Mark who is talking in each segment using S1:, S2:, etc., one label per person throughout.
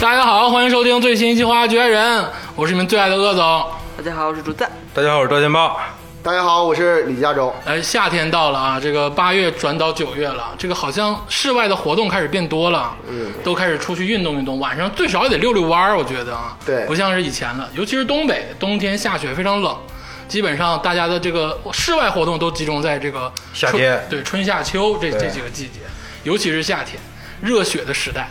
S1: 欢迎收听最新一期《花花绝爱人》，我是你们最爱的鄂总。
S2: 大家好，我是竹 子。
S3: 大家好，我是赵天霸。
S4: 大家好，我是李佳洲。
S1: 哎，夏天到了啊，这个八月转到九月了，这个好像室外的活动开始变多了，嗯，都开始出去运动运动，晚上最少也得溜溜弯儿，我觉得啊，
S4: 对
S1: 不像是以前了，尤其是东北，冬天下雪非常冷，基本上大家的这个室外活动都集中在这个
S3: 夏
S1: 春
S3: 天
S1: 对春夏秋这这
S3: 对
S1: 几个季节，尤其是夏天，热血的时代。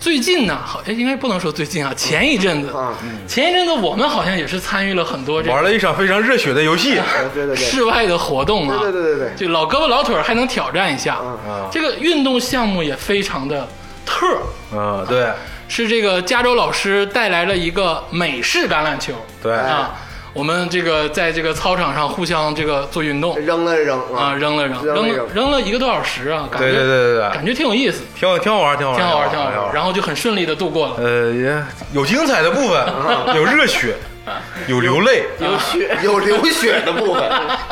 S1: 最近呢，好，哎，应该不能说最近啊，前一阵子，
S4: 啊
S1: 前一阵子我们好像也是参与了很多这个
S3: 玩了一场非常热血的游 戏，
S4: 嗯对对对，
S1: 室外的活动啊，
S4: 对对对对对嗯
S1: 就老胳膊老腿儿还能挑战一下。
S3: 啊
S1: 这个运动项目也非常的特儿，
S3: 嗯，对
S1: 是这个加州老师带来了一个美式橄榄球
S3: 对，
S1: 啊，我们这个在这个操场上互相这个做运动
S4: 扔了扔
S1: 啊，
S4: 啊，
S1: 扔了扔，
S4: 扔了
S1: 扔
S4: 扔
S1: 扔了一个多小时啊，感觉
S3: 对对对对对
S1: 感，觉挺有意思，
S3: 挺好，挺好玩，挺好玩，
S1: 挺好玩，挺好玩，
S3: 后
S1: 然后就很顺利的度过了。
S3: 呃，也有精彩的部 分，有热血，
S1: 啊
S3: 有流泪，
S1: 有
S4: 血啊有流血的部分，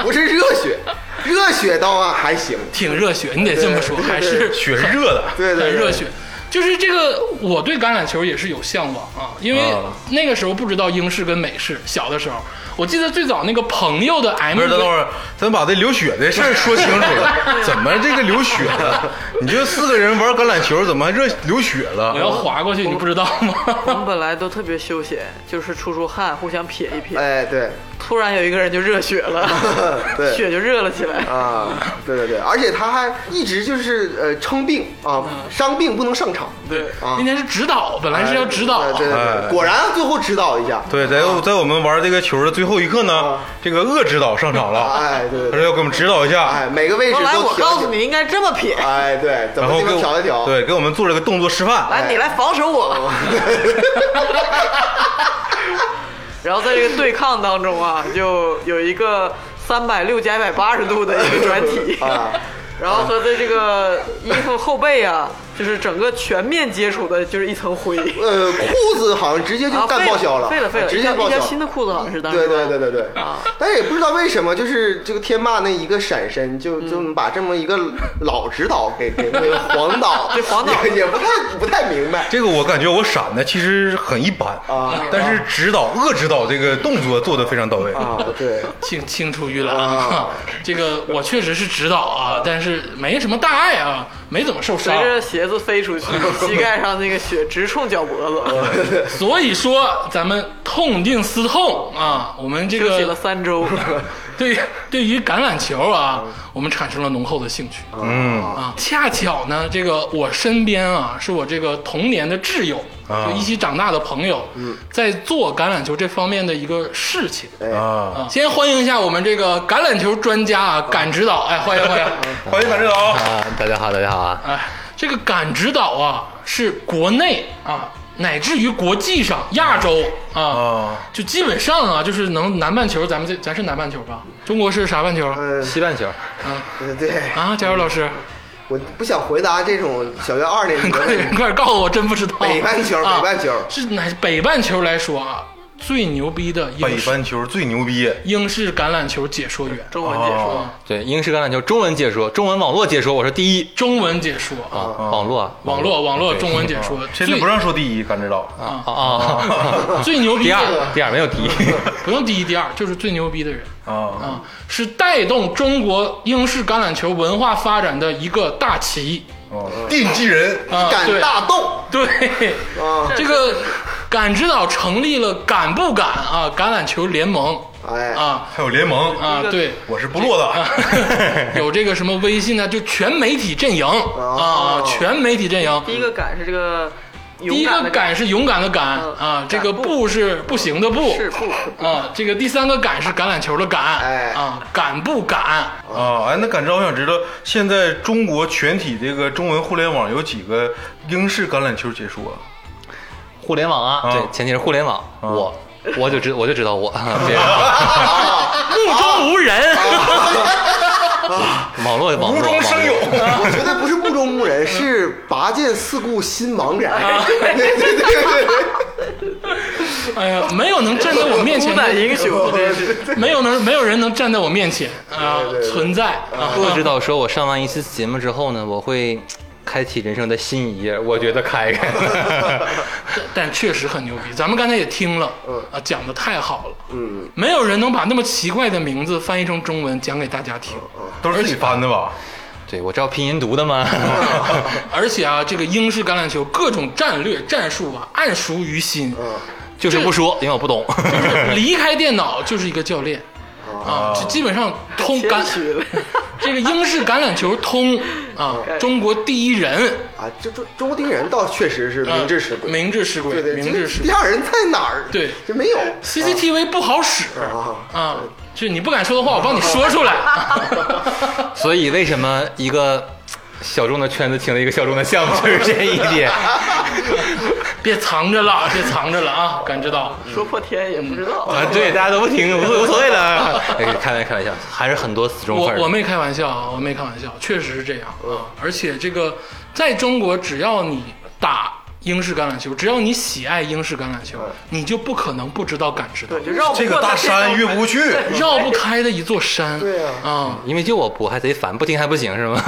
S4: 不是热血，热血倒啊还行。
S1: 挺热血，你得这么说，
S4: 对对对
S1: 还是
S3: 血是 热的，
S4: 对对
S1: 很
S4: 对，
S1: 热血。就是这个，我对橄榄球也是有向往啊，因为
S3: 啊
S1: 那个时候不知道英式跟美式。小的时候，我记得最早那个朋友的 M，
S3: 不是，等会儿，咱把这流血的事儿说清楚 了。怎么这个流血了？你就四个人玩橄榄球，怎么还热流血
S1: 我要
S3: 了？
S1: 划过去，你就不知道
S2: 我
S1: 吗？
S2: 们本来都特别休闲，就是出出汗，互相撇一撇。
S4: 哎，对，
S2: 突然有一个人就热血了，
S4: 对
S2: 血就热了起来。
S4: 啊，对对对，而且他还一直就是呃称病啊，伤病不能上场。
S1: 对，
S4: 啊
S1: 那天是指导，本来是要指导啊
S4: 呃，对对
S3: 哎
S4: 对，果然最后指导一下。
S3: 对，在在我们玩这个球的最后一刻呢
S4: 啊，
S3: 这个恶指导上场了，
S4: 哎，对对
S3: 他
S4: 对，
S3: 说要给我们指导一下
S4: 哎，，每个位置
S2: 后
S4: 都
S2: 来我
S4: 调
S2: 告诉你，应该这么撇。
S4: 哎，对，怎
S3: 然
S4: 么
S3: 后
S4: 地
S3: 给
S4: 方
S3: 我
S4: 调一调？
S3: 对，给我们做了个动作示范。
S2: 来，你来防守我。
S4: 哦
S2: 然后在这个对抗当中啊，就有一个三百六加一百八十度的一个转体，
S4: 啊
S2: 然后和这这个衣服后背啊，就是整个全面接触的，就是一层灰。
S4: 呃，裤子好像直接就
S2: 啊，
S4: 干
S2: 废
S4: 报销
S2: 废了废了，
S4: 直
S2: 一
S4: 接
S2: 条
S4: 报
S2: 一条
S4: 销。
S2: 新的裤子好像是当时
S4: 对对对对对
S2: 啊，
S4: 但是也不知道为什么，就是这个天霸那一个闪身，就
S2: 嗯
S4: 就把这么一个老指导给给那个黄 导，
S2: 对黄导
S4: 也也不太不太明白
S3: 这个我感觉我闪的其实很一般
S4: 啊
S3: 但是指导恶指导这个动作做的非常到位
S4: 啊，对，
S1: 青青出于蓝
S4: 啊，
S1: 这个我确实是指导啊，但是没什么大碍啊，没怎么受伤
S2: 随。着鞋子飞 出去，膝盖上那个血直冲脚脖
S4: 哦
S2: 子，
S1: 所以说，咱们痛定思痛啊，我们这
S2: 休息
S1: 个
S2: 了三 周。
S1: 对对于橄榄球啊，我们产生了浓厚的兴趣。
S3: 嗯
S1: 啊，恰巧呢，这个我身边啊，是我这个童年的挚友，
S3: 啊
S1: 就一起长大的朋友，在做橄榄球这方面的一个事情。
S4: 哎，
S3: 啊，
S1: 啊，先欢迎一下我们这个橄榄球专家啊，敢指导，哎，欢迎欢迎，
S3: 欢迎反指导。
S5: 啊，大家好，大家好啊！
S1: 哎，这个敢指导啊，是国内啊，乃至于国际上亚洲啊，
S3: 啊，
S1: 就基本上啊，就是能南半球，咱们这咱是南半球吧？中国是啥半球？
S4: 呃，
S5: 西半球，
S4: 对对，
S1: 啊，加油老师，
S4: 我不想回答这种小学二年级
S1: 你
S4: 的
S1: 快
S4: 问
S1: 点，你
S4: 题。
S1: 快点告诉我，真不知道。
S4: 北半球
S1: 啊
S4: 北半球
S1: 是哪？北半球来说啊，最牛逼的
S3: 北
S1: 英式
S3: 半球最牛逼
S1: 英式橄榄球解说员，
S2: 中文解说，
S4: 哦
S3: 啊
S5: 对英式橄榄球中文解说，中文网络解说，我是第一
S1: 中文解说
S5: 啊，网络啊
S1: 嗯网络网络
S5: 对
S1: 中文解说，
S3: 现
S1: 最
S3: 啊在不让说第一，敢指导。
S5: 啊啊，
S1: 最牛逼
S5: 第
S1: 的
S5: 二，第二没有第一，
S1: 不用第一第二，就是最牛逼的人
S3: 啊，
S1: 啊，是带动中国英式橄榄球文化发展的一个大旗
S3: 哦奠基人
S1: 啊，
S4: 敢
S1: 对
S4: 大动
S1: 对，
S4: 啊，
S1: 这个敢指导成立了敢不敢啊橄榄球联盟
S4: 哎，
S1: 啊
S3: 还有联盟，
S1: 啊对。
S3: 我是不落的。
S1: 有这个什么微信呢？啊就全媒体阵营啊
S4: 哦，
S1: 全媒体阵营。
S2: 第一个感是这个
S1: 第
S2: 勇
S1: 一
S2: 敢
S1: 个
S2: 的
S1: 敢是勇敢的敢
S2: 嗯
S1: 啊，这
S2: 敢
S1: 个
S2: 不
S1: 不是不行的不
S2: 是不
S1: 啊，这个第三个敢是橄榄球的敢
S4: 哎
S1: 啊，敢不敢？
S3: 啊，哎，那敢知道，我想知道现在中国全体这个中文互联网有几个英式橄榄球解说啊？
S5: 互联网啊，
S3: 啊
S5: 对，前提是互联网，我我就知我就知道我，别人
S2: 哦
S1: 目中无人，
S5: 网络网络
S3: 无中生有，
S4: 我觉得不是目中无人，是拔剑四顾心茫然。
S2: 啊
S4: 对对对对对。
S1: 哎呀，没有能站在我面
S2: 孤
S1: 前
S2: 胆
S1: 的，
S2: 英
S4: 哦
S2: 雄，这是
S1: 没有能没有人能站在我面前啊，存在啊，
S2: 嗯
S5: 不知道说我上完一期节目之后呢，我会。开启人生的新一页，我觉得开开。
S1: 但但确实很牛逼。咱们刚才也听了，
S2: 嗯
S1: 啊，讲的太好了，
S4: 嗯，
S1: 没有人能把那么奇怪的名字翻译成中文讲给大家听。
S3: 都是自己翻的 吧？
S5: 对，我知道拼音读的吗？
S1: 而且啊，这个英式橄榄球各种战略战术啊，暗熟于心。
S4: 嗯
S5: 就是不说，因为我不懂。
S1: 离开电脑就是一个教练啊，这基本上通橄
S2: 谦虚了
S1: 这个英式橄榄球通 啊，中国第一人，
S4: 啊，这中中国第一人倒确实是
S2: 呃
S1: 啊
S4: 明治神鬼，
S1: 明治神鬼
S4: 对，对，
S1: 明治神
S4: 第
S1: 鬼
S4: 二人在哪儿？
S1: 对
S4: 这没有。
S1: ，CCTV 不好使
S4: 啊
S1: 啊，就你不敢说的话，我帮你说出来。
S5: 所以为什么一个小众的圈子请了一个小众的项目，就是这一点。 啊
S1: 别藏着了，别藏着了啊！感知到，
S2: 说破天也不知道。
S4: 哦
S5: 啊，对，大家都不听，无所无所谓了。哎开玩笑，开玩笑，还是很多死忠
S1: 我
S5: 粉儿。
S1: 我没开玩笑啊，我没开玩笑，确实是这样啊。而且这个在中国，只要你打英式橄榄球，只要你喜爱英式橄榄球，你就不可能不知道感知到
S2: 对，，就绕不过
S3: 这个大山越不过去，
S4: 哦
S1: 绕不开的一座山。
S4: 对啊
S1: 啊，
S5: 因为就我播还贼烦，不听还不 行是吗？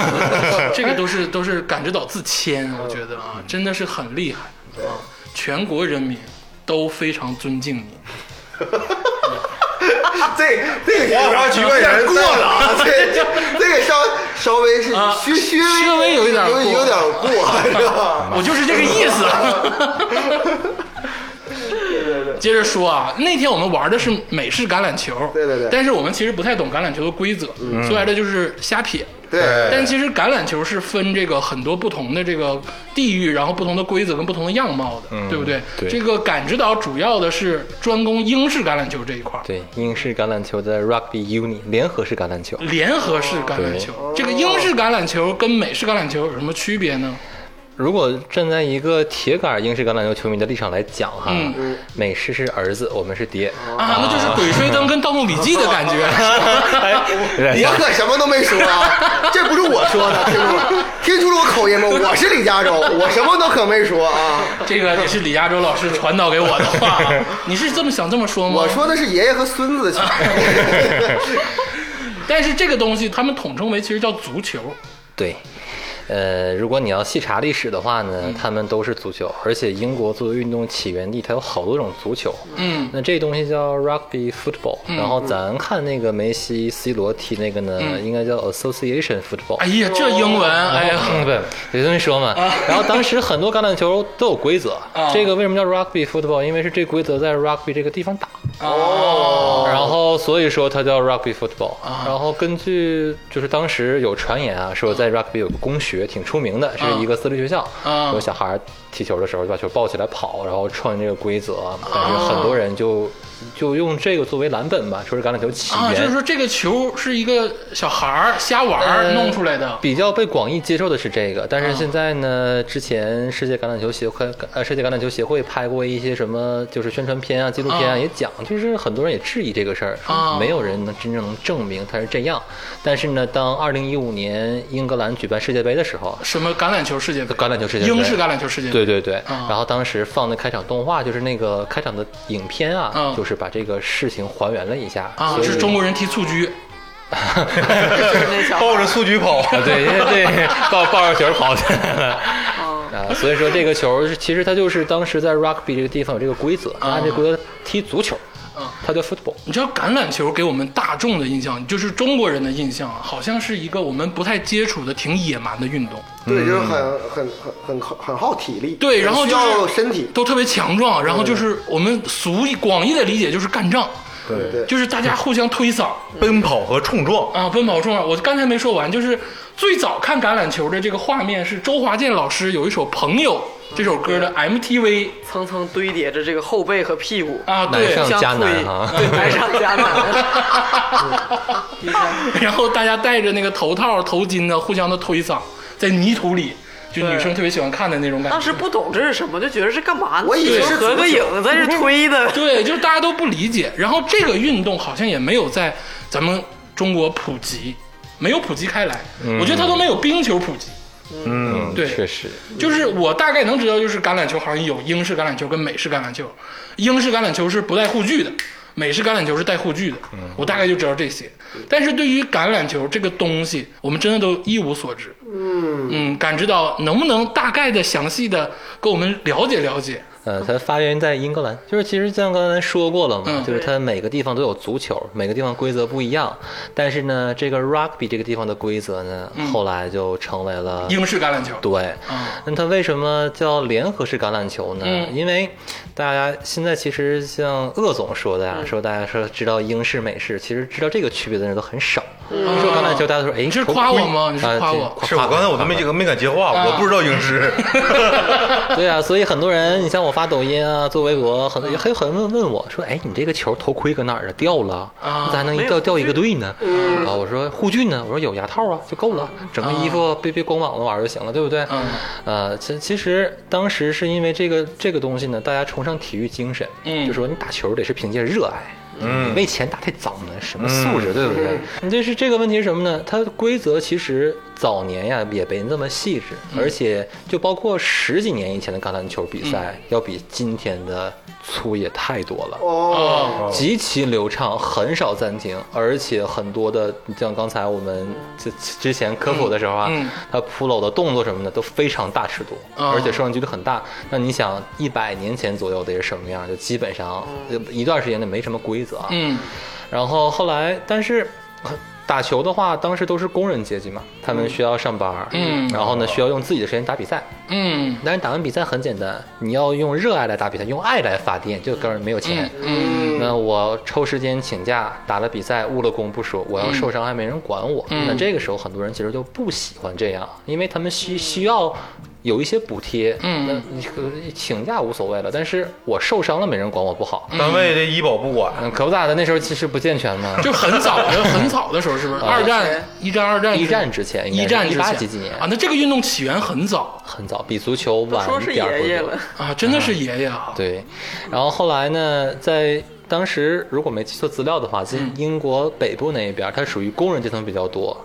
S1: 这个都是都是感知到自谦，我觉得啊，真的是很厉害啊！全国人民都非常尊敬你。
S4: 这这个
S3: 花花局外人
S4: 过了啊，这这个稍稍微是
S1: 啊
S4: 稍稍
S1: 稍微有一点
S4: 有
S1: 过
S4: 有点过，是吧？
S1: 我就是这个意 思。接着说啊，那天我们玩的是美式橄榄球，
S4: 对对对
S1: 但是我们其实不太懂橄榄球的规则，说白了就是瞎撇。
S4: 对，
S1: 但其实橄榄球是分这个很多不同的这个地域，然后不同的规则跟不同的样貌的，
S4: 嗯
S1: 对不对？
S5: 对
S1: 这个感知岛主要的是专攻英式橄榄球这一块儿，
S5: 对，英式橄榄球的 Rugby Uni 联合式橄榄球，
S1: 联合式橄
S4: 哦
S1: 榄球。这个英式橄榄球跟美式橄榄球有什么区别呢？
S5: 如果站在一个铁杆英式橄榄球球迷的立场来讲哈
S1: 嗯，
S5: 美式是儿子，我们是爹。
S1: 啊，那就是《鬼吹灯》跟《盗墓笔记》的感觉。
S5: 对
S4: 我可什么都没说啊，这不是我说的，听出了听出了我口音吗？我是李嘉洲，我什么都可没说啊，
S1: 这个也是李亚洲老师传导给我的 话，你是这么想这么说吗？
S4: 我，说的是爷爷和孙子的情况。
S1: 但是这个东西他们统称为其实叫足球，
S5: 对，呃，如果你要细查历史的话
S1: 嗯
S5: 呢，他们都是足球，而且英国作为运动起源地，它有好多种足球。
S1: 嗯，
S5: 那这东西叫 rugby football，、然后咱看那个梅西、C 罗踢那个呢，应该叫 association football。
S1: 嗯哎呀，这
S5: 哦
S1: 英文，哎呀，
S5: 嗯，对，有这么说嘛。然后当时很多橄榄球都有规则
S1: 啊，
S5: 这个为什么叫 rugby football？因为是这规则在 rugby 这个地方打，
S1: 哦，啊
S5: 然后所以说它叫 rugby football。然后根据就是当时有传言啊，说在 rugby 有个公学挺出名的，是一个私立学校，
S1: 啊
S5: 有小孩踢球的时候就把球抱起来跑，然后创这个规则，但是很
S1: 啊
S5: 多人就就用这个作为蓝本吧，说是橄榄球起
S1: 啊，就是
S5: 源
S1: 说。这个球是一个小孩儿瞎玩儿
S5: 呃
S1: 弄出来的，啊
S5: 比较被广义接受的是这个，但是现在呢，之前世界橄榄球协会呃世界橄榄球协会拍过一些什么就是宣传片啊、纪录片啊，
S1: 啊
S5: 也讲，就是很多人也质疑这个事儿，
S1: 啊
S5: 说没有人能真正能证明它是这样。但是呢，当2015年英格兰举办世界杯的时候，
S1: 什么橄榄球世界杯，
S5: 橄榄球世界杯
S1: 英式橄榄球世界杯，
S5: 对对对，
S1: 啊
S5: 然后当时放的开场动画就是那个开场的影片啊，
S1: 嗯
S5: 就是把这个事情还原了一下
S1: 啊，
S5: 所以
S1: 是中国人踢蹴鞠，
S2: 就是那小
S3: 抱着蹴鞠跑。
S5: 啊， 对，因为对， 抱抱着球跑起来了。
S1: 哦
S5: 啊，所以说这个球是其实它就是当时在 rugby 这个地方有这个规则，
S1: 哦
S5: 按这规则踢足球，
S1: 嗯
S5: 它叫 football。
S1: 你知道橄榄球给我们大众的印象，就是中国人的印象啊，好像是一个我们不太接触的挺野蛮的运动，
S4: 对，就是很很很很耗很耗体力，
S1: 对，然后
S4: 需
S1: 就是
S4: 要身体，
S1: 都特别强壮，然后就是我们俗义广义的理解就是干仗，
S4: 对对，
S1: 就是大家互相推搡
S3: 奔跑和冲撞，
S1: 啊，奔跑冲啊。我刚才没说完，就是最早看橄榄球的这个画面是周华健老师有一首《朋友》这首歌的 MTV
S2: 层层堆叠着这个后背和屁股，
S1: 啊，
S5: 难
S1: 对。
S5: 上
S2: 相
S5: 加
S2: 推
S5: 难啊，
S2: 对，难上加难。
S1: 然后大家戴着那个头套、头巾呢，互相的推搡，在泥土里，就女生特别喜欢看的那种感
S2: 当
S1: 觉。
S2: 时不懂这是什么，就觉得是干嘛呢？
S4: 我以为是
S2: 合个影在这推的。
S1: 对，就是大家都不理解。然后这个运动好像也没有在咱们中国普及，没有普及开来。
S5: 嗯
S1: 我觉得它都没有冰球普及。
S3: 嗯，
S1: 对，
S5: 确实，
S1: 就是我大概能知道，就是橄榄球好像有英式橄榄球跟美式橄榄球，英式橄榄球是不带护具的，美式橄榄球是带护具的，
S5: 嗯
S1: 我大概就知道这些。但是对于橄榄球这个东西，我们真的都一无所知。
S4: 嗯，
S1: 嗯，感知到能不能大概的、详细的跟我们了解了解？
S5: 呃，它发源在英格兰，就是其实像刚才说过了嘛，
S1: 嗯
S5: 就是它每个地方都有足球，每个地方规则不一样，但是呢，这个 rugby 这个地方的规则呢，后来就成为了
S1: 嗯英式橄榄球，
S5: 啊对，
S1: 啊，
S5: 那它为什么叫联合式橄榄球呢？
S1: 嗯
S5: 因为大家现在其实像鄂总说的呀、说大家说知道英式、美式，其实知道这个区别的人都很少。
S1: 嗯
S5: 你说橄榄球，
S1: 哦
S5: 大家都说哎，
S1: 你是
S5: 头盔
S1: 夸我吗你是
S5: 啊
S1: 夸
S5: 这
S1: 我
S5: 夸
S3: 是我
S5: 夸
S3: 刚才我都没这个没敢接话，
S1: 啊
S3: 我不知道英 式。
S5: 对啊，所以很多人，你像我发抖音啊，做微博，很多还有很多人问我说：“哎，你这个球头盔搁哪儿啊？掉了，
S1: 啊
S5: 咋能
S2: 没有
S5: 掉
S2: 护具
S5: 掉一个队呢？”啊，我说护具呢？我说有牙套啊，就够了，整个衣服别别光膀子玩儿就行了，对不对？
S1: 嗯
S5: 呃，其其实当时是因为这个这个东西呢，大家崇尚体育精神，
S1: 嗯
S5: 就说你打球得是凭借热爱。
S3: 嗯
S5: 你为钱打太早了，什么素质，对不嗯对？你这是这个问题是什么呢？它规则其实早年呀也没那么细致，而且就包括十几年以前的橄榄球比赛，要比今天的粗野太多了。
S4: 哦，
S1: 哦，
S5: 极其流畅，很少暂停，而且很多的，你像刚才我们之之前科普的时候啊，
S1: 嗯嗯
S5: 他扑搂的动作什么的都非常大尺度，
S1: 哦
S5: 而且受让距离很大。那你想，一百年前左右得是什么样？就基本上就一段时间内没什么规则啊。
S1: 嗯
S5: 然后后来，但是呃打球的话，当时都是工人阶级嘛，他们需要上班儿，
S1: 嗯
S5: 然后呢需要用自己的时间打比赛。
S1: 嗯
S5: 但是打完比赛很简单，你要用热爱来打比赛，用爱来发电，就根本没有钱。
S1: 嗯嗯
S5: 那我抽时间请假打了比赛，误了工不说，我要受伤还没人管我。
S1: 嗯
S5: 那这个时候很多人其实就不喜欢这样，因为他们需需要有一些补贴。
S1: 嗯
S5: 那你可请假无所谓了，但是我受伤了没人管我不好。
S3: 单位的医保不管，
S5: 嗯，可不咋的，那时候其实不健全嘛，
S1: 就很早的很早的时候，是不是？
S5: 啊
S1: 二战、一战、二战之、
S5: 一战之前应
S1: 一
S5: 该是
S1: 战之
S5: 18
S1: 前
S5: 几几年
S1: 啊？那这个运动起源很早
S5: 很早，比足球
S2: 都
S5: 晚
S2: 说
S5: 一
S2: 是
S5: 点儿
S2: 爷爷
S5: 左 右
S2: 了，
S1: 啊，真的是爷爷啊！
S5: 对，然后后来呢，在当时如果没记错资料的话，在英国北部那一边儿，它属于工人阶层比较多。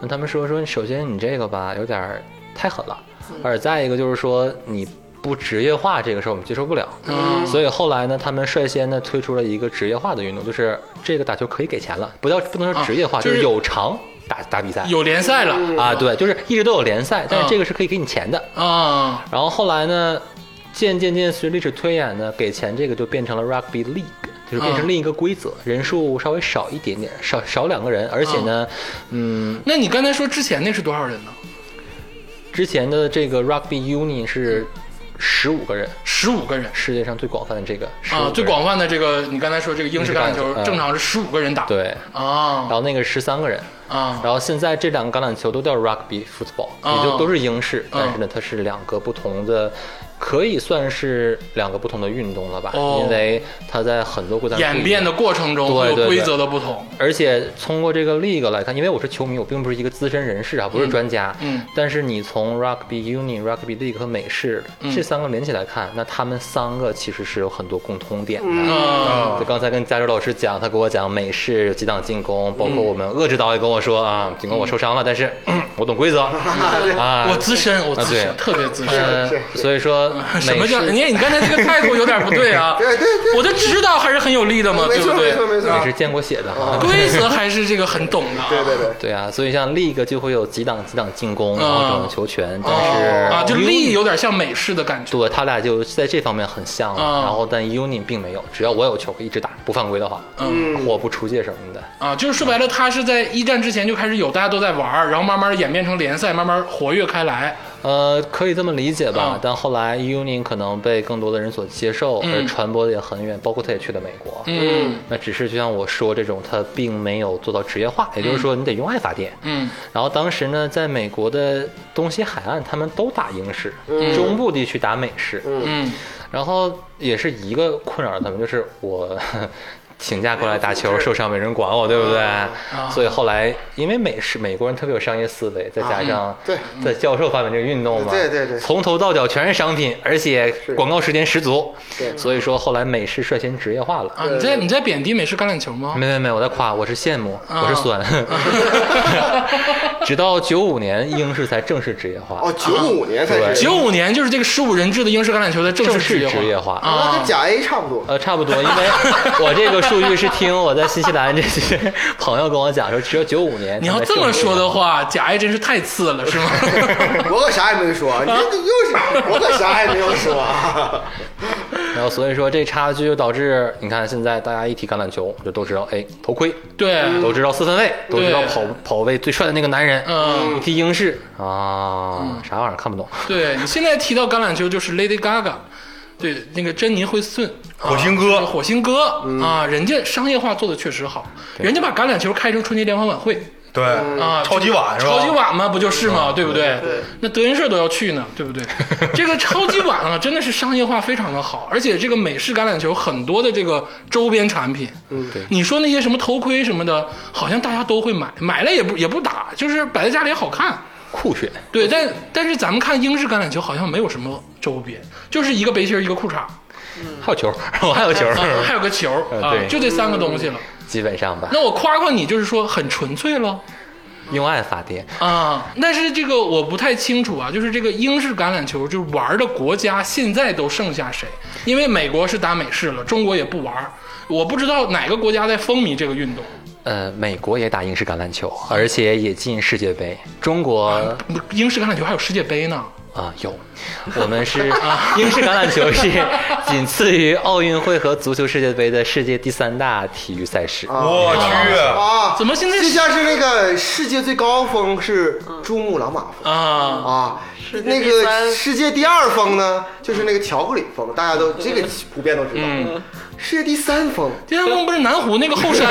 S5: 那他们说说，首先你这个吧，有点儿太狠了，而再一个就是说你不职业化这个事儿我们接受不了。
S1: 嗯
S5: 所以后来呢，他们率先呢推出了一个职业化的运动，就是这个打球可以给钱了，不叫不能说职业化，
S1: 啊
S5: 就是
S1: 就是
S5: 有偿打打比赛。
S1: 有联赛了
S5: 啊，对，就是一直都有联赛，但
S1: 嗯
S5: 是这个是可以给你钱的。
S1: 啊，
S5: 然后后来呢，渐渐渐随着历史推演呢，给钱这个就变成了 rugby league，就是变成另一个规则，人数稍微少一点点，少少两个人，而且呢，嗯，
S1: 那你刚才说之前那是多少人呢？
S5: 之前的这个 rugby union 是十五个人，
S1: 十五个人
S5: 世界上最广泛的这个15个
S1: 啊，
S5: 人
S1: 最广泛的这个，你刚才说这个英式橄榄球
S5: 嗯
S1: 正常是十五个人打，
S5: 对。
S1: 啊
S5: 然后那个十三个人，
S1: 啊
S5: 然后嗯现在这两个橄榄球都叫 rugby football，、
S1: 哦
S5: 也就都是英式，
S1: 嗯
S5: 但是呢，它是两个不同的，可以算是两个不同的运动了吧？
S1: 哦
S5: 因为它在很多国家
S1: 演变的过程中
S5: 对
S1: 会有
S5: 对对
S1: 规则的不同，
S5: 而且通过这个 league 来看，因为我是球迷，我并不是一个资深人士啊，不是专家。
S1: 嗯嗯
S5: 但是你从 rugby union、rugby league 和美式
S1: 嗯
S5: 这三个连起来看，那他们三个其实是有很多共通点的。
S1: 嗯
S5: 就刚才跟加州老师讲，他给我讲美式有几档进攻，包括我们遏制导也跟我说啊，尽管我受伤了，但是 我懂规 则啊。
S1: 嗯我资深，我资深，
S5: 啊对嗯
S1: 特别资深。
S5: 呃所以说
S1: 什么
S5: 美式
S1: 叫你？你刚才这个态度有点不对啊！
S4: 对对对，
S1: 我就知道还是很有利的嘛，
S4: 没
S1: 对不
S4: 错没
S1: 哦对？
S4: 错没错，
S5: 美式见过血的啊。
S1: 规则还是这个很懂的啊。
S4: 对对对，
S5: 对啊，所以像 league 就会有几档几档进攻，然后转球权，但是
S1: 啊啊，就
S5: Union-
S1: 力有点像美式的感觉。
S5: 对他俩就在这方面很像了。
S1: 啊
S5: 然后但 Union 并没有，只要我有球可以一直打，不犯规的话，
S1: 嗯
S5: 我不出界什么的。
S1: 啊，就是说白了，他是在一战之前就开始有，大家都在玩儿，然后慢慢的演变成联赛，慢慢活跃开来。
S5: 呃，可以这么理解吧。
S1: 啊
S5: 但后来 Union 可能被更多的人所接受，
S1: 嗯
S5: 而传播的也很远，包括他也去了美国。
S1: 嗯
S5: 那只是就像我说这种，它并没有做到职业化，也就是说你得用爱发电。
S1: 嗯
S5: 然后当时呢，在美国的东西海岸，他们都打英式，中部地区打美式。
S1: 嗯
S5: 然后也是一个困扰他们，就是我 请假过来打球，受伤没人管我，对不对？所以后来因为美式美国人特别有商业思维，再加上
S4: 对
S5: 在教授发明这个运动嘛，
S4: 对对对
S5: 从头到脚全是商品，而且广告时间十足，
S4: 对
S5: 所以说后来美式率先职业化了。
S1: 啊，你在你在贬低美式橄榄球吗？
S5: 没没没，我在夸，我是羡慕，我是酸。
S1: 啊
S5: 直到九五年，英式才正式职业化，
S4: 哦，九五年才是，
S1: 九五年就是这个十五人制的英式橄榄球的正
S5: 正
S1: 式
S5: 式
S1: 职
S5: 职
S4: 啊
S1: 业
S5: 业
S1: 化
S5: 化。
S4: 那跟甲 A 差不多，
S5: 呃，差不多，因为我这个术语是听我在新西兰这些朋友跟我讲说，只有九五年
S1: 你要这么说的话，假爱真是太次了，是吗？
S4: 我可啥也没说，你这又是我可啥也没有说。啊
S5: 然后所以说这差距就导致，你看现在大家一提橄榄球，就都知道，哎，头盔，
S1: 对，
S5: 都知道四分卫，都知道跑跑位最帅的那个男人，
S1: 嗯
S5: 一提英式啊，啥玩意儿看不懂，
S1: 对你现在提到橄榄球就是 Lady Gaga，对那个珍妮惠斯顿，啊
S3: 火星哥嗯
S1: 就是火星哥啊，人家商业化做的确实好，人家把橄榄球开成春节联欢晚会
S3: 对
S1: 啊，
S3: 超级碗是吧？
S1: 超级碗嘛，不就是
S3: 嗯
S1: 嘛，对不对？
S2: 对
S1: 那德云社都要去呢，对不 对？这个超级碗啊，真的是商业化非常的好，而且这个美式橄榄球很多的这个周边产品，嗯，你说那些什么头盔什么的，好像大家都会买，买了也不也不打，就是摆在家里也好看。
S5: 酷炫，
S1: 对，但但是咱们看英式橄榄球好像没有什么周边，就是一个背心儿一个裤衩，啊
S5: 还有球，我还有球，
S1: 还有个球儿
S5: 呃
S1: 啊，
S5: 对
S1: 就这三个东西了。
S5: 基本上吧，
S1: 那我夸夸你，就是说很纯粹了
S5: 用爱发电，
S1: 啊。但是这个我不太清楚啊，就是这个英式橄榄球就是玩的国家现在都剩下谁？因为美国是打美式了，中国也不玩儿，我不知道哪个国家在风靡这个运动。
S5: 呃，美国也打英式橄榄球，而且也进世界杯。中国啊、
S1: 不英式橄榄球还有世界杯呢，
S5: 有，我们是英式橄榄球是仅次于奥运会和足球世界杯的世界第三大体育赛事。
S3: 我去，
S4: 啊，
S1: 怎么现在
S4: 就像是那个世界最高峰是珠穆朗玛峰
S5: 哦
S1: 啊，
S4: 啊，
S2: 世界
S4: 那
S2: 第
S4: 个
S2: 三
S4: 世界第二峰呢，就是那个巧克力峰，大家都这个普遍都知道。世界第三峰，
S1: 第三峰不是南湖那个后山。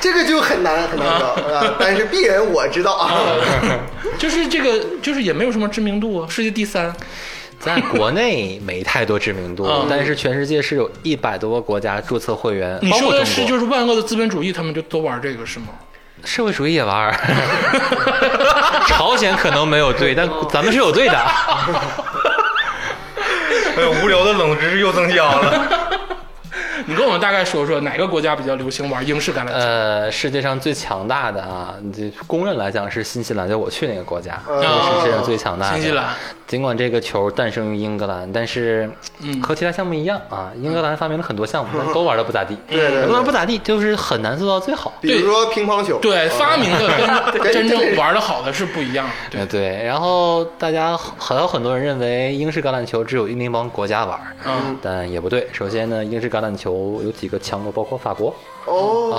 S4: 这个就很难很难找啊，但是鄙人我知道啊。
S1: 就是这个，就是也没有什么知名度啊，世界第三。
S5: 在国内没太多知名度，
S1: 嗯
S5: 但是全世界是有一百多个国家注册会员，
S1: 你
S5: 包
S1: 说
S5: 括中
S1: 的
S5: 国。
S1: 是就是万恶的资本主义，他们就都玩这个是吗？
S5: 社会主义也玩 儿，朝鲜可能没有队，但
S1: 哦
S5: 咱们是有队的。
S3: 哎呦，无聊的冷知识又增 加了。
S1: 你跟我们大概说说哪个国家比较流行玩英式橄榄球？
S5: 呃，世界上最强大的啊，这公认来讲是新西兰，就我去那个国家，
S4: 嗯
S5: 是世界上最强大的。
S1: 哦新西兰，
S5: 尽管这个球诞生于英格兰，但是
S1: 嗯
S5: 和其他项目一样啊，英格兰发明了很多项目，但都玩的不咋地。
S4: 对对
S5: 都玩得不
S4: 对，
S5: 咋地，就是很难做到最好。
S4: 比如说乒乓球，啊
S1: 对，发明的跟
S4: 对
S1: 真
S4: 对
S1: 正
S4: 对
S1: 玩的好的是不一 样的。
S5: 呃对，然后大家好像很多人认为英式橄榄球只有那帮国家玩儿，
S1: 嗯
S5: 但也不对。首先呢，英式橄榄球有几个强国，包括法国，
S1: 嗯
S4: 哦，
S5: 啊，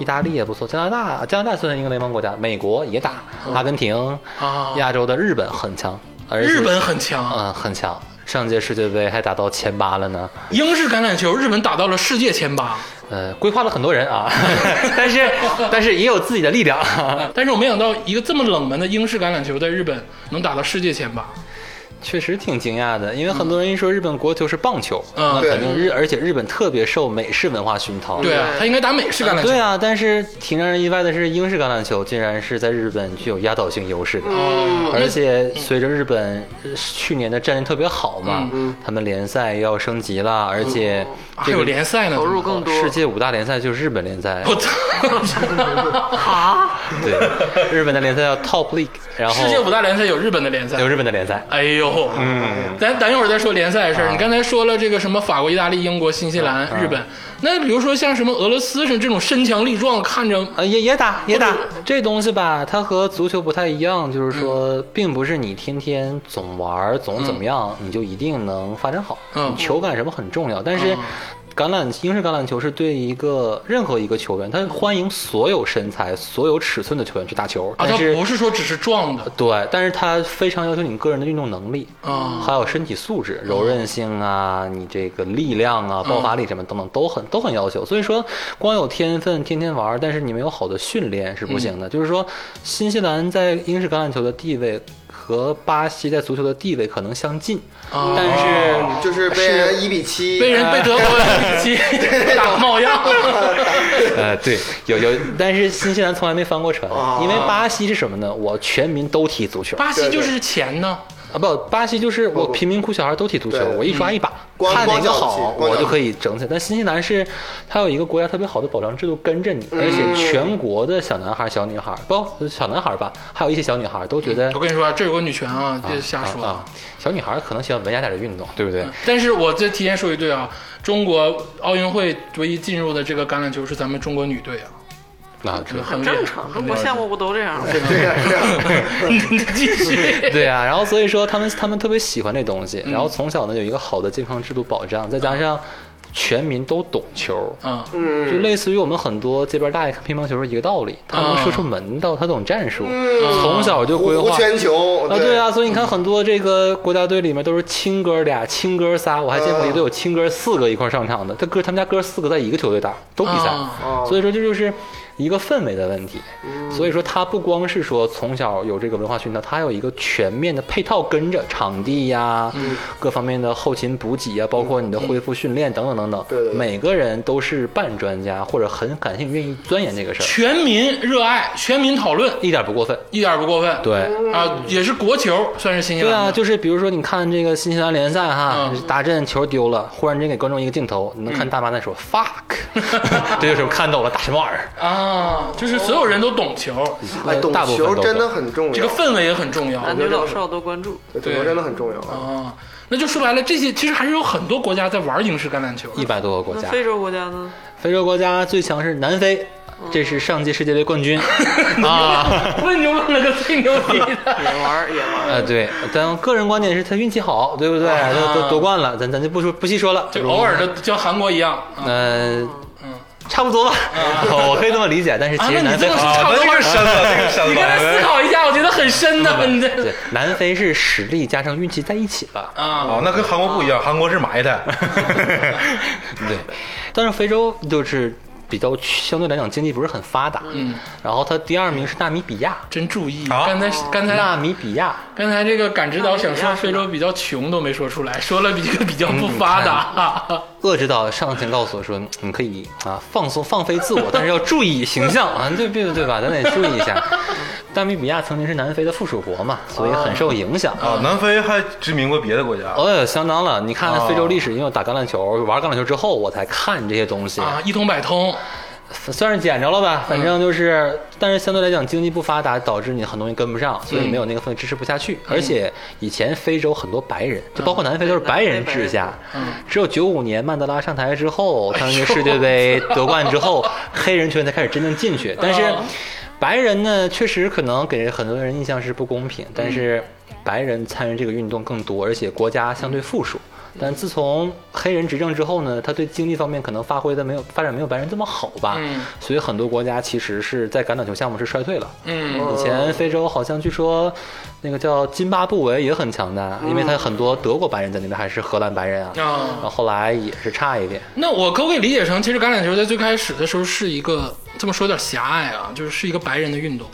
S5: 意大利也不错，加拿大加拿大算是英格联邦国家，美国也打，阿根廷
S1: 嗯啊
S5: 亚洲的日本很强，而
S1: 对，
S5: 且
S1: 日本很强，
S5: 嗯很强，上届世界杯还打到前八了呢，
S1: 英式橄榄球日本打到了世界前八，
S5: 呃，规划了很多人啊， 但是 但是也有自己的力量，
S1: 但是我没想到一个这么冷门的英式橄榄球在日本能打到世界前八。
S5: 确实挺惊讶的，因为很多人一说日本国球是棒球，
S1: 嗯
S5: 那
S1: 对
S5: 肯定日，而且日本特别受美式文化熏陶，
S1: 对啊，
S2: 对
S1: 他应该打美式橄榄球
S5: 对。啊，但是挺让人意外的是，英式橄榄球竟然是在日本具有压倒性优势的，
S1: 嗯
S5: 而且随着日本呃去年的战力特别好嘛，他们联赛要升级了，而且
S1: 嗯还
S5: 这
S1: 有
S5: 个
S1: 联赛呢，
S2: 投入更多
S5: 世界五大联赛就是日本联 赛，
S1: 我操！
S2: 啊，
S5: 对，日本的联赛叫 Top League，然后
S1: 世界五大联赛有日本的联赛，
S5: 有日本的联赛。
S1: 哎呦，嗯，咱咱一会儿再说联赛的
S5: 啊
S1: 事儿。你刚才说了这个什么法国、意大利、英国、新西兰、日本，那比如说像什么俄罗斯是这种身强力壮，看着
S5: 啊，也也打也打，这东西吧，它和足球不太一样，就是
S1: 嗯
S5: 说，并不是你天天总玩儿总怎么样，你就一定能发展好。
S1: 嗯
S5: 你球感什么很重要，但是
S1: 嗯
S5: 橄榄英式橄榄球是对一个任何一个球员，他欢迎所有身材、所有尺寸的球员去打球，
S1: 啊，
S5: 但
S1: 他
S5: 是
S1: 不是说只是壮的，
S5: 对，但是他非常要求你个人的运动能力
S1: 啊
S5: 还有身体素质、柔韧性啊，你这个力量啊、爆发力什么等等都很都很要求。所以说，光有天分，天天玩儿，但是你没有好的训练是不行
S1: 嗯
S5: 的。就是说，新西兰在英式橄榄球的地位和巴西在足球的地位可能相近，
S1: 哦
S5: 但是。
S4: 嗯就是被人一比七，
S1: 被
S5: 啊
S1: 人被德国一起打冒 样。
S5: 呃，对，有有，但是新西兰
S1: 啊
S5: 从来没翻过船，因为巴西是什么呢？我全民都踢足球，
S1: 巴西就是钱呢，
S5: 啊，不，巴西就是我贫民窟小孩都踢足球，
S4: 对嗯
S5: 我一抓一把，
S4: 光
S5: 看哪
S4: 光脚
S5: 个
S4: 踢
S5: 好
S4: 光
S5: 我
S4: 脚
S5: 就
S4: 踢
S5: 可以整起来。但新西兰是它有一个国家特别好的保障制度跟着你，
S4: 嗯
S5: 而且全国的小男孩、小女孩，不小男孩吧，还有一些小女孩都觉得
S1: 我跟你说啊，这有个女权啊，别瞎说嗯
S5: 啊啊，小女孩可能喜欢文雅点的运动，对不对？
S1: 但是我这提前说一句啊，中国奥运会唯一进入的这个橄榄球是咱们中国女队啊，
S5: 那
S1: 这
S5: 这
S1: 个很
S2: 很
S1: 厉害
S2: 正常，中国项目不都这样吗？
S4: 对呀、对呀、
S1: 你继 续。
S5: 对啊，然后所以说他们他们特别喜欢这东西，
S1: 嗯
S5: 然后从小呢有一个好的健康制度保障，再加上全民都懂球，
S1: 啊，
S5: 就
S4: 嗯，
S5: 类似于我们很多街边大爷看乒乓球是一个道理，他能射出门道，他懂战术，从小就规
S4: 胡
S5: 划
S4: 胡。全球
S5: 啊，对，啊，所以你看很多这个国家队里面都是亲哥俩、亲哥仨，我还见过一队有亲哥四个一块儿上场的，他哥他们家哥四个在一个球队打，都比赛，
S1: 啊
S4: 哦嗯
S5: 所以说这就是一个氛围的问题。所以说他不光是说从小有这个文化熏陶，他还有一个全面的配套跟着场地呀、
S4: 嗯
S5: 各方面的后勤补给呀，包括你的恢复训练等等等等。
S4: 对对对
S5: 每个人都是半专家或者很感兴趣、愿意钻研这个事儿，
S1: 全民热爱，全民讨论，
S5: 一点不过分。
S1: 一点不过分。
S5: 对。
S1: 啊，也是国球，算是新西
S5: 对
S1: 兰
S5: 啊，
S1: 的。
S5: 就是比如说，你看这个新西兰联赛哈
S1: 嗯，
S5: 达阵球丢了，忽然间给观众一个镜头，你能看大妈在说 “fuck”，这 就是看懂了打什么玩意儿。呃
S1: 啊，就是所有人都懂球，
S5: 哦
S4: 哎，懂
S5: 大部分
S4: 球
S5: 都懂
S4: 真的很重要，
S1: 这个氛围也很重要。
S5: 啊
S2: 男女老少多关注。
S4: 对懂球真的很重要啊。
S1: 啊，那就说白了，这些其实还是有很多国家在玩英式橄榄球。
S5: 一百多个国
S2: 那
S5: 家，
S2: 非洲国家呢？
S5: 非洲国家最强是南非，
S1: 嗯
S5: 这是上届世界杯 冠军啊。
S1: 问就问了个最牛逼的，
S2: 也玩儿也 玩儿，
S5: 呃，对，咱个人观点是他运气好，对不对？
S1: 啊
S5: 他都夺冠了，咱咱就不说不细说了，
S1: 就偶尔的，就像韩国一样啊。
S5: 嗯，差不多吧， 我可以这么理解。但是其实
S1: 嗯啊那你
S5: 南非
S1: 这么说
S5: 啊
S1: 差不多
S3: 这个深了，这个
S1: 你
S3: 深
S1: 刚才 思
S3: 了。哎
S1: 考一下，我觉得很深的，你这
S5: 嗯对，南非是实力加上运气在一起了。
S1: 啊，
S3: 哦，那跟韩国不一样，韩国是 埋汰。
S5: 对，但是非洲就是比较相对来讲经济不是很发达，
S1: 嗯，
S5: 然后他第二名是纳米比亚，
S1: 真注意。
S3: 啊
S1: 刚才刚才
S5: 纳米比亚
S1: 刚才这个感知导想说非洲比较穷都没说出来，说了比这个比较不发
S5: 嗯
S1: 达。
S5: 恶指导上前告诉我说：“你可以啊，放松放飞自我， 但是要注意形象啊，对对对吧？咱得注意一下。 纳米比亚曾经是南非的附属国嘛，所以很受影响。
S1: 哦
S3: 啊，南非还殖民过别的国家。
S5: 哦，相当了。你看
S1: 哦
S5: 非洲历史，因为我打橄榄球、玩橄榄球之后，我才看这些东西，
S1: 啊，一通百通，
S5: 算是捡着了吧。反正就是，但是相对来讲，经济不发达，导致你很多东西跟不上，所以没有那个氛围支持不下去。而且以前非洲很多白人，就包括南非都是嗯白人嗯治下。只有九五年曼德拉上台之后，他们的世界 杯夺冠之后，黑人圈才开始真正进去。但是
S1: 哦
S5: 白人呢，确实可能给很多人印象是不公平，但是白人参与这个运动更多，而且国家相对富庶。但自从黑人执政之后呢，他对经济方面可能发挥的没有发展没有白人这么好吧，
S1: 嗯
S5: 所以很多国家其实是在橄榄球项目是衰退了。
S1: 嗯，
S5: 以前非洲好像据说那个叫津巴布韦也很强大，因为它很多德国白人在那边，还是荷兰白人啊，
S1: 啊
S5: 然后后来也是差一点。
S1: 那我可不可以理解成，其实橄榄球在最开始的时候是一个这么说有点狭隘啊，就是是一个白人的运动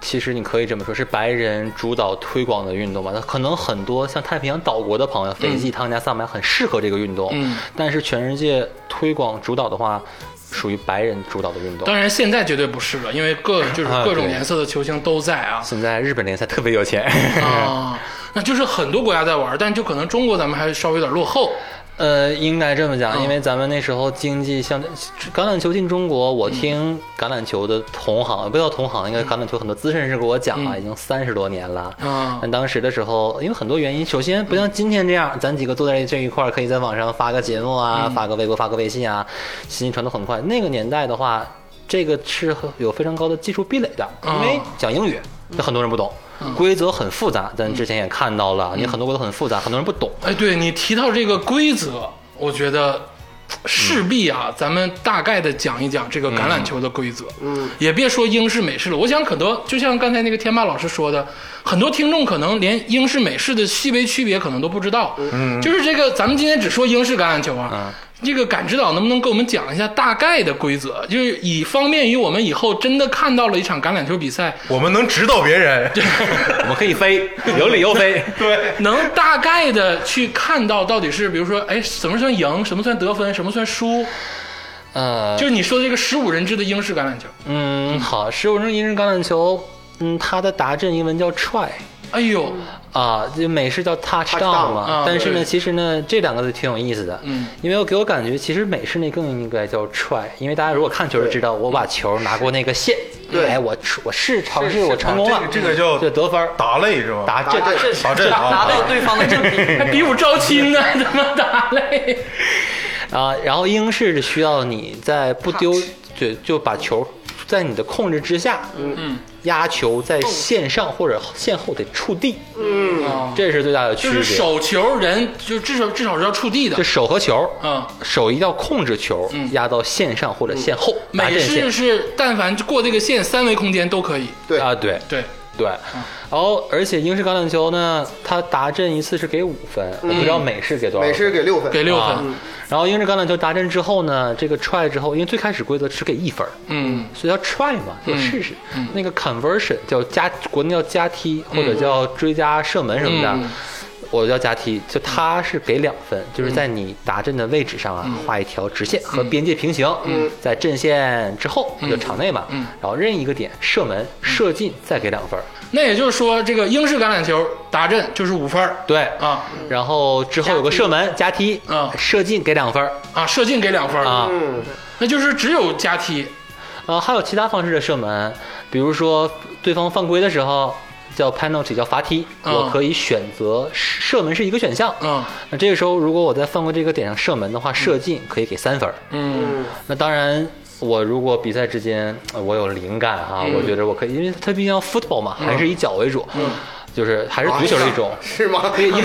S5: 其实你可以这么说，是白人主导推广的运动吧？它可能很多像太平洋岛国的朋友，斐济、汤加、萨满很适合这个运动，
S1: 嗯
S5: 但是全世界推广主导的话，属于白人主导的运动
S1: 当。然现在绝对不是了，因为 各就是
S5: 啊
S1: 各种
S5: 对
S1: 颜色的球星都在 啊
S5: 现在日本联赛特别有钱，
S1: 啊，那就是很多国家在玩，但就可能中国咱们还稍微有点落后。
S5: 呃，应该这么
S1: 哦
S5: 讲，因为咱们那时候经济相对橄榄球进中国，我听橄榄球的同行，不叫同行，
S1: 嗯
S5: 应该橄榄球很多资深人士给我讲啊，已经三十多年了。
S1: 啊
S5: 但当时的时候，因为很多原因，首先不像今天这样，咱几个坐在这一块儿，可以在网上发个节目啊，
S1: 嗯
S5: 发个微博、发个微信啊，信息传得很快。那个年代的话，这个是有非常高的技术壁垒的，
S1: 嗯
S5: 因为讲英语，那很多人不懂，规则很复杂，
S1: 嗯
S5: 咱之前也看到了，你很多规则很复杂，很多人不懂。
S1: 哎，对你提到这个规则，我觉得势必啊，咱们大概的讲一讲这个橄榄球的规则。嗯，也别说英式美式了，我想很多，就像刚才那个天霸老师说的，很多听众可能连英式美式的细微区别可能都不知道。嗯，就是这个，咱们今天只说英式橄榄球啊。这个感知导能不能给我们讲一下大概的规则，就是以方便于我们以后真的看到了一场橄榄球比赛，
S3: 我们能指导 别人，
S5: 我们可以飞，有理由飞。
S3: 对，
S1: 能大概的去看到到底是，比如说，哎，什么算赢，什么算得分，什么算输，
S5: 呃，
S1: 就是你说的这个十五人制的英式橄榄球。
S5: 嗯，好，十五人一人橄榄球，嗯，它的达阵英文叫 try，
S1: 哎呦，
S5: 啊，就美式叫 touchdown
S4: touchdown，
S5: 嘛，
S1: 啊
S5: 但是
S1: 对
S5: 呢，其实呢，这两个字挺有意思的，
S1: 嗯，
S5: 因为我给我感觉，其实美式那更应该叫 try，因为大家如果看球就知道，我把球拿过那个线，
S4: 对
S5: 哎，我出我试尝试，
S4: 是
S5: 我成功了，
S3: 这个这个叫
S5: 就得分儿
S3: 打擂是吧？
S5: 打这
S4: 打阵
S3: 打 阵啊，
S2: 拿到对方的阵地。
S1: 还比武招亲呢， 怎么打嘞？
S5: 啊，然后英式是需要你在不丢就就把球在你的控制之下，
S1: 嗯，
S5: 压球在线上或者线后得触地，
S1: 啊，
S5: 这是最大的区
S1: 就
S5: 别。
S1: 是手球人，就至少至少是要触地的
S5: 就，手和球，
S1: 嗯。
S5: 手一定要控制球
S1: 嗯
S5: 压到线上或者线后，拿
S1: 美
S5: 阵
S1: 式
S5: 线
S1: 是，但凡过这个线，三维空间都可以。
S4: 对
S5: 啊，对
S1: 对，
S5: 对。
S1: 嗯
S5: 然后，而且英式橄榄球呢，它达阵一次是给五分，我不知道美式给多少。
S4: 美式。给六分，
S1: 嗯给六分。
S5: 啊然后英式橄榄球达阵之后呢，这个 try 之后，因为最开始规则只给一分，
S1: 嗯，
S5: 所以叫 try 嘛，就试试。那个 conversion 叫加，国内叫加踢或者叫追加射门什么的，
S1: 嗯
S5: 我叫加踢。就它是给两分，就是在你达阵的位置上啊，
S1: 嗯
S5: 画一条直线和边界平行，在阵线之后就场内嘛，
S1: 嗯
S5: 然后任意一个点射门射进再给两分，
S1: 那也就是说，这个英式橄榄球打阵就是五分儿
S5: 对。
S1: 啊
S5: 然后之后有个射门加踢，
S1: 嗯
S5: 射进给两分
S1: 啊，射进给两分儿，
S5: 啊。
S4: 嗯，
S1: 那就是只有加踢。
S5: 呃，还有其他方式的射门，比如说对方犯规的时候叫 penalty，叫罚踢，
S1: 嗯
S5: 我可以选择射门是一个选项。
S1: 嗯
S5: 那这个时候，如果我在犯规这个点上射门的话，射进可以给三分儿。
S1: 嗯
S5: 那当然，我如果比赛之间呃我有灵感啊，我觉得我可以，因为它毕竟要 football 嘛，还是以脚为主，就是还是足球的一种。
S4: 是吗？
S5: 因为因为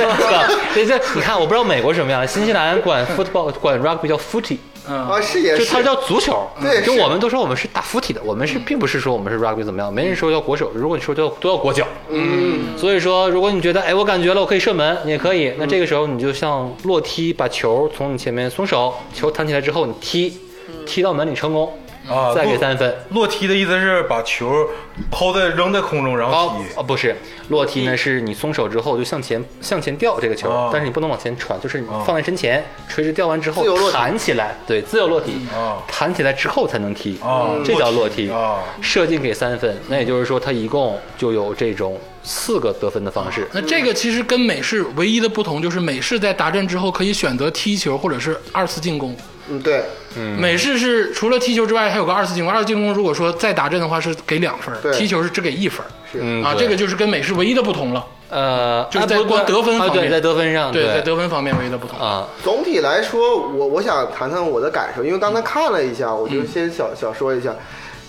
S5: 对这你看，我不知道美国什么样，新西兰管 football 管 rugby 叫 footy，
S1: 嗯
S4: 啊，是也，
S5: 就是它叫足球，
S4: 对嗯
S5: 就是我们都说我们是打 footy 的，我们是并不是说我们是 rugby 怎么样，没人说叫国手，如果你说叫都要国脚，
S4: 嗯，
S5: 所以说如果你觉得哎我感觉了我可以射门，你也可以，那这个时候你就像落踢，把球从你前面松手，球弹起来之后你踢，
S4: 嗯
S5: 踢到门里成功，
S3: 啊
S5: 再给三分。
S3: 落踢的意思是把球抛在扔在空中，然
S5: 哦
S3: 后踢。
S5: 哦，不是，落踢呢是你松手之后就向前向前掉这个球，
S3: 哦
S5: 但是你不能往前传，就是你放在身前，垂直掉完之后
S4: 自由落体
S5: 弹起来，对，自由落体，
S3: 哦
S5: 弹起来之后才能踢，
S3: 哦
S5: 这叫落踢。
S3: 哦
S5: 射进给三分，那也就是说他一共就有这种四个得分的方式。
S1: 那这个其实跟美式唯一的不同就是，美式在打阵之后可以选择踢球或者是二次进攻。
S4: 嗯，对，
S1: 美式是除了踢球之外还有个二次进攻，二次进攻如果说再打阵的话是给两分儿，
S4: 对
S1: 踢球是只给一分儿
S5: 嗯
S1: 啊，
S5: 对
S1: 这个就是跟美式唯一的不同了。
S5: 呃，
S1: 就是在
S5: 啊不
S1: 光得分
S5: 啊，
S1: 方
S5: 对，
S1: 面
S5: 在得分上，
S1: 对，在
S5: 对
S1: 得分方面唯一的不同。
S5: 啊，
S4: 总体来说，我我想谈谈我的感受，因为刚才看了一下，我就先小小说一下，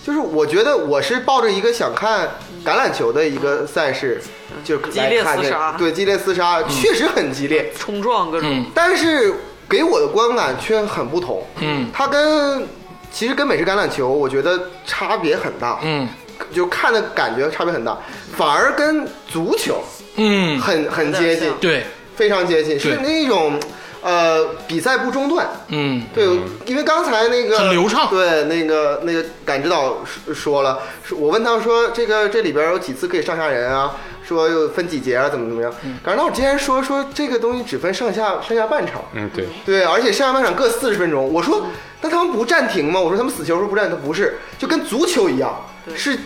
S4: 就是我觉得我是抱着一个想看橄榄球的一个赛事，就是
S2: 激烈
S4: 来看
S2: 厮
S4: 这
S2: 杀
S4: 对激烈厮杀确实很激烈，
S2: 冲撞各种
S1: 嗯
S4: 但是给我的观感却很不同，
S1: 嗯
S4: 它跟其实跟美式橄榄球我觉得差别很大，
S1: 嗯
S4: 就看的感觉差别很大，反而跟足球
S1: 嗯，
S4: 很很接近，
S1: 对，
S4: 非常接近，是
S1: 对
S4: 那种呃比赛不中断。
S1: 嗯
S4: 对，因为刚才那个
S1: 很流畅
S4: 对，那个那个感知导说说了，说我问他说这个这里边有几次可以上下人啊，说又分几节啊，怎么怎么样？
S1: 嗯
S4: 感知导竟然说说这个东西只分上下上下半场，
S5: 嗯对，
S4: 对，而且上下半场各四十分钟。我说，那他们不暂停吗？我说他们死球说不暂停，他不是，就跟足球一样，是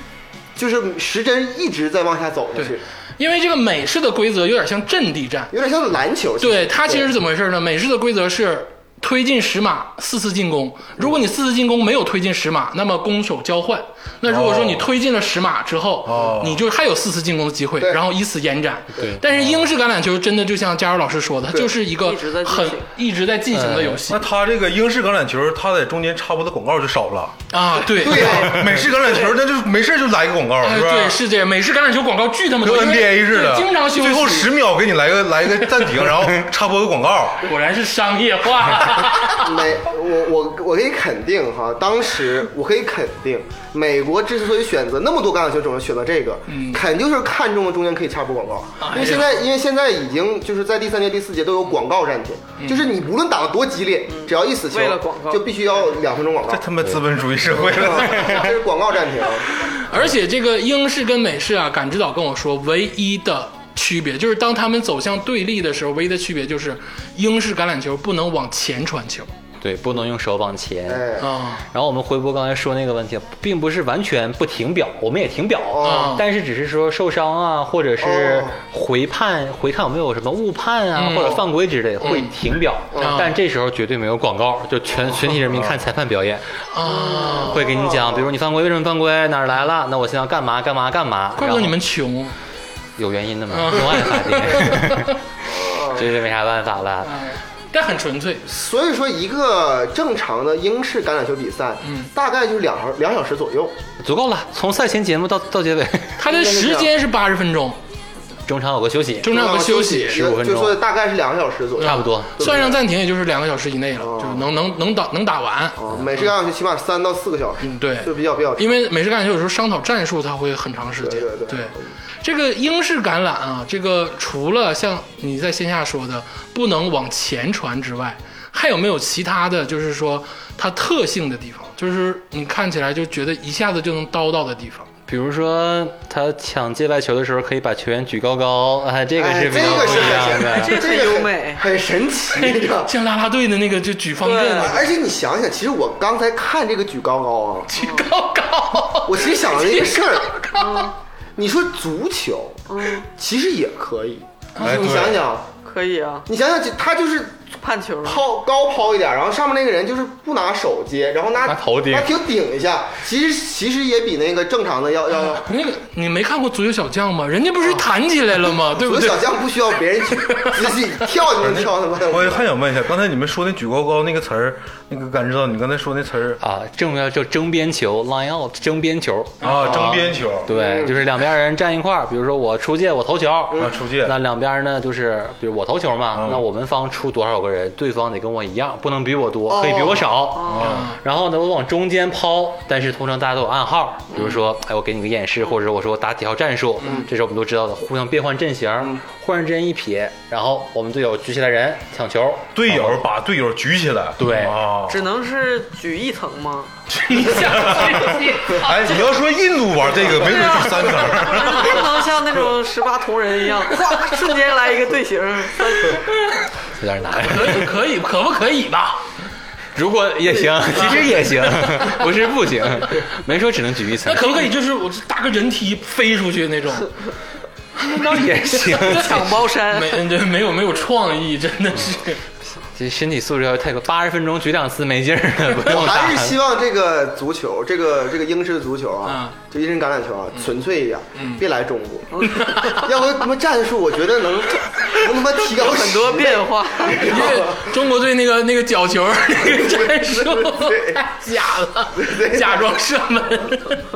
S4: 就是时针一直在往下走下
S1: 对
S4: 去，，
S1: 因为这个美式的规则有点像阵地战，
S4: 有点像篮球。
S1: 对它其实是怎么回事呢？美式的规则是推进十码四次进攻，如果你四次进攻没有推进十码，那么攻守交换。那如果说你推进了十码之后，
S3: 哦
S1: 你就还有四次进攻的机会，
S4: 对
S1: 然后以此延展。对，但是英式橄榄球真的就像佳茹老师说的，它就是一个
S2: 一直在进
S1: 很
S2: 行
S1: 一直在进行的游戏
S3: 那他这个英式橄榄球，他在中间插播的广告就少了。
S1: 啊，对。
S4: 对 呀、
S3: 美式橄榄球那就是没事就来个广告，
S1: 哎，
S3: 是吧？
S1: 对，是这样。美式橄榄球广告巨他妈
S3: 跟
S1: 多，因为
S3: NBA 似的，
S1: 对经常休息。
S3: 最后十秒给你来个来个暂停，然后插播个广告。
S1: 果然是商业化。
S4: 美，我我我可以肯定哈，当时我可以肯定，美国之所以选择那么多橄榄球种类，选择这个，
S2: 嗯
S4: 肯定就是看中了中间可以插播广告，
S2: 哎
S4: 因为现在因为现在已经就是在第三节、第四节都有广告暂停，就是你无论打得多激烈，只要一死球
S2: 嗯为了广告，
S4: 就必须要两分钟广告
S3: 这，他妈资本主义社会 了，
S4: 这是广告暂停。
S1: 而且这个英式跟美式啊，感知导跟我说，唯一的区别就是当他们走向对立的时候，唯一的区别就是英式橄榄球不能往前传球，
S5: 对，不能用手往前。
S4: 哎，
S1: 啊
S5: 然后我们回拨刚才说那个问题，并不是完全不停表，我们也停表，
S1: 哦
S5: 但是只是说受伤啊，或者是
S4: 哦
S5: 回判、回看有没有什么误判啊，
S1: 嗯
S5: 或者犯规之类，会停表。
S1: 嗯
S5: 但这时候绝对没有广告，就全全体人民看裁判表演，
S1: 啊！
S5: 会给你讲，比如你犯规为什么犯规，哪儿来了，那我现在要干嘛干嘛干嘛。
S1: 怪不得
S5: 然
S1: 你
S5: 后
S1: 们穷，啊
S5: 有原因的嘛，
S1: 嗯
S5: 用爱发 电，这是没啥办法了。
S4: 啊
S1: 哎但很纯粹，
S4: 所以说一个正常的英式橄榄球比赛，
S1: 嗯
S4: 大概就是两小两小时左右，
S5: 足够了，从赛前节目到到结尾，
S1: 它的时间是八十分钟，
S5: 中场有个休息，
S1: 中场有个休息，
S5: 15分
S4: 啊
S5: 钟
S4: 就说大概是两个小时左右，
S5: 差不多。
S1: 算上暂停也就是两个小时以内了，
S4: 哦
S1: 就是能能能打能打完。
S4: 啊，每次橄榄球起码三到四个小时，
S1: 嗯，对，
S4: 就比较比较
S1: 因为美式橄榄球有时候商讨战术，它会很长时间。
S4: 对对对
S1: 这个英式橄榄啊，这个除了像你在线下说的不能往前传之外，还有没有其他的就是说它特性的地方？就是你看起来就觉得一下子就能叨到的地方。
S5: 比如说他抢界外球的时候，可以把球员举高高，哎，这个
S4: 哎
S5: 是比
S4: 这
S5: 较
S4: 个
S5: 不
S4: 是
S5: 一样
S4: 很
S5: 的。
S4: 神
S2: 这
S4: 这
S2: 很
S4: 个
S2: 优美
S4: 很神奇这 个。
S1: 像啦啦队的那个就举方阵 啊，
S4: 而且你想想，其实我刚才看这个举高高啊，
S1: 举高高，
S4: 我其实想了一个事儿。你说足球，
S2: 嗯，
S4: 其实也可以。
S3: 哎
S4: 你
S3: 对
S4: 想想，
S2: 可以啊，
S4: 你想想，他就是
S2: 判球啊了
S4: 抛高抛一点，然后上面那个人就是不拿手接，然后拿
S5: 拿头顶
S4: 拿球顶一下。其实其实也比那个正常的要要要。
S1: 那个你没看过足球小将吗？人家不是弹起来了吗？对不
S4: 足
S1: 对
S4: 小？将不需要别人去自己跳就能跳他妈的。
S3: 我还想问一下，刚才你们说那举高高那个词儿，那个感知到你刚才说那词儿
S5: 啊，正要叫争边球 （line out），争边球。
S3: 啊，争边球，
S5: 对，就是两边人站一块儿，比如说我出界，我投球，
S3: 啊，出界，
S5: 那两边呢就是，比如我投球嘛，
S3: 嗯
S5: 那我们方出多少个人，对方得跟我一样，不能比我多，可以比我少。嗯
S1: 啊，
S5: 然后呢，我往中间抛，但是通常大家都有暗号，比如说，哎，我给你个演示，或者我说我打几号战术，这是我们都知道的，互相变换阵型，忽然之间一撇，然后我们队友举起来人抢球，哦
S3: 队友把队友举起来，
S5: 对
S3: 啊，
S2: 只能是举一层吗？
S1: 你想这些
S3: 哎，你要说印度玩这个，没准是三
S1: 啊
S3: 层。
S2: 不能像那种十八铜人一样，哗，瞬间来一个队形，
S5: 有点难。
S1: 可以可以，可不可以吧？
S5: 如果也行，其实也行，不是不行，没说只能举一层
S1: 那，可不可以就是我搭个人梯飞出去那种？
S5: 那也行。
S2: 抢包山
S1: 没， 嗯对，没有没有创意，真的是。
S5: 这身体素质要太高，八十分钟举两次没劲儿了，不
S4: 我
S5: 用打
S4: 还是希
S5: 了。
S4: 望这个足球，这个这个英式足球啊，就英式橄榄球啊，纯粹一点，别来中国，要不他妈战术，我觉得能能他妈提高
S2: 很多变化。
S1: 因为中国队那个 那个角球儿那个战术
S4: 对
S1: 太假了，假装射门。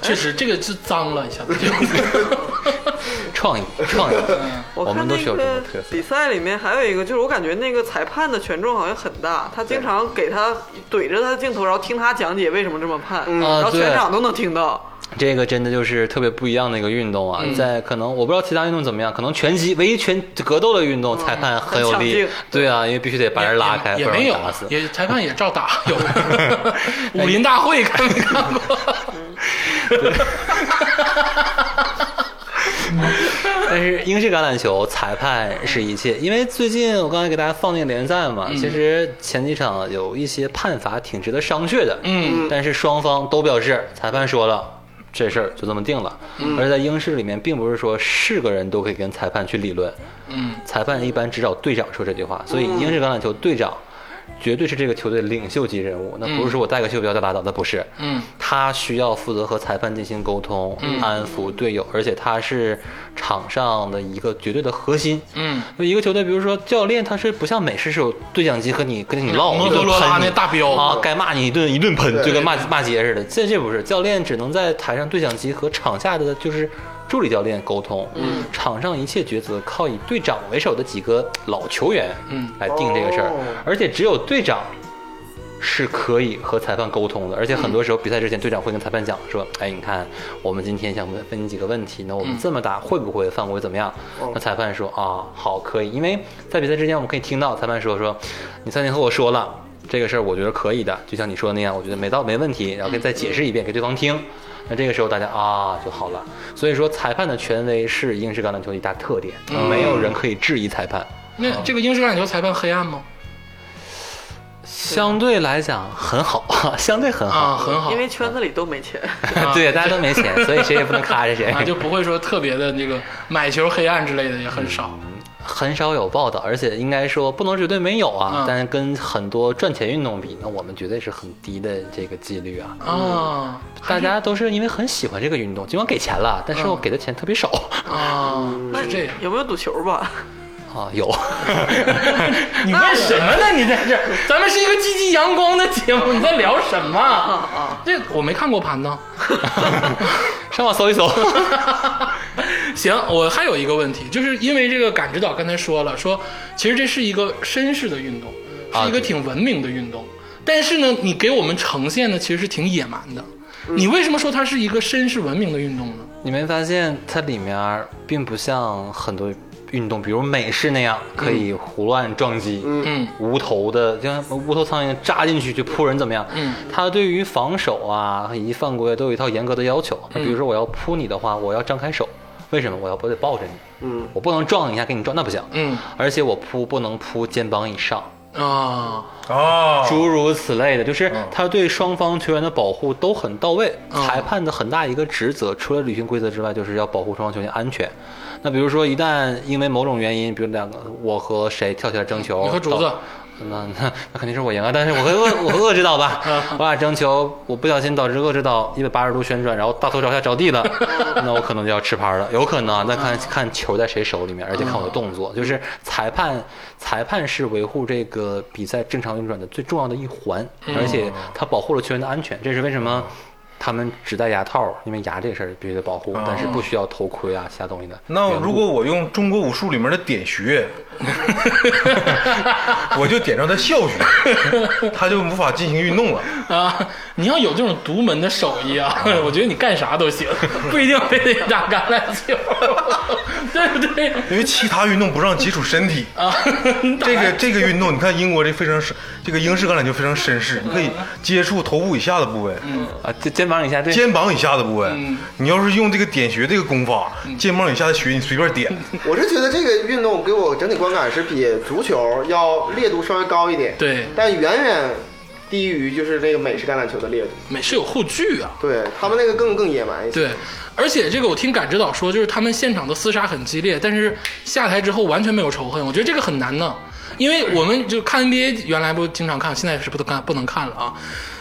S1: 确实，这个是脏了一下子就。
S5: 创意，创意， 我
S2: 看
S5: 们都
S2: 那
S5: 是有这
S2: 个
S5: 种特色。
S2: 比赛里面还有一个，就是我感觉那个裁判的权重好像很大，他经常给他怼着他的镜头，然后听他讲解为什么这么判，然后
S5: 啊对
S2: 全场都能听到。
S5: 这个真的就是特别不一样的一个运动啊，
S4: 嗯
S5: 在可能我不知道其他运动怎么样，可能拳击唯一拳格斗的运动，裁判很有
S2: 很抢
S5: 力
S2: 镜，
S5: 对啊，因为必须 得把人拉开，
S1: 也
S5: 不然
S1: 没有啊
S5: 打死，。
S1: 也裁判也照打。 有武林大会看没
S5: 哎
S1: 看过？
S5: 但是英式橄榄球裁判是一
S1: 嗯
S5: 切，因为最近我刚才给大家放那个联赛嘛，其实前几场有一些判罚挺值得商榷的，
S1: 嗯，
S5: 但是双方都表示，裁判说了。这事儿就这么定了，
S1: 嗯
S5: 而在英式里面，并不是说是个人都可以跟裁判去理论，
S1: 嗯，
S5: 裁判一般只找队长说这句话，所以英式橄榄球队长绝对是这个球队领袖级人物。那不是说我带个袖标就拉倒，那不是。
S1: 嗯，
S5: 他需要负责和裁判进行沟通，安抚队友，而且他是场上的一个绝对的核心。
S1: 嗯，
S5: 就一个球队，比如说教练，他是不像美式是有对讲机和你跟你唠，
S1: 嗯摩
S5: 一顿
S1: 托罗拉
S5: 喷你
S1: 那大标
S5: 啊，该骂你一顿一顿喷，
S4: 对
S5: 就跟骂骂街似的。这这不是教练只能在台上对讲机和场下的就是助理教练沟通，嗯，场上一切抉择靠以队长为首的几个老球员，
S1: 嗯，
S5: 来定这个事儿
S4: 哦，
S5: 而且只有队长。是可以和裁判沟通的，而且很多时候比赛之前，队长会跟裁判讲说：“哎，你看，我们今天想问问你几个问题，那我们这么打会不会犯规？怎么样？”那裁判说：“啊，好，可以。”因为在比赛之前，我们可以听到裁判说：“说你三天和我说了，这个事儿我觉得可以的，就像你说的那样，我觉得没到没问题，然后可以再解释一遍给对方听。那这个时候大家啊就好了。所以说，裁判的权威是英式橄榄球的一大特点，没有人可以质疑裁判。
S1: 那这个英式橄榄球裁判黑暗吗？
S5: 相对来讲很好， 相对很
S1: 啊，
S5: 好，
S1: 很好
S2: 因，为圈子里都没钱，
S5: 对，大家都没钱，所以谁也不能卡着谁，
S1: 啊，就不会说特别的那个买球黑暗之类的也很少。
S5: 很少有报道，而且应该说不能绝对没有啊，
S1: 嗯
S5: 但是跟很多赚钱运动比，那我们绝对是很低的这个几率啊。
S1: 啊
S5: 大家都是因为很喜欢这个运动，尽管给钱了，但是我
S1: 嗯
S5: 给的钱特别少
S1: 啊，是这样。
S2: 有没有赌球吧？
S5: 啊。有，
S1: 你问什么呢？你在这儿，咱们是一个积极阳光的节目，你在聊什
S5: 嗯
S1: 么？这我没看过盘呢。
S5: 上网搜一搜。
S1: 行，我还有一个问题，就是因为这个感知岛刚才说了，说其实这是一个绅士的运动，
S5: 啊
S1: 是一个
S5: 对
S1: 挺文明的运动，但是呢，你给我们呈现的其实是挺野蛮的。
S5: 嗯
S1: 你为什么说它是一个绅士文明的运动呢？
S5: 你没发现它里面儿并不像很多运动，比如美式那样可以胡乱撞击，
S1: 嗯
S5: 无头的，就像无头苍蝇扎进去就扑人怎么样？
S1: 嗯，
S5: 它对于防守啊以及犯规都有一套严格的要求。
S1: 嗯
S5: 那比如说我要扑你的话，我要张开手，为什么？我要我得抱着你，
S4: 嗯，
S5: 我不能撞你一下给你撞，那不行。
S1: 嗯
S5: 而且我扑不能扑肩膀以上，
S1: 啊，
S3: 哦，
S5: 诸如此类的，就是
S1: 哦
S5: 他对双方球员的保护都很到位。
S1: 嗯
S5: 裁判的很大一个职责，除了履行规则之外，就是要保护双方球员安全。那比如说，一旦因为某种原因，比如两个我和谁跳起来争球，
S1: 你和竹子
S5: 导那那那肯定是我赢啊！但是我和恶我和恶指导吧，我俩争球，我不小心导致恶指导一百八十度旋转，然后大头朝下着地了，那我可能就要吃拍了，有可能啊。那看看球在谁手里面，而且看我的动作，就是裁判裁判是维护这个比赛正常运转的最重要的一环，而且他保护了球员的安全，这是为什么。他们只戴牙套，因为牙这事儿必须得保护，但是不需要头盔啊，其他东西的。
S3: 那如果我用中国武术里面的点穴， 我就点着他笑穴，他就无法进行运动了。
S1: 啊，你要有这种独门的手艺啊，我觉得你干啥都行， 不一定非得打橄榄球， 对不对？
S3: 因为其他运动不让接触身体，
S1: 啊，
S3: 这个这个运动，你看英国这非常绅，这个英式橄榄球非常绅士，你可以接触头部以下的部位，
S5: 啊，肩肩膀以下对，
S3: 肩膀以下的部位。你要是用这个点穴这个功法，肩膀以下的穴你随便点，
S4: 我是觉得这个运动给我整体观感是比足球要烈度稍微高一点，
S1: 对
S4: 但远远低于就是那个美式橄榄球的烈度。
S1: 美式有护具啊，
S4: 对他们那个更更野蛮一些。
S1: 对，而且这个我听感知导说，就是他们现场的厮杀很激烈，但是下台之后完全没有仇恨，我觉得这个很难呢，因为我们就看 NBA 原来不经常看，现在是不能看不能看了啊，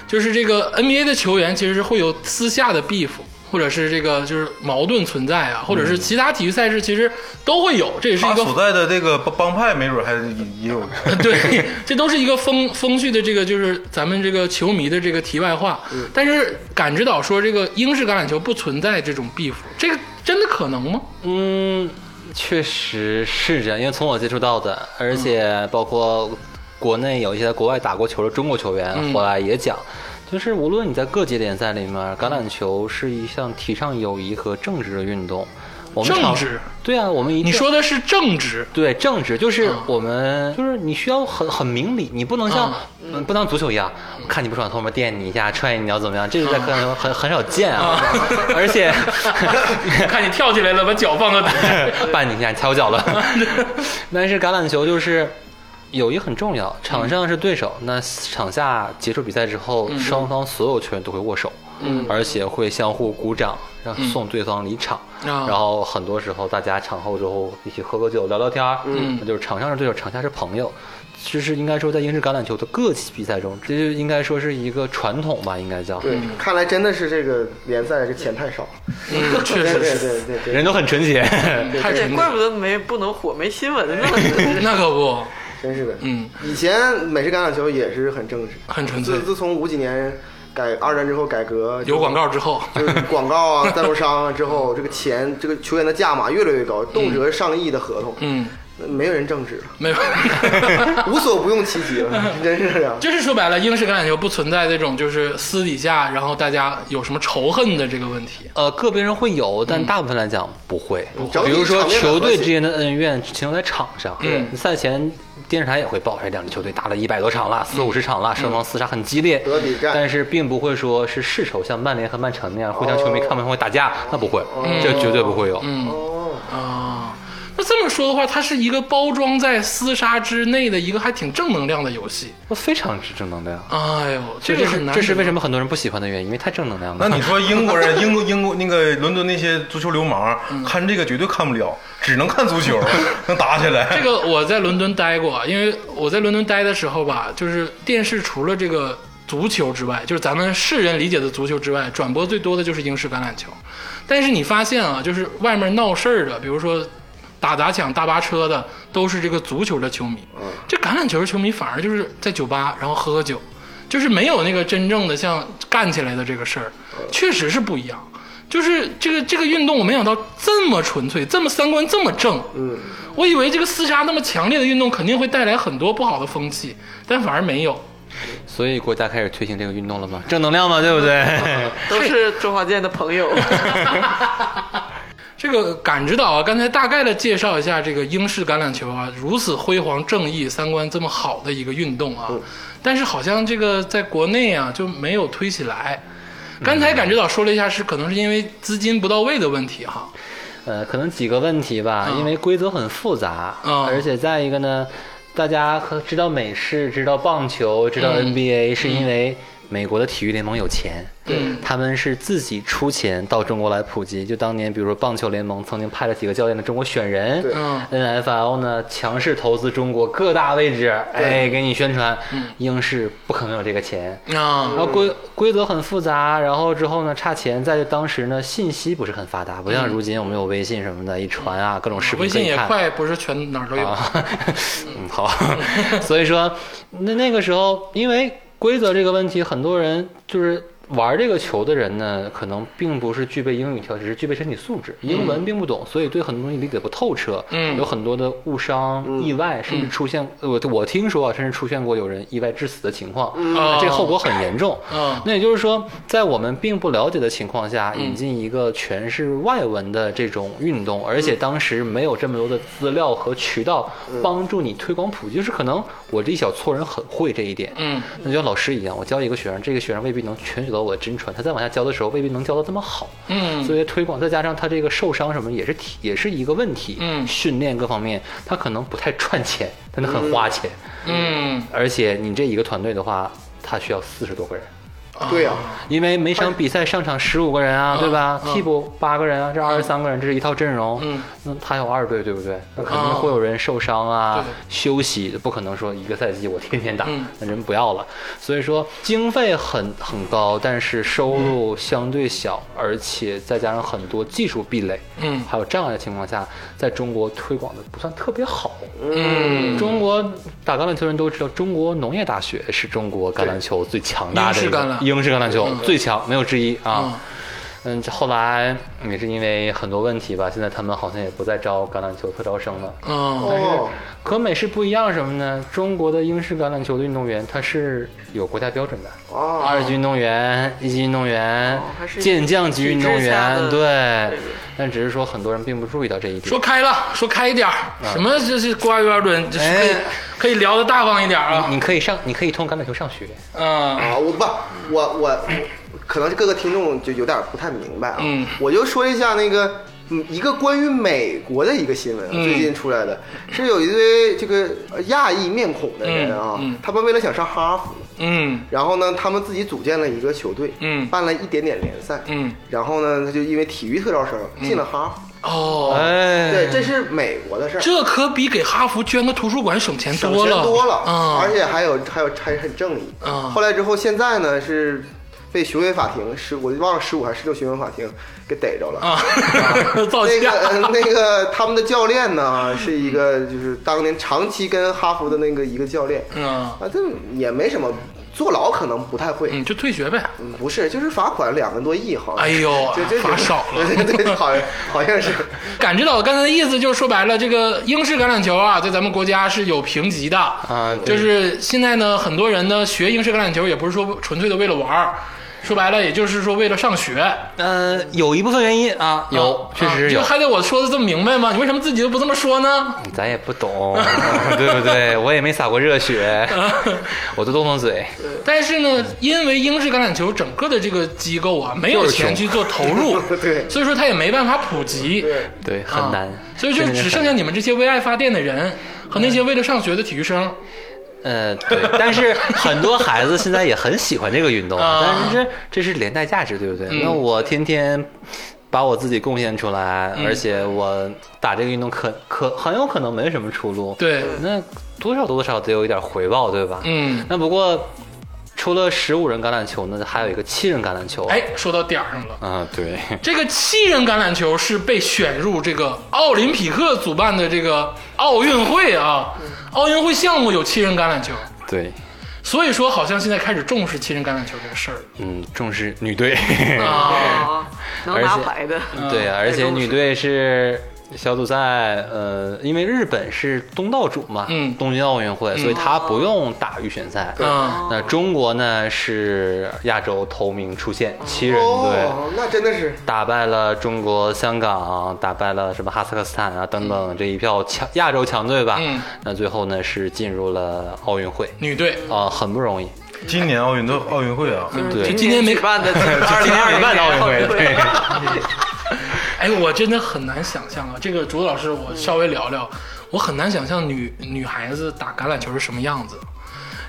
S1: 就是这个 NBA 的球员其实是会有私下的 beef。或者是这个就是矛盾存在啊，或者是其他体育赛事其实都会有，这也是一
S3: 嗯他
S1: 个
S3: 所在的这个帮帮派没准还也也有。
S1: 对，这都是一个风风趣的这个，就是咱们这个球迷的这个题外话。但是感知导说，这个英式橄榄球不存在这种 beef，这个真的可能吗？
S5: 嗯，确实是这样，因为从我接触到的，而
S1: 嗯
S5: 且包括国内有一些在国外打过球的中国球员
S1: 嗯
S5: 后来也讲，就是无论你在各级联赛里面，橄榄球是一项提倡友谊和政治的运动。我们
S1: 政
S5: 常
S1: 治？
S5: 对啊，我们一定
S1: 你说的是正直，
S5: 对政治就是
S1: 嗯
S5: 我们、就是你需要很很明理，你不能像、嗯不当足球一样，
S1: 嗯
S5: 看你不爽，后面电你一下，踹你，要怎么样？这个在橄榄球很很少见啊，
S1: 嗯
S5: 而且
S1: 看你跳起来了，把脚放到底下。
S5: 绊你一下，踩我脚了。但是橄榄球就是友谊很重要，场上是对手，那场下结束比赛之后，双方所有球员都会握手，
S1: 嗯
S5: 而且会相互鼓掌，让送对方离场。
S1: 啊
S5: 然后很多时候大家场后之后一起喝个酒、聊聊天儿，
S1: 嗯
S5: 那就是场上是对手，场下是朋友。就是应该说，在英式橄榄球的各级比赛中，这就应该说是一个传统吧，应该叫。
S4: 对，看来真的是这个联赛这钱太少。
S1: 嗯， 确
S4: 对
S1: 实
S4: 对
S1: 是
S4: 对对对，
S5: 人都很纯洁。
S1: 太
S2: 对
S1: 纯，
S2: 怪
S1: 了。
S2: 不得没不能火，没新闻呢。
S1: 那可不，
S4: 真是的。
S1: 嗯，
S4: 以前美式橄榄球也是很正直，
S1: 很纯粹
S4: 自。自从五几年改二战之后改革，
S1: 有广告之后，
S4: 就是广告啊、赞助商啊之后，这个钱这个球员的价码越来越高，动辄上亿的合同，
S1: 嗯，
S4: 没有人正直了，
S1: 没有。
S4: 无所不用其极了，真是这样。
S1: 就是说白了，英式橄榄球不存在那种就是私底下，然后大家有什么仇恨的这个问题。
S5: 呃，个别人会有，但大部分来讲不会。
S4: 整体
S5: 比如说
S4: 场面很
S5: 球队
S4: 和谐
S5: 之间的恩怨，只停留在场上。
S1: 嗯
S5: 赛前电视台也会报，哎，两支球队打了一百多场了，四五十场了，双方厮杀很激烈。
S4: 德比战
S5: 但是并不会说是世仇，像曼联和曼城那样，互相球迷看不上会打架，那不会，这绝对不会有。
S1: 嗯
S4: 哦，
S1: 啊，那这么说的话，它是一个包装在厮杀之内的一个还挺正能量的游戏。
S5: 我非常之正能量。
S1: 哎呦，这
S5: 这
S1: 个
S5: 是
S1: 很难。
S5: 这是为什么很多人不喜欢的原因，因为太正能量 了。
S3: 那你说英国人、英国、英国那个伦敦那些足球流氓看这个绝对看不了，只能看足球，能打起来。
S1: 这个我在伦敦待过，啊因为我在伦敦待的时候吧，就是电视除了这个足球之外，就是咱们世人理解的足球之外，转播最多的就是英式橄榄球。但是你发现啊，就是外面闹事儿的，比如说打砸抢、大巴车的，都是这个足球的球迷。这橄榄球球迷反而就是在酒吧，然后喝喝酒，就是没有那个真正的像干起来的这个事儿，确实是不一样。就是这个这个运动，我没想到这么纯粹，这么三观这么正。嗯，我以为这个厮杀那么强烈的运动肯定会带来很多不好的风气，但反而没有。
S5: 所以国家开始推行这个运动了吗？正能量嘛，对不对？
S2: 都是周华健的朋友。
S1: 这个感知到啊，刚才大概的介绍一下这个英式橄榄球啊，如此辉煌正义、三观这么好的一个运动啊，但是好像这个在国内啊就没有推起来。刚才感知到说了一下，是可能是因为资金不到位的问题哈。
S5: 呃，可能几个问题
S1: 啊
S5: 吧，因为规则很复杂，
S1: 嗯
S5: 而且再一个呢，大家可知道美式，知道棒球，知道
S1: 嗯
S5: NBA，、是因为美国的体育联盟有钱。
S1: 嗯
S5: 他们是自己出钱到中国来普及，就当年比如说棒球联盟曾经派了几个教练的中国选人，
S4: 对
S1: 嗯
S5: NFL 呢强势投资中国各大位置，哎，给你宣传。
S1: 嗯
S5: 英式不可能有这个钱，
S1: 啊
S5: 然后规规则很复杂，然后之后呢差钱，在当时呢信息不是很发达，不像如今我们有微信什么的，一传啊各种视
S1: 嗯
S5: 频
S1: 微信
S5: 可以
S1: 也
S5: 看
S1: 快，不是全哪儿都有。
S5: 啊，嗯好， 所以说那那个时候因为规则这个问题，很多人就是。玩这个球的人呢，可能并不是具备英语条件，只是具备身体素质，英文并不懂，所以对很多东西理解不透彻。
S1: 嗯
S5: 有很多的误伤、意外，甚至出现我我听说啊，甚至出现过有人意外致死的情况，
S1: 哦
S5: 这个后果很 严重。
S1: 嗯
S5: 那也就是说，在我们并不了解的情况下，引进一个全是外文的这种运动，而
S1: 嗯
S5: 且当时没有这么多的资料和渠道帮助你推广普及，就是可能我这一小撮人很会这一点，
S1: 嗯，
S5: 那就像老师一样，我教一个学生，这个学生未必能全学到我的真传，他再往下教的时候未必能教的这么好，
S1: 嗯
S5: 所以推广再加上他这个受伤什么也是体也是一个问题，
S1: 嗯
S5: 训练各方面他可能不太赚钱，但他很花钱，
S1: 嗯，
S5: 而且你这一个团队的话，他需要四十多个人。
S4: 对
S1: 啊
S4: 呀、
S5: 因为每场比赛上场十五个人
S1: 嗯
S5: 啊，对吧？替补八个人啊，这二十三个人，这是一套阵容。
S1: 嗯，
S5: 那他有二队，对不对？那肯
S1: 啊
S5: 定会有人受伤啊
S1: 对，
S5: 休息，不可能说一个赛季我天天打
S1: 嗯，
S5: 那人不要了。所以说经费很很高，但是收入
S1: 嗯
S5: 相对小，而且再加上很多技术壁垒，
S1: 嗯
S5: 还有障碍的情况下，在中国推广的不算特别好。
S1: 嗯，
S5: 中国打橄榄球人都知道，中国农业大学是中国橄榄球最强大的一个
S1: 英
S5: 英式橄榄球
S1: 嗯
S5: 最强，没有之一
S1: 嗯
S5: 啊。嗯，这后来嗯也是因为很多问题吧，现在他们好像也不再招橄榄球特招生了。
S1: 嗯
S4: 哦，
S5: 可美式不一样什么呢？中国的英式橄榄球的运动员他是有国家标准的，
S4: 哦，
S5: 二级运动员、一级运动员、
S2: 还是
S5: 健将级运动
S2: 体制下
S5: 员，
S2: 的
S5: 对
S2: 对。
S5: 但只是说很多人并不注意到这一点。
S1: 说开了，说开一点儿，
S4: 啊
S1: 什么这是瓜标准，这是可以
S5: 哎
S1: 可以聊的大方一点啊。
S5: 你可以上，你可以通过橄榄球上学。
S1: 嗯
S4: 啊，我不，我我可能各个听众就有点不太明白啊。
S1: 嗯
S4: 我就说一下那个嗯一个关于美国的一个新闻啊，
S1: 嗯
S4: 最近出来的是有一对这个呃亚裔面孔的人啊，
S1: 嗯嗯
S4: 他们为了想上哈佛，
S1: 嗯
S4: 然后呢，他们自己组建了一个球队，
S1: 嗯
S4: 办了一点点联赛，
S1: 嗯，
S4: 然后呢，他就因为体育特招生进了哈佛。
S1: 哦，
S5: 哎，
S4: 对，这是美国的事儿。
S1: 这可比给哈佛捐个图书馆省钱
S4: 省
S1: 多
S4: 钱
S1: 了，
S4: 多了，
S1: 嗯，
S4: 而且还有还有还很正义。
S1: 啊
S4: 后来之后，现在呢是被巡回法庭十，我忘了十五还是十六巡回法庭给逮着了。
S1: 啊， 造
S4: 那
S1: 价
S4: 个、呃那个他们的教练呢，是一个就是当年长期跟哈佛的那个一个教练
S1: 嗯
S4: 啊，这也没什么，坐牢可能不太会，
S1: 嗯，就退学呗。
S4: 嗯不是，就是罚款两个多亿好像。
S1: 哎呦
S4: 就就
S1: 罚少了
S4: 对 对对，好像好像是。
S1: 感知到刚才的意思，就是说白了，这个英式橄榄球啊，在咱们国家是有评级的啊
S5: 啊对
S1: 就是现在呢，很多人呢学英式橄榄球也不是说纯粹的为了玩儿，说白了，也就是说为了上学，
S5: 呃，有一部分原因啊，有
S1: 啊，
S5: 确实
S1: 啊
S5: 是
S1: 这
S5: 有
S1: 个，还得我说的这么明白吗？你为什么自己都不这么说呢？
S5: 咱也不懂， 对不对？我也没洒过热血，我就动动嘴，
S1: 但是呢，因为英式橄榄球整个的这个机构啊，没有
S5: 就是穷
S1: 钱去做投 入，
S4: 对
S1: 所以说它也没办法普及，
S4: 对，
S5: 对，很
S1: 啊
S5: 难，
S1: 所以就
S5: 真的是
S1: 只剩
S5: 很
S1: 下
S5: 难
S1: 你们这些为爱发电的人和那些为了上学的体育生。
S5: 呃， 对，但是很多孩子现在也很喜欢这个运动，
S1: 啊
S5: 但是这这是连带价值，对不对？
S1: 嗯
S5: 那我天天把我自己贡献出来，
S1: 嗯
S5: 而且我打这个运动可可很有可能没什么出路，，
S1: 对，
S5: 那多少多少得有一点回报，对吧？
S1: 嗯，
S5: 那不过除了十五人橄榄球呢，还有一个七人橄榄球，，
S1: 哎，说到点儿上了。
S5: 啊，对，
S1: 这个七人橄榄球是被选入这个奥林匹克主办的这个奥运会啊，
S5: 嗯
S1: 奥运会项目有七人橄榄球，
S5: 对，
S1: 所以说好像现在开始重视七人橄榄球这个事儿了
S5: 嗯，重视女队，
S1: 啊。
S2: 啊， 能拿
S5: 而且
S2: 牌的，
S5: 对啊，而且
S2: 重视
S5: 女队是小组赛，呃，因为日本是东道主嘛，
S1: 嗯
S5: 东京奥运会，所以她不用打预选赛。
S1: 啊，
S5: 那中国呢是亚洲头名出现，七人队。
S4: 哦，那真的是
S5: 打败了中国香港，打败了什么哈萨克斯坦啊等等这一票强亚洲强队吧。
S1: 嗯
S5: 那最后呢是进入了奥运会，
S1: 女队
S5: 啊、很不容易。
S3: 今年奥运都奥运会啊，
S5: 对
S2: 就是
S1: 今年没
S2: 举办 的，二零二零
S5: 办奥运会
S2: 年
S5: 对
S1: 哎，我真的很难想象啊！这个竹子老师，我稍微聊聊，我很难想象女女孩子打橄榄球是什么样子，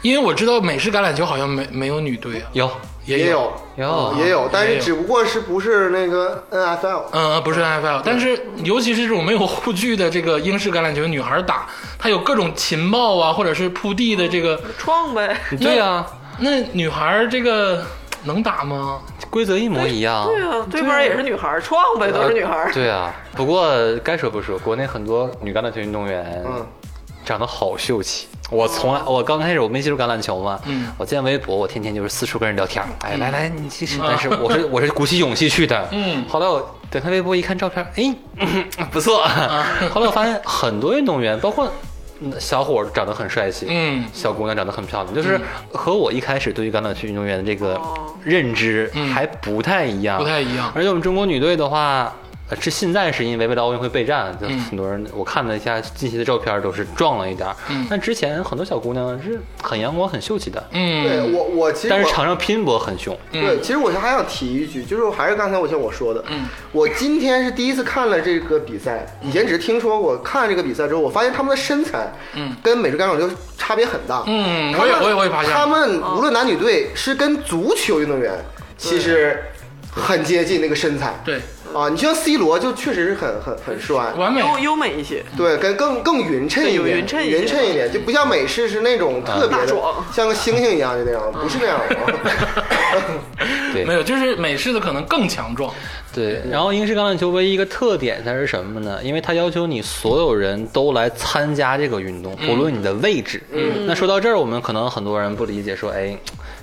S1: 因为我知道美式橄榄球好像没没有女队啊，
S5: 有
S1: 也啊
S4: 有
S5: 有
S4: 也有，但
S1: 也
S4: 是
S1: 有
S4: 只不过是不是那个 NFL
S1: 嗯，呃不是 NFL，但是尤其是这种没有护具的这个英式橄榄球，女孩打，她有各种情报啊，或者是扑地的这个，
S2: 创呗，
S5: 对呀、
S1: 那女孩这个能打吗？
S5: 规则一模一样。
S2: 对啊，对面也是女孩儿，创呗，都是女孩儿，
S5: 对啊，不过该说不说，国内很多女橄榄球运动员，
S4: 嗯，
S5: 长得好秀气。我从来，我刚开始我没接触橄榄球嘛，
S1: 嗯
S5: 我见微博，我天天就是四处跟人聊天，哎，来来，你继续。但是我是我是鼓起勇气去的，
S1: 嗯
S5: 后来我点开微博一看照片，哎，不错。 后来我发现很多运动员，包括嗯小伙儿长得很帅气，
S1: 嗯
S5: 小姑娘长得很漂亮，就是和我一开始对于橄榄球运动员的这个认知
S1: 嗯
S5: 还不太一样，
S1: 不太一样
S5: 啊而且我们中国女队的话，呃，这现在是因为为了奥运会备战，就
S1: 嗯
S5: 很多人我看了一下近期的照片都是壮了一点儿，
S1: 嗯
S5: 但之前很多小姑娘是很阳光、很秀气的，
S4: 对
S1: 嗯，
S4: 我我其实
S5: 但是
S4: 我
S5: 场上拼搏很凶，
S4: 对，其实我是还想提一句，就是还是刚才我像我说的，
S1: 嗯，
S4: 我今天是第一次看了这个比赛，以前只是听说过，看了这个比赛之后，我发现他们的身材，
S1: 嗯，
S4: 跟美式橄榄球差别很大，
S1: 嗯
S4: 他
S1: 我也
S4: 们
S1: 我也我也发现了
S4: 他们
S2: 哦
S4: 无论男女队是跟足球运动员其实很接近那个身材，
S1: 对，
S4: 啊，你像 C 罗就确实是很很很帅，
S1: 完美，
S2: 优优美一些，
S4: 对，跟更更匀称一点，
S2: 对匀称一点
S4: 匀称一点，就不像美式是那种特别
S2: 大
S4: 的
S2: 壮，
S4: 像个猩猩一样就那样，不是那样
S1: 嗯
S4: 的。
S5: 对
S1: 没有，就是美式的可能更强壮，
S5: 对。然后英式橄榄球唯一一个特点它是什么呢？因为它要求你所有人都来参加这个运动，不论你的位置。嗯。那说到这儿，我们可能很多人不理解，说，哎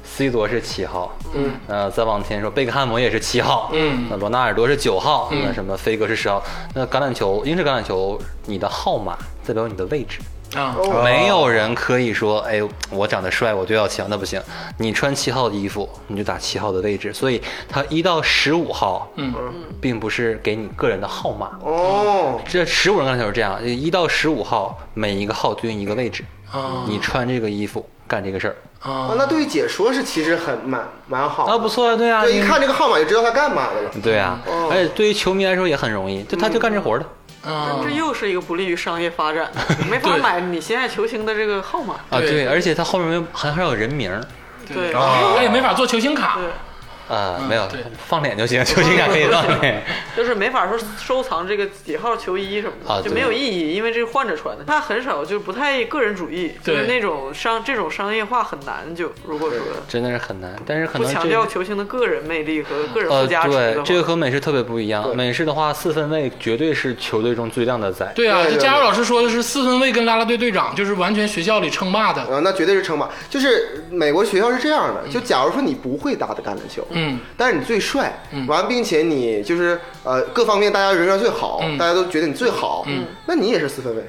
S5: ，C 罗是七号，嗯，呃，再往前说，贝克汉姆也是七号，
S1: 嗯
S5: 那罗纳尔多是九号，那什么飞哥是十号。那橄榄球，英式橄榄球，你的号码代表你的位置。
S1: 啊，
S4: 哦
S5: 没有人可以说，哎，我长得帅，我就要强，那不行。你穿七号的衣服，你就打七号的位置。所以他一到十五号，
S1: 嗯，
S5: 并不是给你个人的号码。
S4: 哦，
S5: 这十五人刚才就是这样，一到十五号，每一个号对应一个位置。
S1: 哦
S5: 你穿这个衣服干这个事儿，
S1: 啊
S4: 啊，，那对于解说是其实很蛮蛮
S1: 哦
S4: 好
S5: 啊，不错啊，对啊，
S4: 对，一
S5: 你
S4: 看这个号码就知道他干嘛的了。
S5: 对啊，
S4: 哦
S5: 而且对于球迷来说也很容易，
S1: 嗯
S5: 就他就干这活儿的。
S1: 啊
S2: 这，又是一个不利于商业发展，没法
S1: 对
S2: 买你心爱球星的这个号码，
S5: 啊，
S1: 对
S5: 对，而且他后面没很少有人名儿，
S2: 对，
S1: 他也没法做球星卡，
S2: 对，
S5: 啊，没有
S1: 嗯对，
S5: 放脸就行，球星感可以放 脸。
S2: 就是没法说收藏这个几号球衣什么的，
S5: 啊
S2: 就
S5: 对
S2: 没有意义，因为这是患者穿的。他很少，就不太个人主义，就
S1: 对
S2: 是那种商这种商业化很难就，如果说
S5: 真的是很难，但是可
S2: 不
S5: 能
S2: 强
S5: 这
S2: 调球星的个人魅力和个人附
S5: 呃，
S2: 加值的
S5: 对
S2: 话，，
S5: 这个和美式特别不一样。
S4: 对
S5: 美式的话，四分卫绝对是球队中最靓的仔。
S1: 对啊，
S4: 对对
S1: 这
S4: 对
S1: 加油老师说的是四分卫跟啦啦队队长，就是完全学校里称霸的。
S4: 啊，那绝对是称霸。就是美国学校是这样的，就假如说你不会打的橄榄球，
S1: 嗯，
S4: 但是你最帅
S1: 嗯，
S4: 完，并且你就是呃各方面大家人缘最好
S1: 嗯，
S4: 大家都觉得你最好，那你也是四分卫，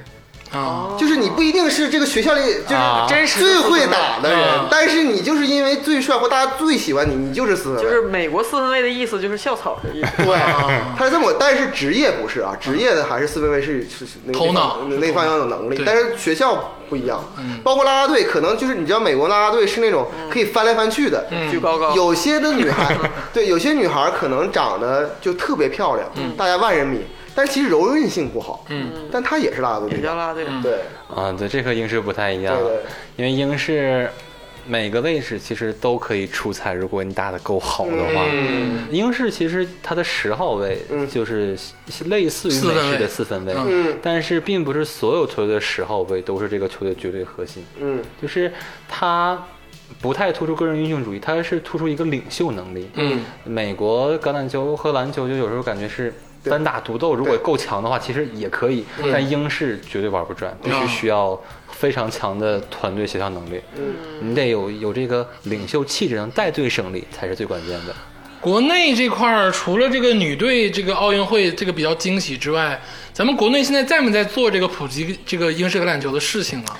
S1: 啊，
S4: 就是你不一定是这个学校里
S5: 啊
S4: 就是最会打的人，
S1: 啊
S4: 但是你就是因为最帅或大家最喜欢你，你就是斯文。
S2: 就是美国四分卫的意思，就是校草的意思。
S4: 对，
S1: 啊
S4: 他是这么，但是职业不是啊，职业的还是四分卫是是是那个
S1: 头脑
S4: 那方向有能力
S1: 对，嗯
S4: 但是学校不一样，包括啦啦队，可能就是你知道美国啦啦队是那种可以翻来翻去的，
S5: 嗯
S1: 嗯
S2: 举高高，
S4: 有些的女孩，对，有些女孩可能长得就特别漂亮，大家万人迷，但其实柔韧性不好，
S1: 嗯，
S4: 但她也是啦啦队
S2: 也
S4: 队
S2: 叫
S4: 长，
S2: 拉队。
S1: 嗯
S4: 对
S5: 啊，对，这和英式不太一样，
S4: 对对
S5: 因为英式每个位置其实都可以出彩，如果你打得够好的话。
S4: 嗯
S5: 英式其实它的十号位
S4: 嗯
S5: 就是类似于
S1: 四分
S5: 美式
S1: 卫
S5: 的四分卫，
S1: 嗯
S4: 嗯
S5: 但是并不是所有球队的十号位都是这个球队绝对核心，
S4: 嗯
S5: 就是他不太突出个人英雄主义，他是突出一个领袖能力。
S1: 嗯，
S5: 美国橄榄球和篮球就有时候感觉是
S4: 对
S5: 单打独斗，如果够强的话，其实也可以，但英式绝对玩不转，必须需要非常强的团队协调能力。你得有有这个领袖气质，能带队胜利才是最关键的。
S1: 国内这块儿除了这个女队这个奥运会这个比较惊喜之外，咱们国内现在在没在做这个普及这个英式橄榄球的事情啊？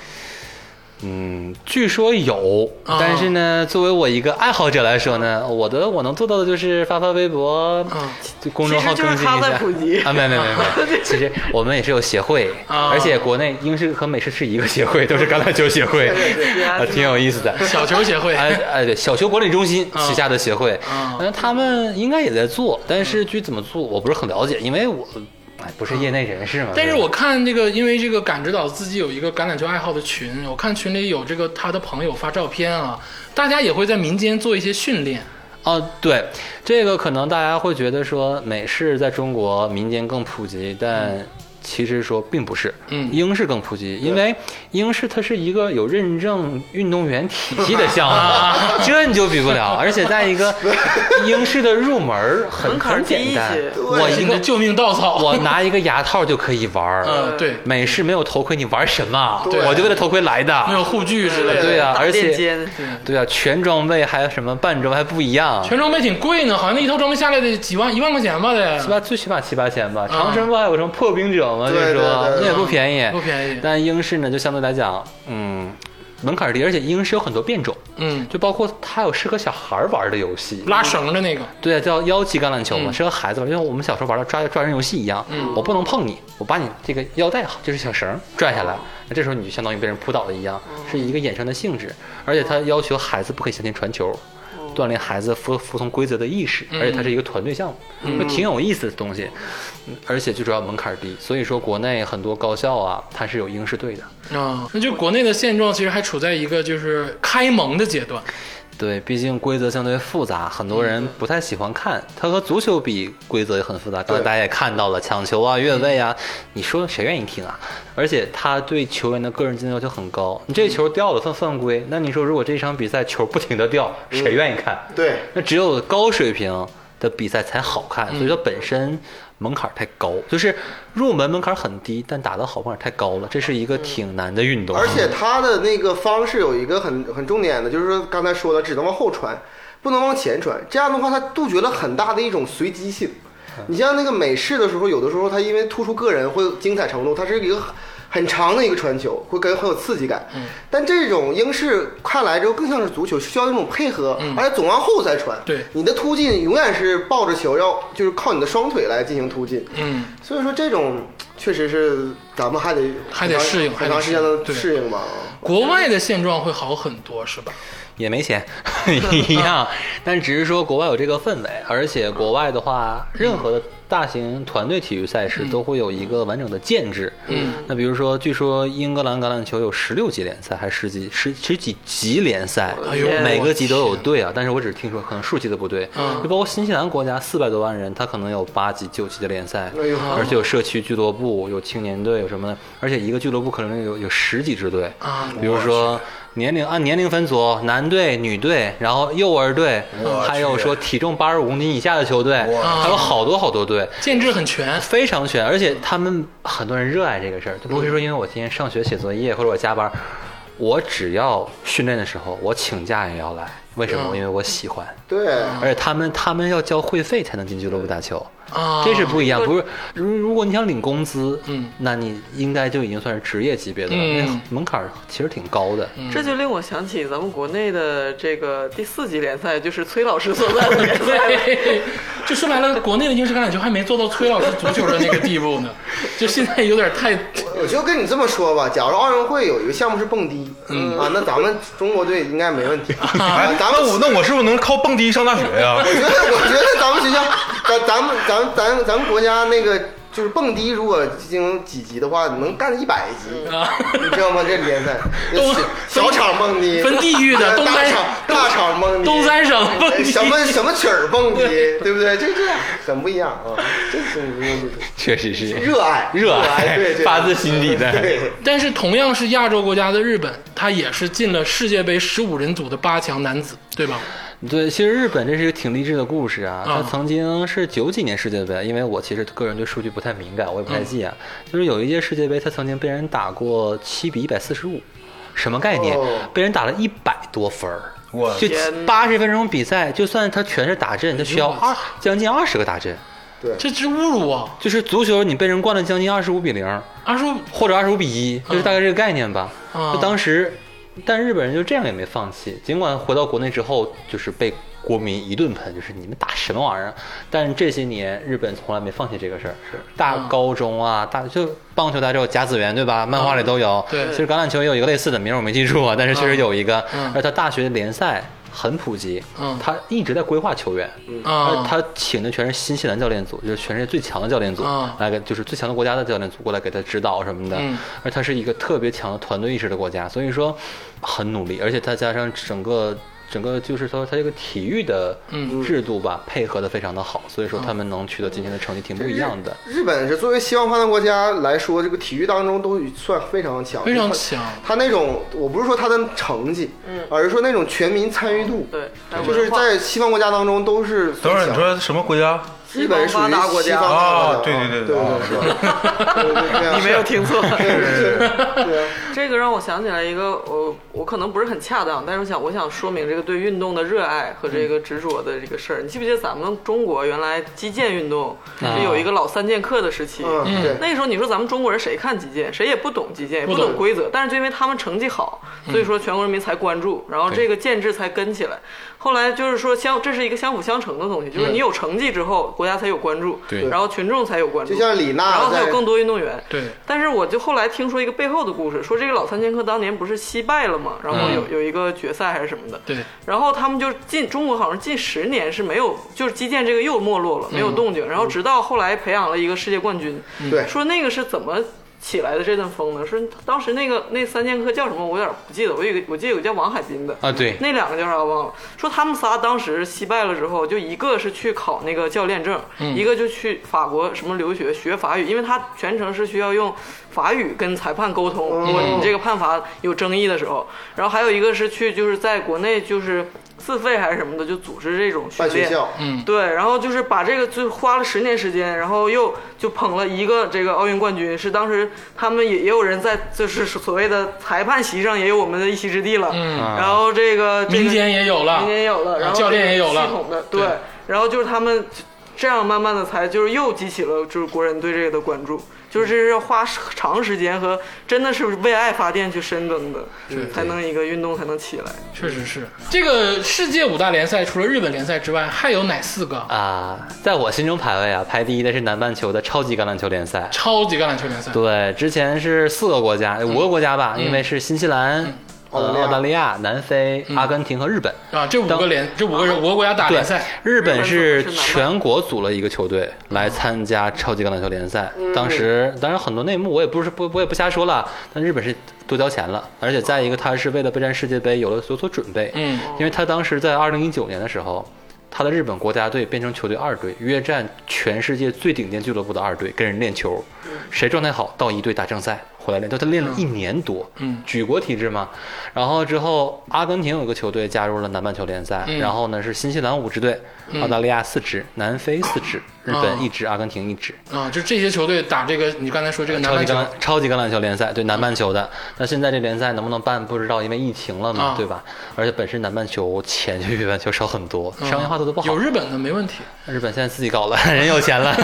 S5: 嗯，据说有，
S1: 啊
S5: 但是呢，作为我一个爱好者来说呢，我的我能做到的就是发发微博
S1: 啊，
S5: 就公众号更
S2: 其
S5: 新
S2: 实就是
S5: 一
S2: 他在
S5: 下
S2: 普及。
S5: 啊，没有没有没有没 有，其实我们也是有协会，
S1: 啊
S5: 而且国内英式和美式是一个 协会，都是橄榄球协会，啊，挺有意思的。
S1: 小球协会，
S5: 哎哎，对，小球管理中心
S1: 啊
S5: 旗下的协会，
S1: 啊
S5: 嗯，他们应该也在做，但是具体怎么做我不是很了解，因为我哎不是业内人士嘛。
S1: 但是
S5: 对吧
S1: 我看这个，因为这个感知岛自己有一个橄榄球爱好的群，我看群里有这个他的朋友发照片啊，大家也会在民间做一些训练。
S5: 哦，对，这个可能大家会觉得说美式在中国民间更普及，但其实说并不是，
S1: 嗯
S5: 英式更普及，因为英式它是一个有认证运动员体系的项目，这你就比不了，而且在一个英式的入门儿很
S2: 门槛儿
S5: 很
S2: 低一
S5: 简
S2: 些
S5: 单，
S2: 对
S5: 我
S1: 是
S5: 一
S1: 你的
S5: 个
S1: 救命稻草。
S5: 我拿一个牙套就可以玩 儿，
S1: 嗯，对，
S5: 美式没有头盔你玩什么？
S4: 对
S5: 我就为了头盔来的，
S1: 没有护具之类的。
S5: 对呀
S2: 打
S5: 而且
S2: 垫肩
S5: 对啊，全装备还有什么半装备还不一样，
S1: 全装备挺贵呢，好像那一套装备下来得几万一万块钱吧得。
S5: 七八最起码七八千吧。长城不还有什么破冰者吗？就是说
S4: 对对对
S5: 那也不便宜，
S1: 不便宜
S5: 但英式呢，就相对来讲，嗯，门槛低，而且英式有很多变种，
S1: 嗯，
S5: 就包括它有适合小孩玩的游戏。
S1: 拉绳的那个，
S5: 对啊，叫腰系橄榄球嘛，
S1: 嗯
S5: 适合孩子玩，就像我们小时候玩的抓抓人游戏一样。
S1: 嗯
S5: 我不能碰你，我把你这个腰带就是小绳拽下来，那这时候你就相当于被人扑倒了一样，
S1: 嗯
S5: 是一个衍生的性质。而且它要求孩子不可以向前传球，
S1: 嗯
S5: 锻炼孩子服服从规则的意识，而且它是一个团队项目，
S1: 嗯
S5: 就挺有意思的东西。嗯而且最主要门槛低，所以说国内很多高校啊，它是有英式队的。
S1: 啊、那就国内的现状其实还处在一个就是开蒙的阶段。
S5: 对，毕竟规则相对复杂，很
S4: 嗯
S5: 多人不太喜欢看。它和足球比，规则也很复杂。刚才大家也看到了，抢球啊、
S4: 嗯
S5: 越位啊，你说谁愿意听啊？而且他对球员的个人技能要求很高。你这球掉了算犯规，那你说如果这场比赛球不停的掉，
S4: 嗯
S5: 谁愿意看？
S4: 对，
S5: 那只有高水平的比赛才好看，所以它
S4: 嗯
S5: 本身门槛太高，就是入门门槛很低，但打得好门槛太高了，这是一个挺难的运动。
S4: 嗯而且他的那个方式有一个很很重点的，就是说刚才说的，只能往后传，不能往前传。这样的话，他杜绝了很大的一种随机性。你像那个美式的时候，有的时候他因为突出个人或精彩程度，它是一个很长的一个传球，会感觉很有刺激感。但这种英式看来之后更像是足球，需要那种配合，而且总往后再传。
S1: 对
S4: 你的突进永远是抱着球要，就是靠你的双腿来进行突进。
S1: 嗯，
S4: 所以说这种确实是咱们还得
S1: 还得适应
S4: 很长时间的
S1: 对
S4: 适应吧。
S1: 国外的现状会好很多，是吧？
S5: 也没钱 一样，但只是说国外有这个氛围，而且国外的话，任何的大型团队体育赛事都会有一个完整的建制。嗯，那比如说，据说英格兰橄榄球有十六级联赛，还是十几十十几级联赛，
S1: 哎呦
S5: 每
S1: 我
S5: 个级都有队啊。但是我只是听说，可能数记得不对。
S1: 嗯
S5: 就包括新西兰国家四百多万人，他可能有八级、九级的联赛，
S4: 哎呦
S5: 而且有社区俱乐部、有青年队、有什么的，而且一个俱乐部可能有有十几支队
S1: 啊
S5: 比如说年龄按年龄分组，男队、女队，然后幼儿队
S3: 我，去
S5: 还有说体重八十五公斤以下的球队，还有好多好多队。
S1: 建制很全，
S5: 非常全，而且他们很多人热爱这个事儿，就不会说因为我今天上学写作业或者我加班，我只要训练的时候，我请假也要来。为什么？
S1: 嗯
S5: 因为我喜欢。
S4: 对，
S5: 而且他们他们要交会费才能进俱乐部打球，
S1: 啊，
S5: 这是不一样。不是，如如果你想领工资，
S1: 嗯，
S5: 那你应该就已经算是职业级别的了，
S1: 嗯
S5: 那门槛儿其实挺高的。
S2: 这就令我想起咱们国内的这个第四级联赛，就是崔老师所在的联赛 了。
S1: 对，就说白了，国内的英式橄榄球还没做到崔老师足球的那个地步呢，就现在有点太
S4: 我就跟你这么说吧，假如奥运会有一个项目是蹦迪，嗯啊，那咱们中国队应该 没问题。啊
S3: 哎，
S4: 咱
S3: 那
S4: 们
S3: 我那我是不是能靠蹦迪上大学呀、
S4: 我觉得，我觉得咱们学校，咱咱们咱们咱们咱们国家那个就是蹦迪，如果进行几级的话，能干一百级，
S1: 啊，
S4: 你知道吗？这 联赛，
S1: 东
S4: 小小厂蹦迪，
S1: 分地域的东
S4: 大
S1: 三
S4: 厂大厂蹦迪，
S1: 东三省蹦迪
S4: 什么什么曲儿蹦迪，对不对？这这很不一样啊，这很不一样，
S5: 确实是
S4: 热爱
S5: 热
S4: 爱，对对，
S5: 发自心底的。
S4: 对。
S1: 但是同样是亚洲国家的日本，他也是进了世界杯十五人组的八强男子，对吧？
S5: 对，其实日本这是一个挺励志的故事啊。
S1: 啊
S5: 他曾经是九几年世界杯，因为我其实个人对数据不太敏感，我也不
S1: 嗯
S5: 太记啊。就是有一届世界杯，他曾经被人打过七比一百四十五，什么概念？
S4: 哦
S5: 被人打了一百多分儿。
S3: 我
S5: 就
S2: 天
S5: 八十分钟比赛，就算他全是打阵，他需要
S1: 哎呦我
S5: 二将近二十个打阵。
S1: 这是侮辱啊！
S5: 就是足球，你被人灌了将近二十五比零，
S1: 二叔，
S5: 或者二十五比一，
S1: 嗯
S5: 就是大概这个概念吧。
S1: 啊
S5: 就当时，但日本人就这样也没放弃，尽管回到国内之后就是被国民一顿喷，就是你们打什么玩意儿？但这些年日本从来没放弃这个事儿，大
S1: 嗯
S5: 高中啊，大就棒球大家有甲子园对吧？漫画里都有，
S1: 嗯对
S5: 其实橄榄球也有一个类似的名儿我没记住啊，但是确实有一个
S1: 嗯嗯，
S5: 而他大学联赛很普及
S1: 嗯，
S5: 他一直在规划球员。
S1: 啊，
S5: 呃他他请的全是新西兰教练组，就是全世界最强的教练组，
S1: 啊
S5: 来给就是最强的国家的教练组过来给他指导什么的。
S1: 嗯
S5: 而他是一个特别强的团队意识的国家，所以说很努力，而且他加上整个整个就是说他这个体育的
S1: 嗯啊
S5: 制度吧，配合的非常的好，所以说他们能取得今天的成绩挺不一样的。
S4: 日本是作为西方发达国家来说，这个体育当中都算非常强，
S1: 非常强
S4: 他那种，我不是说他的成绩，而是说那种全民参与度，
S2: 对还有
S4: 就是
S2: 文化
S4: 在西方国家当中都是
S3: 等
S4: 最
S3: 会儿
S4: 强。
S3: 你说什么国家？
S4: 日本属于
S2: 西方发达国家
S4: 西方发达国家
S3: 哦对对对
S4: 对
S3: 对
S4: 对对对，
S2: 你没有听错。
S4: 对？对 对对啊，
S2: 这个让我想起来一个，我我可能不是很恰当，但是我想我想说明这个对运动的热爱和这个执着的这个事儿。你记不记得咱们中国原来击剑运动
S5: 啊
S2: 是有一个老三剑客的时期？
S4: 嗯，对，
S2: 那时候你说咱们中国人谁看击剑，谁也不懂击剑，也不
S1: 不懂
S2: 懂规则，但是就因为他们成绩好，所以说全国人民才关注，然后这个建制才跟起来。后来就是说相，这是一个相辅相成的东西，就是你有成绩之后，国家才有关注，
S5: 对
S2: 然后群众才有关注，
S4: 就像李娜
S2: 然后才
S4: 在
S2: 有更多运动员，
S1: 对
S2: 但是我就后来听说一个背后的故事，说这个老三剑客当年不是惜败了嘛，然后有、有一个决赛还是什么的，
S1: 对，
S2: 然后他们就近中国好像近十年是没有，就是击剑这个又没落了，没有动静。然后直到后来培养了一个世界冠军，
S4: 对
S2: 说那个是怎么起来的这阵风呢？说当时那个那三剑客叫什么？我有点不记得，我有一个我记得有个叫王海滨的，
S5: 啊，对，
S2: 那两个叫啥忘了。说他们仨当时惜败了之后，就一个是去考那个教练证，一个就去法国什么留学学法语，因为他全程是需要用法语跟裁判沟通，如果你这个判罚有争议的时候。然后还有一个是去就是在国内就是自费还是什么的，就组织这种
S4: 办
S2: 训
S4: 学
S2: 练。
S4: 校，
S1: 嗯
S2: 对，然后就是把这个就花了十年时间，然后又就捧了一个这个奥运冠军，是当时他们也也有人在就是所谓的裁判席上也有我们的一席之地了。嗯，然后这个、这个、
S1: 民间也有了，啊
S2: 民间也有了，然后
S1: 教练也有了
S2: 系统的
S1: 对
S2: 对，然后就是他们这样慢慢的才就是又激起了就是国人对这个的关注，就是这是要花长时间和真的是为爱发电去深耕的，才能一个运动才能起来。
S1: 确实是。这个世界五大联赛除了日本联赛之外，还有哪四个
S5: 啊，在我心中排位啊，排第一的是南半球的超级橄榄球联赛。
S1: 超级橄榄球联赛？
S5: 对，之前是四个国家，五个国家吧，因为是新西兰、
S4: 澳大利
S5: 呃
S4: 亚
S5: 澳大利亚、南非、阿根廷和日本。
S1: 啊，这五个联，这五个
S5: 啊
S1: 人五个国家打
S5: 对
S1: 联赛，，
S5: 日本是
S2: 日本是
S5: 全国组了一个球队来参加超级橄榄球联赛。当时，当然很多内幕我也不是不我也不瞎说了，但日本是多交钱了，而且再一个，他是为了备战世界杯有了有所准备。
S1: 嗯，
S5: 因为他当时在二零一九年的时候。他的日本国家队变成球队二队，约战全世界最顶尖俱乐部的二队，跟人练球，谁状态好到一队打正赛，回来练，就他练了一年多，
S1: 嗯
S5: 举国体制嘛。然后之后，阿根廷有个球队加入了南半球联赛，
S1: 嗯
S5: 然后呢是新西兰五支队，澳大利亚四支，南非四支，日
S1: 哦
S5: 本一支，阿根廷一支。
S1: 啊，就这些球队打这个，你刚才说这个南
S5: 超
S1: 半
S5: 级
S1: 球
S5: 橄，榄超级橄榄球联赛，对南半球的。那现在这联赛能不能办不知道，因为疫情了
S1: 啊
S5: 嘛，对吧？而且本身南半球钱就比北半球少很多，
S1: 嗯
S5: 商业化做的不好
S1: 有。日本的没问题。
S5: 日本现在自己搞了， 人有 钱了，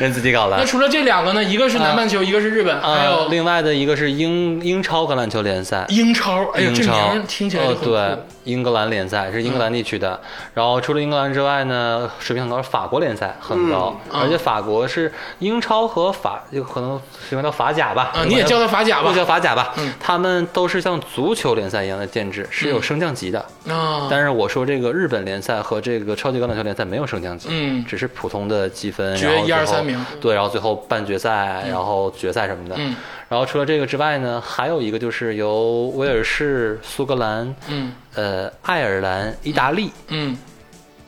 S5: 人自己搞
S1: 那
S5: 了。
S1: 除了这两个呢？一个
S5: 哎
S1: 是南半球，一个是日本，还
S5: 啊，
S1: 有
S5: 另外的一个是英英超橄榄球联赛，
S1: 英超。哎呀，
S5: 英
S1: 这名
S5: 超
S1: 儿听起来就
S5: 哦，
S1: 很酷嗯
S5: 对，英格兰联赛是英格兰地区的。然后除了英格兰之外呢，水平很高，法国联赛很高，
S1: 嗯
S5: 而且法国是英超和法，有可能喜欢到法甲吧？
S1: 啊，你也叫它法甲吧
S5: 不？叫法甲吧
S1: 嗯，
S5: 他们都是像足球联赛一样的建制，是有升降级的。
S1: 啊，
S5: 但是我说这个日本联赛和这个超级橄榄球联赛没有升降级，
S1: 嗯
S5: 只是普通的积分，
S1: 决
S5: 然后最
S1: 一
S5: 后
S1: 二三名
S5: 对，然后最后半决赛，然后决赛什么的。
S1: 嗯
S5: 然后除了这个之外呢，还有一个就是由威尔士、苏格兰、
S1: 嗯
S5: 呃爱尔兰、意大利
S1: 嗯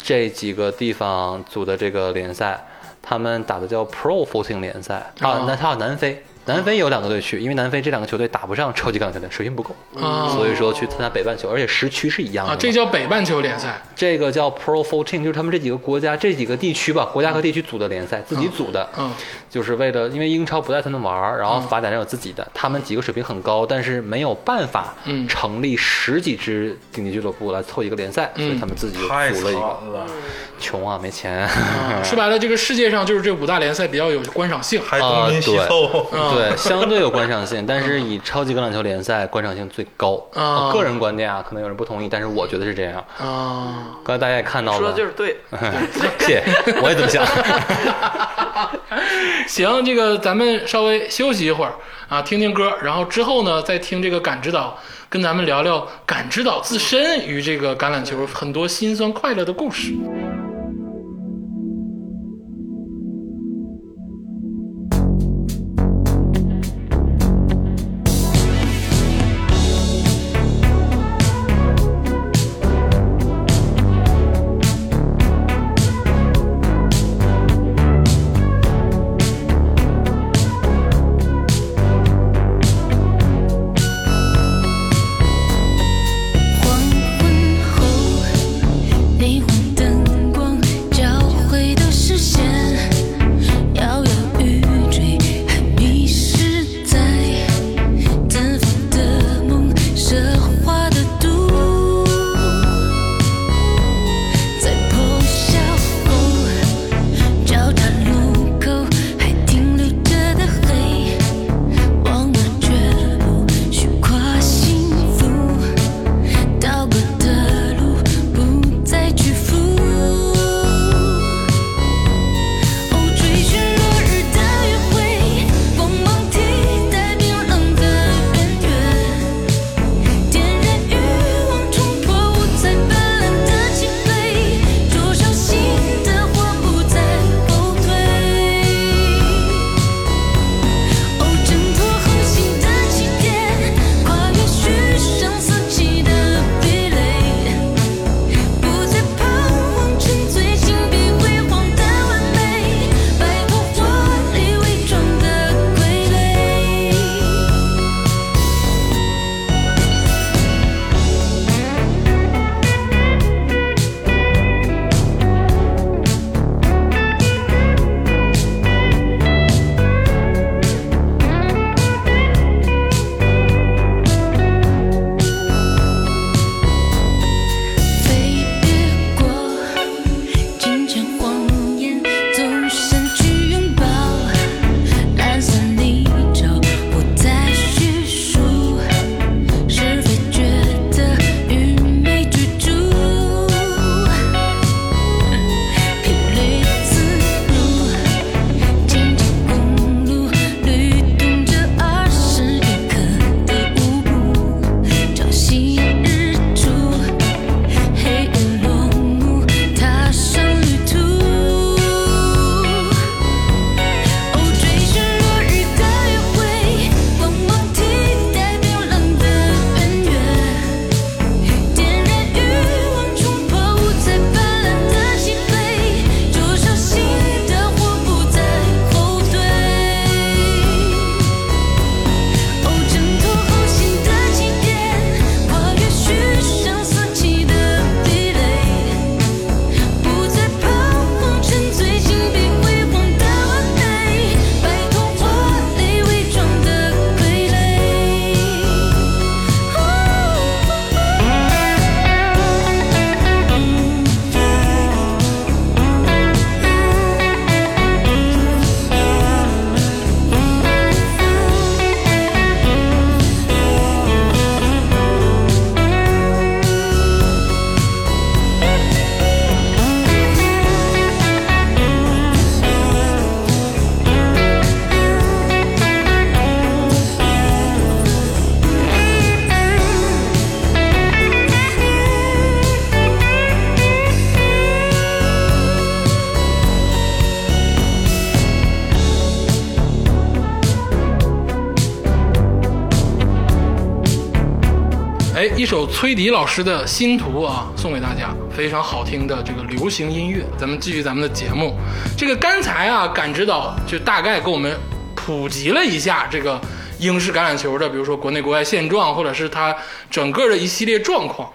S5: 这几个地方组的这个联赛，他们打的叫 Pro Footing 联赛
S1: 哦
S5: 啊，那还有南非。南非有两个队去，因为南非这两个球队打不上超级橄榄球联赛，水平不够，
S1: 啊
S5: 所以说去参加北半球，而且时区是一样的
S1: 啊
S5: 嘛。，
S1: 这叫北半球联赛。
S5: 这个叫 Pro Fourteen，就是他们这几个国家、这几个地区吧，国家和地区组的联赛，自己组的，
S1: 嗯
S5: 就是为了因为英超不带他们玩儿，然后法甲上有自己的，他们几个水平很高，但是没有办法
S1: 嗯
S5: 成立十几支顶级俱乐部来凑一个联赛，
S1: 嗯
S5: 所以他们自己就
S3: 太
S5: 组
S3: 惨
S5: 了一个，
S3: 了，
S5: 穷啊，没钱，
S1: 啊说白了，这个世界上就是这五大联赛比较有观赏性。
S3: 还东拼西凑。
S1: 啊
S5: 啊对，相对有观赏性，但是以超级橄榄球联赛观赏性最高。
S1: 啊
S5: 我个人观点啊，可能有人不同意，但是我觉得是这样。
S1: 啊，
S5: 刚才大家也看到了，
S2: 说的就是对，
S5: 谢谢，我也这么想。
S1: 行，这个咱们稍微休息一会儿啊，听听歌，然后之后呢再听这个感知岛，跟咱们聊聊感知岛自身与这个橄榄球很多辛酸快乐的故事。
S6: 黄昏后，霓虹灯
S1: 哎一首崔迪老师的《新图》啊，送给大家，非常好听的这个流行音乐。咱们继续咱们的节目，这个刚才啊，感知导就大概给我们普及了一下这个英式橄榄球的，比如说国内国外现状，或者是它整个的一系列状况。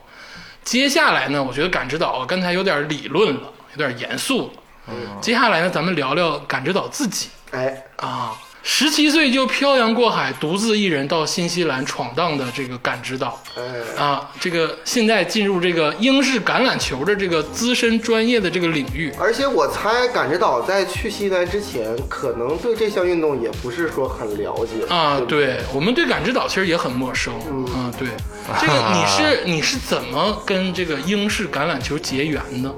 S1: 接下来呢，我觉得感知导刚才有点理论了，有点严肃了。接下来呢，咱们聊聊感知导自己
S4: 哎，
S1: 啊，十七岁就漂洋过海，独自一人到新西兰闯荡的这个感知导。
S4: 哎，
S1: 啊，这个现在进入这个英式橄榄球的这个资深专业的这个领域，
S4: 而且我猜感知岛在去西南之前，可能对这项运动也不是说很了解
S1: 啊，
S4: 对不对
S1: 对我们对感知岛其实也很陌生，啊，对，这个你是你是怎么跟这个英式橄榄球结缘的？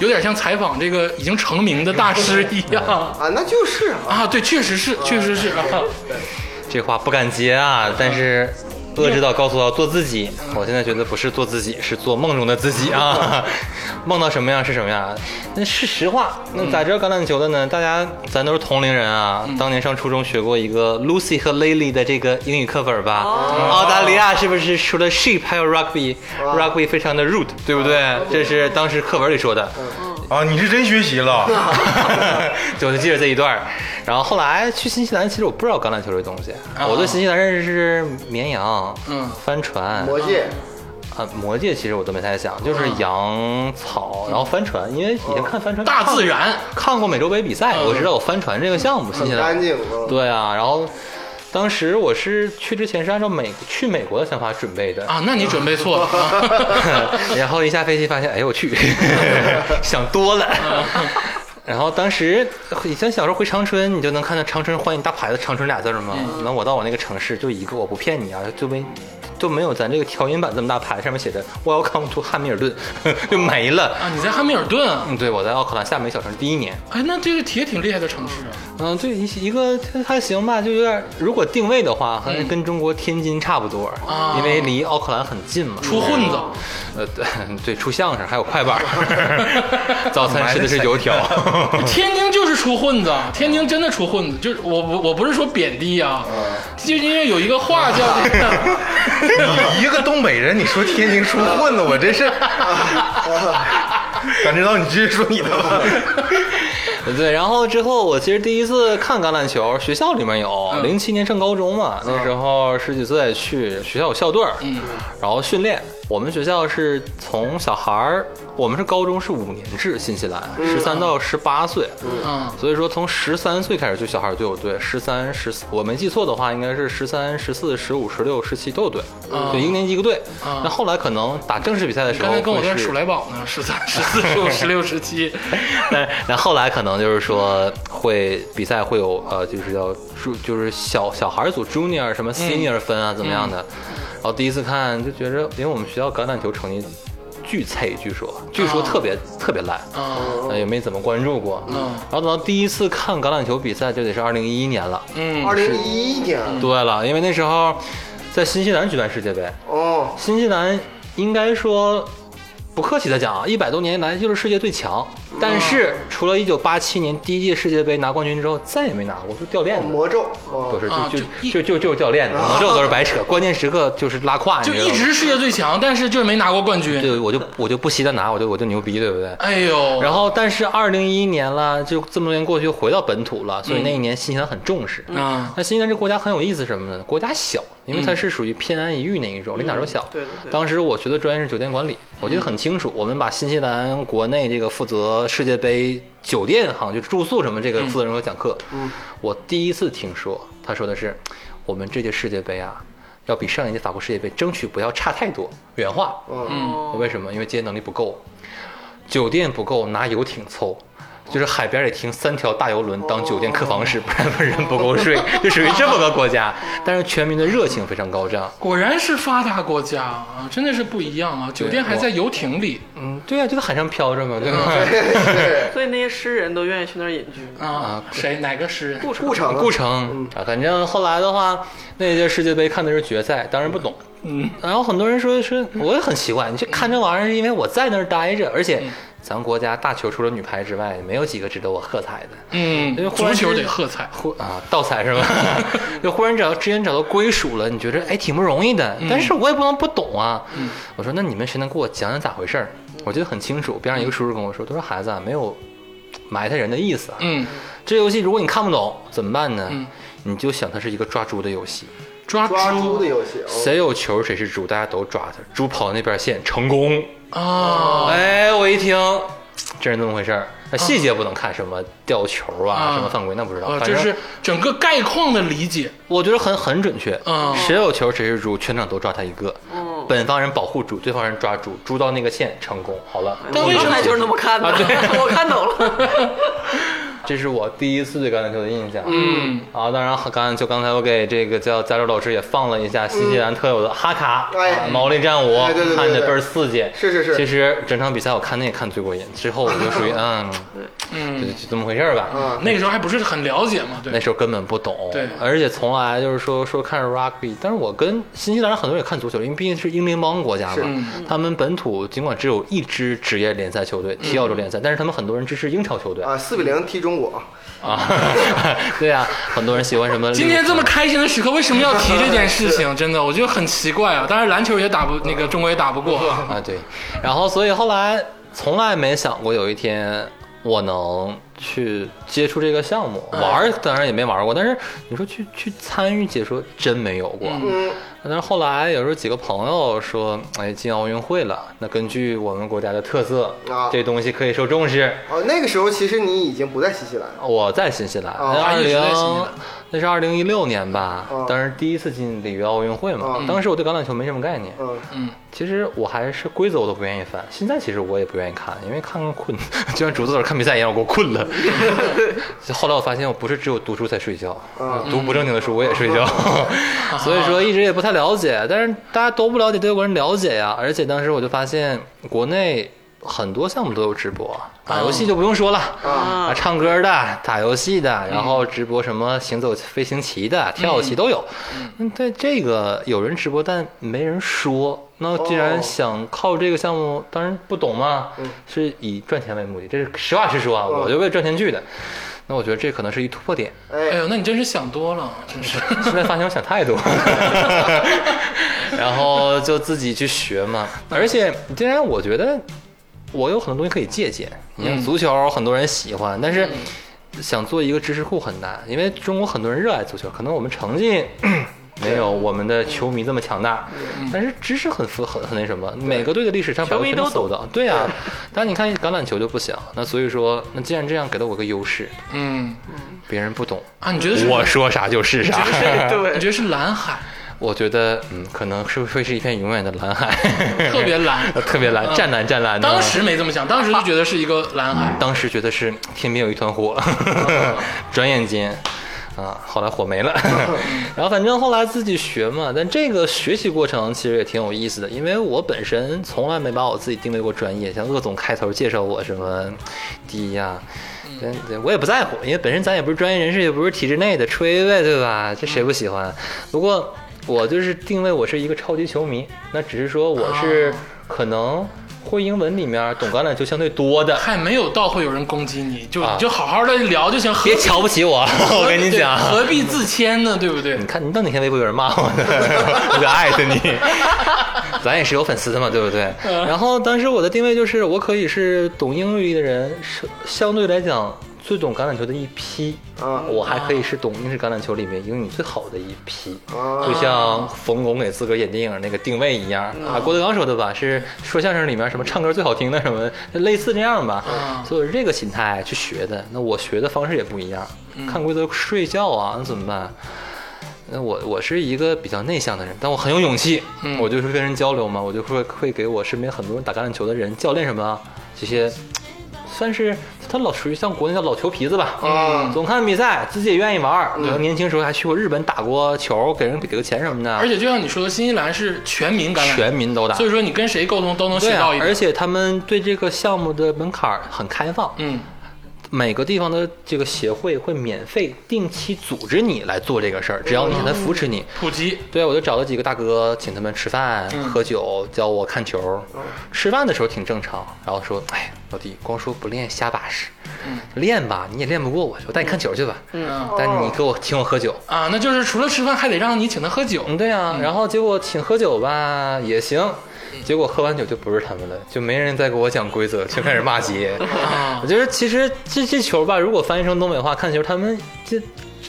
S1: 有点像采访这个已经成名的大师一 样
S4: 啊，那就是啊，
S1: 啊，对，确实是，确实是啊，
S5: 这话不敢接啊，但是恶指导告诉我要做自己，我现在觉得不是做自己，是做梦中的自己啊，梦到什么样是什么样，那是实话。那咋知道橄榄球的呢？大家咱都是同龄人啊，当年上初中学过一个 Lucy 和 Lily 的这个英语课本吧？澳大利亚是不是除了 sheep 还有 rugby，rugby 非常的 root，对不对？这是当时课文里说的。
S3: 啊，你是真学习 了，
S5: 就我就记着这一段儿。然后后来去新西兰，其实我不知道橄榄球这东西，我对新西兰认识是绵羊、
S1: 啊嗯
S5: 帆船、
S4: 魔戒
S5: 啊魔戒，其实我都没太想，就是
S1: 嗯
S5: 羊草，然后帆船，因为以前看帆船，
S1: 大自然
S5: 看过美洲杯比赛，
S1: 嗯
S5: 我知道有帆船这个项目，新西
S4: 很
S5: 兰
S4: 干净啊。
S5: 对啊，然后。当时我是去之前是按照美去美国的想法准备的，
S1: 啊，那你准备错了啊，
S5: 然后一下飞机发现，哎呦我去， 想多了。 然后当时以前小时候回长春，你就能看到长春欢迎大牌子“长春”俩字儿嘛。那我到我那个城市就一个，我不骗你啊，就没就没有咱这个调音版这么大牌，上面写着 “Welcome to 汉密尔顿”， 就没了。
S1: 啊，你在汉密尔顿啊，
S5: 嗯，对，我在奥克兰厦门小城市第一年，
S1: 哎，那这个也挺厉害的城市啊，
S5: 嗯，对，一一个还行吧，就有点，如果定位的话，还
S1: 嗯
S5: 跟中国天津差不多，
S1: 啊
S5: 因为离奥克兰很近嘛。
S1: 出混子。
S5: 呃，对对，出相声还有快板儿， 早餐吃的是油条。
S1: 天津就是出混子，天津真的出混子，就是我我我不是说贬低啊，就是因为有一个话叫这个
S3: 你一个东北人，你说天津出混子，我真是感觉到你直接说你的吧。
S5: 对，然后之后我其实第一次看橄榄球，学校里面有，
S1: 嗯
S5: 零七年上高中嘛，那时候十几岁去学校有校队儿，
S1: 嗯
S5: 然后训练。我们学校是从小孩儿，我们是高中是五年制，新西兰十三到十八岁，
S1: 嗯
S5: 所以说从十三岁开始就小孩儿就有队，十三、十四，我没记错的话，应该是十三、十四、十五、十六、十七都有队，
S1: 啊
S5: 就一个年级一个队。
S1: 啊
S5: 那后来可能打正式比赛的时
S1: 刚才
S5: 候会是，
S1: 跟我在数来宝呢，十三、十四、十五、十六、十七，
S5: 但但后来可能就是说会比赛会有呃，就是叫就就是小小孩组 junior 什么 senior 分啊、怎么样的，然后第一次看就觉着，因为我们学校橄榄球成绩巨菜，据说据说
S1: 啊
S5: 特别、特别烂。
S1: 啊
S5: 呃，也没怎么关注过，
S1: 嗯
S5: 然后等到第一次看橄榄球比赛，就得是二零一一年了。
S1: 嗯
S4: 二零一一年
S5: 对了，因为那时候在新西兰举办世界杯，
S4: 哦，
S5: 新西兰应该说不客气的讲啊，一百多年来就是世界最强。但是
S1: 嗯
S5: 除了一九八七年第一届世界杯拿冠军之后，再也没拿过，就掉链子。
S4: 魔咒
S5: 不
S4: 哦，
S5: 是，
S1: 啊
S5: 就
S1: 就一啊
S5: 就就就就掉链子，这都是白扯。关键时刻就是拉胯，
S1: 就
S5: 你知
S1: 一
S5: 道吗
S1: 直世界最强，但是就是没拿过冠军。
S5: 对，我就我就不惜的拿，我就我就牛逼，对不对？
S1: 哎呦，
S5: 然后，但是二零一一年了，就这么多年过去，回到本土了，
S1: 嗯
S5: 所以那一年新西兰很重视。
S1: 啊
S5: 那新西兰这国家很有意思，什么呢？国家小，因为它是属于偏安一隅那一种，领导都小。
S2: 嗯对对对
S5: 当时我学的专业是酒店管理，我记得很清楚。我们把新西兰国内这个负责世界杯酒店好像就是住宿什么这个负责人给我讲课。嗯，我第一次听说他说的是，我们这届世界杯啊，要比上一届法国世界杯争取不要差太多。原话。
S1: 嗯
S5: 为什么？因为接能力不够，酒店不够，拿游艇凑。就是海边得停三条大游轮当酒店客房
S4: 哦
S5: 使，不然人不 够睡，就属于这么个国家。但是全民的热情非常高涨。
S1: 果然是发达国家啊，真的是不一样啊！酒店还在游艇里
S5: 嗯，对啊，就在海上飘着嘛，对吧？
S4: 嗯
S2: 所以那些诗人都愿意去那儿隐居。
S1: 啊，谁哪个诗人？
S4: 顾城啊
S5: 顾城啊，反正后来的话，那届世界杯看的是决赛，当然不懂。
S1: 嗯，
S4: 嗯
S5: 然后很多人说说，我也很奇怪，你这看这玩意儿，是因为我在那儿待着，而且咱国家大球除了女排之外，没有几个值得我喝彩的。因为
S1: 嗯，
S5: 忽
S1: 足
S5: 然
S1: 球
S5: 之
S1: 得喝彩，
S5: 忽啊，倒彩是吧？ 就忽然找之前找到归属了，你觉着哎挺不容易的，
S1: 嗯
S5: 但是我也不能不懂啊。我说那你们谁能给我讲讲咋回事儿？我记得很清楚，边上一个叔叔跟我说，他说孩子啊，没有埋汰人的意思啊。
S1: 嗯，
S5: 这游戏如果你看不懂怎么办呢？
S1: 嗯
S5: 你就想它是一个抓猪的游戏，
S1: 抓
S4: 抓猪的游戏，哦
S5: 谁有球谁是猪，大家都抓它，猪跑到那边线成功。
S1: 啊，
S5: 哎，我一听，真是那么回事儿。那细
S1: 哦
S5: 节不能看，什么掉球啊，
S1: 啊
S5: 什么犯规那不知道，
S1: 啊，
S5: 反
S1: 就
S5: 正
S1: 是整个概况的理解，
S5: 我觉得很很准确。
S1: 嗯
S5: 谁有球谁是猪，全场都抓他一个。本方人保护猪，对方人抓猪，猪到那个线成功。好了，
S1: 但为什么
S2: 我刚才就是那么看的？
S5: 啊对
S2: 我看懂 了。
S5: 这是我第一次对橄榄球的印象。
S1: 嗯
S5: 啊，当然，橄榄球刚才我给这个叫加州老师也放了一下新西兰特有的哈卡、
S4: 哎
S5: 啊毛利战舞，
S4: 哎对对对
S5: 看
S4: 对
S5: 着倍儿刺激。
S4: 是是是
S5: 其实整场比赛我看那也看最过瘾，之后我就属于嗯，就
S1: 嗯，
S5: 就这么回事儿吧。
S4: 啊，
S1: 那个时候还不是很了解嘛，
S5: 那
S1: 对，
S5: 时候根本不懂，
S1: 对
S5: 而且从来就是说说看 rugby，但是我跟新西兰人很多人也看足球，因为毕竟是英联邦国家嘛，
S1: 嗯
S5: 他们本土尽管只有一支职业联赛球队踢澳洲联赛，但是他们很多人支持英超球队
S4: 啊，四比零踢中国，
S5: 啊， 对呀、很多人喜欢什么利物浦。
S1: 今天这么开心的时刻，为什么要提这件事 情？真的，我觉得很奇怪啊。当然，篮球也打不那个中国也打不过 啊，
S5: 啊，对，然后所以后来从来没想过有一天我能去接触这个项目，
S1: 嗯
S5: 玩儿当然也没玩儿过，但是你说去去参与解说真没有过。
S4: 嗯，
S5: 但是后来有时候几个朋友说，哎，进奥运会了，那根据我们国家的特色，
S4: 啊
S5: 这东西可以受重视。
S4: 哦，那个时候其实你已经不在新西兰了，
S5: 我在新西兰，
S4: 哦
S5: 那
S1: 他
S5: 二
S1: 一直
S5: 零
S1: 啊在新西兰啊
S5: 那是二零一六年吧
S4: 哦，
S5: 当时第一次进里约奥运会嘛
S4: 哦，
S5: 当时我对橄榄球没什么概念，
S1: 啊
S4: 嗯，
S5: 其实我还是规则我都不愿意翻，现在其实我也不愿意看，因为看看困， 就像竹子老师看比赛一样，我给我困了。 后来我发现我不是只有读书才睡觉，读不正经的书我也睡觉， 所以说一直也不太了解。但是大家都不了解，得有个人了解呀。而且当时我就发现国内。很多项目都有直播，打游戏就不用说了，啊，唱歌的、打游戏的，然后直播什么行走飞行棋的、跳棋都有。嗯，对这个有人直播，但没人说。那既然
S4: 哦
S5: 想靠这个项目，当然不懂嘛，是以赚钱为目的，这是实话实说啊，我就为了赚钱去的。那我觉得这可能是一突破点。
S1: 哎
S4: 哎，
S1: 呦，那你真是想多了，啊真 是。
S5: 现在发现我想太多， 然后就自己去学嘛。而且，既然我觉得我有很多东西可以借鉴，你看
S1: 嗯
S5: 足球很多人喜欢，但
S2: 嗯
S5: 是想做一个知识库很难，因为中国很多人热爱足球，可能我们成绩。没有我们的球迷这么强大，但是知识很很很那什么，每个队的历史上百
S2: 嗯球
S5: 科
S2: 迷
S5: 全
S2: 都
S5: 能搜到。对啊，但你看橄榄球就不行，那所以说，那既然这样给了我个优势，
S1: 嗯
S5: 别人不懂，
S1: 啊，你觉得是？
S5: 我说啥就是啥。
S1: 你
S2: 对，
S1: 觉得是蓝海？
S5: 我觉得，嗯，可能是会是一片永远的蓝海，
S1: 特别蓝 嗯
S5: 特别蓝，湛蓝湛蓝的。
S1: 当时没这么想，当时就觉得是一个蓝海。
S5: 啊当时觉得是天边有一团火， 转眼间啊，后来火没了。然后反正后来自己学嘛，但这个学习过程其实也挺有意思的，因为我本身从来没把我自己定位过专业，像鄂总开头介绍我什么第一呀。但但我也不在乎，因为本身咱也不是专业人士，也不是体制内的，吹呗，对吧？这谁不喜欢？不过我就是定位我是一个超级球迷，那只是说我是可能会英文里面懂橄榄球相对多的，
S1: 还没有到会有人攻击你，就
S5: 啊
S1: 你就好好的聊就行。何
S5: 别
S1: 必
S5: 瞧不起我， 我跟你讲。
S1: 对何必自谦呢？对不对
S5: 你？看，你到哪天微博有人骂我呢？ 我就艾特你。 咱也是有粉丝的嘛，对不对？然后当时我的定位就是，我可以是懂英语的人，是相对来讲最懂橄榄球的一批。
S4: 啊
S5: 我还可以是懂英式橄榄球里面英语最好的一批。
S4: 啊
S5: 就像冯巩给自个儿演电影那个定位一样啊，郭德纲说的吧，是说相声里面什么唱歌最好听的什么，类似这样吧
S1: 嗯，
S5: 所以我是这个心态去学的。那我学的方式也不一样，看规则睡觉啊，那怎么办？那我我是一个比较内向的人，但我很有勇气，
S1: 嗯
S5: 我就是跟人交流嘛，我就会会给我身边很多人打橄榄球的人、教练什么啊这些，算是他老属于像国内叫老球皮子吧，
S4: 嗯
S5: 总看比赛，自己也愿意玩儿，
S1: 嗯
S5: 然后年轻时候还去过日本打过球，给人给个钱什么的，
S1: 而且就像你说的，新西兰是全民橄榄，
S5: 全民都打，
S1: 所以说你跟谁沟通都能
S5: 对
S1: 学
S5: 啊
S1: 到一，
S5: 而
S1: 点。
S5: 且他们对这个项目的门槛儿很开放，
S1: 嗯，
S5: 每个地方的这个协会会免费定期组织你来做这个
S1: 嗯
S5: 事儿，只要你想他扶持你。
S1: 普及
S5: 对，啊我就找了几个大哥，
S1: 嗯
S5: 请他们吃饭、喝酒，教我看球。吃饭的时候挺正常，然后说：“哎，老弟，光说不练瞎把式，练吧你也练不过我，我带你看球去吧。
S1: 嗯
S5: 但你给我请我喝酒，
S1: 啊，那就是除了吃饭，还得让你请他喝酒。
S5: 嗯，对啊，然后结果请喝酒吧也行，结果喝完酒就不是他们了，就没人再给我讲规则，就开始骂街。
S1: 啊
S5: 我觉得其实这这球吧，如果翻译成东北话看球，他们这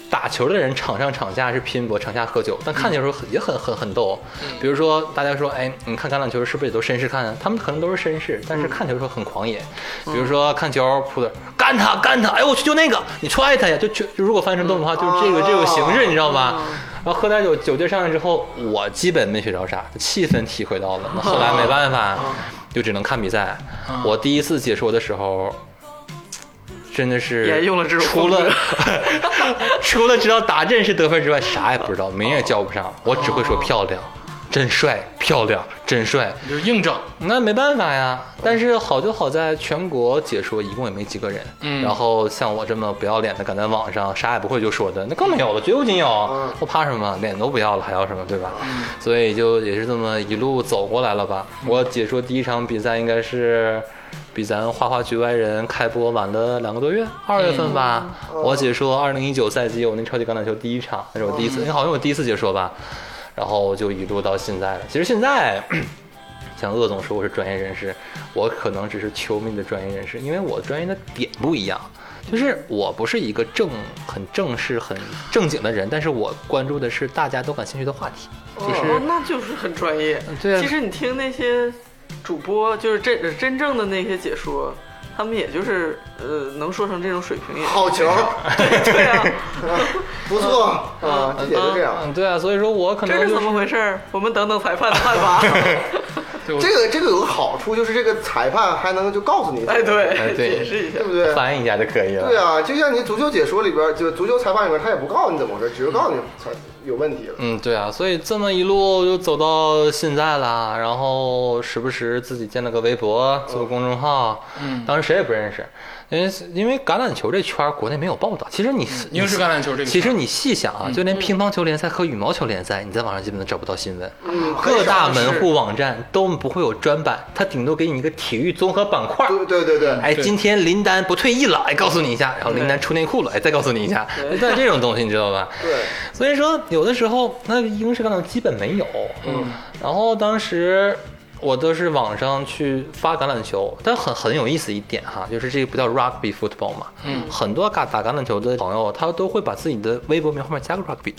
S5: 打球的人场上场下是拼搏，场下喝酒，但看球的时候也很很很逗。比如说大家说，哎，你看橄榄球是不是也都绅士看啊？他们可能都是绅士，但是看球的时候很狂野。比如说看球，扑的干他干他，哎呦我去就那个，你踹他呀！就就就如果翻译成东北话，就是这个这个形式，你知道吧？然后喝点酒，酒劲上来之后，我基本没学着啥，气氛体会到了。那后来没办法，就只能看比赛。我第一次解说的时候，真的是
S2: 沿用了这种
S5: 除
S2: 风
S5: 了
S2: 格
S5: 除了知道打阵是得分之外，啥也不知道，名也叫不上，我只会说漂亮。真帅，漂亮，真帅。
S1: 你就硬整。
S5: 那没办法呀，但是好就好在全国解说一共也没几个人，
S1: 嗯
S5: 然后像我这么不要脸的，敢在网上啥也不会就说的，那更没有了，绝无仅有，我怕什么？脸都不要了，还要什么，对吧？所以就也是这么一路走过来了吧。我解说第一场比赛应该是。比咱《花花局外人》开播晚了两个多月，二月份吧。我解说二零一九赛季我那超级橄榄球第一场，那是我第一次，好像我第一次解说吧。然后就一路到现在了。其实现在像鄂总说我是专业人士，我可能只是球迷的专业人士，因为我专业的点不一样。就是我不是一个正很正式、很正经的人，但是我关注的是大家都感兴趣的话题。就是
S2: 哦，那就是很专业。
S5: 对啊
S2: 其实你听那些主播，就是真真正的那些解说，他们也就是呃，能说成这种水平也
S5: 哦
S4: 好球，
S2: 对 啊，
S4: 不错啊，这也是这样。
S5: 嗯，对啊，所以说我可能
S2: 这是
S5: 就
S2: 怎
S5: 是
S2: 么回事儿？我们等等裁判的判 罚。
S4: 这个这个有个好处就是这个裁判还能就告诉你，
S2: 哎，对，
S5: 哎对哦
S2: 解释一下
S4: 对。不对？啊
S5: 翻译一下就可以了。
S4: 对啊，就像你足球解说里边，就足球裁判里边，他也不告诉你怎么回事，只是告诉你才有问题了。
S5: 嗯，对啊，所以这么一路就走到现在啦，然后时不时自己建了个微博，做个公众号，
S1: 嗯
S5: 当时谁也不认识，因为因为橄榄球这圈儿国内没有报道。其实你
S1: 英式橄榄球这个，
S5: 其实你细想
S4: 嗯
S5: 啊，就连乒乓球联赛和羽毛球联赛，你在网上基本都找不到新闻，
S4: 嗯，
S5: 各大
S4: 很少
S5: 门户网站都不会有专版，它顶多给你一个体育综合板块。
S4: 对对对对，
S5: 哎，
S1: 对
S5: 今天林丹不退役了，哎，告诉你一下，然后林丹出内裤了，哎，再告诉你一下， 但这种东西你知道吧？
S4: 对，
S5: 所以说，有的时候那英式橄榄基本没有。嗯，然后当时我都是网上去发橄榄球，但很很有意思一点哈，就是这个不叫 rugby football 嘛，嗯，很多打打橄榄球的朋友，他都会把自己的微博名后面加个 rugby，、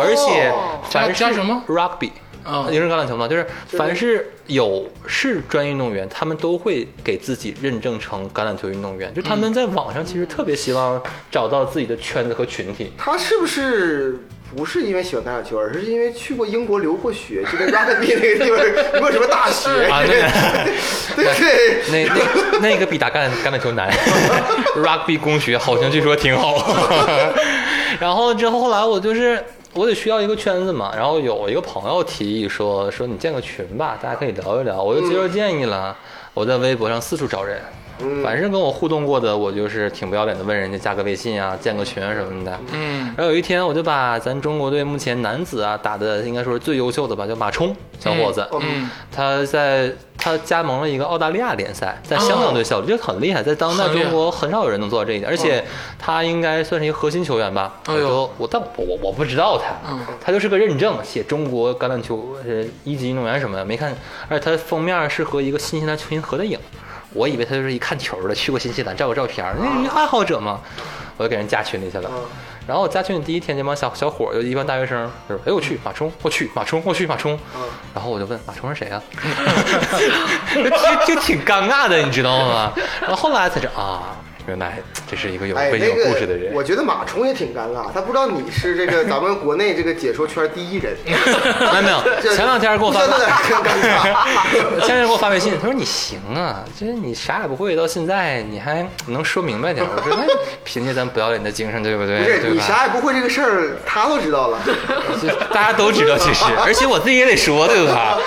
S5: 而且凡是
S1: 哦加加什么
S5: rugby。
S1: 啊
S5: 英式橄榄球嘛，就是凡是有是专业运动员，他们都会给自己认证成橄榄球运动员。就他们在网上其实特别希望找到自己的圈子和群体。
S4: 他是不是不是因为喜欢橄榄球，而是因为去过英国留过学，就在 rugby 那个地方留过什么大学？
S5: 啊 那个
S4: 对对
S5: 那那那个比打橄榄橄榄球难，rugby 公学好像据说挺好。 然后之后后来我就是我得需要一个圈子嘛，然后有一个朋友提议说说你建个群吧，大家可以聊一聊，我就接
S4: 嗯
S5: 受建议了，我在微博上四处找人。反正跟我互动过的，我就是挺不要脸的，问人家加个微信啊，建个群啊什么的。
S1: 嗯
S5: 然后有一天，我就把咱中国队目前男子啊打的应该说是最优秀的吧，叫马冲小伙子，
S1: 嗯，
S5: 他在他加盟了一个澳大利亚联赛，在香港队效力，这很厉害，在当代
S1: 哦很厉害
S5: 中国很少有人能做到这一点，而且他应该算是一个核心球员吧。
S1: 哎
S5: 我
S1: 呦
S5: 说我但我我我不知道他
S1: 嗯，
S5: 他就是个认证，写中国橄榄球呃一级运动员什么的，没看，而且他封面是和一个新西兰球星合的影，我以为他就是一看球的，去过新西兰照个照片儿，那人爱好者嘛，我就给人加群里去
S4: 嗯
S5: 了。然后我加群里第一天，这帮小小伙儿就一帮大学生，就是哎我去马冲，我去马冲，我去马冲。
S4: 嗯
S5: 然后我就问马冲是谁啊？ 就就挺尴尬的，你知道吗？然后后来才知道啊，原来这是一个有
S4: 哎，
S5: 背景
S4: 那
S5: 有故事的
S4: 个
S5: 人。
S4: 我觉得马冲也挺尴尬，他不知道你是这个咱们国内这个解说圈第一 人，
S5: 没 有没有，前两天给我发
S4: 真的很尴 尬。
S5: 前两天给我发微信，他说你行啊，就是你啥也不会，到现在你还能说明白点儿。我说那凭借咱不要脸的精神，对不对？
S4: 不是
S5: 对
S4: 你
S5: 吧？
S4: 啥也不会这个事儿，他都知道了。
S5: 就大家都知道，其实，而且我自己也得说，对吧？
S1: 嗯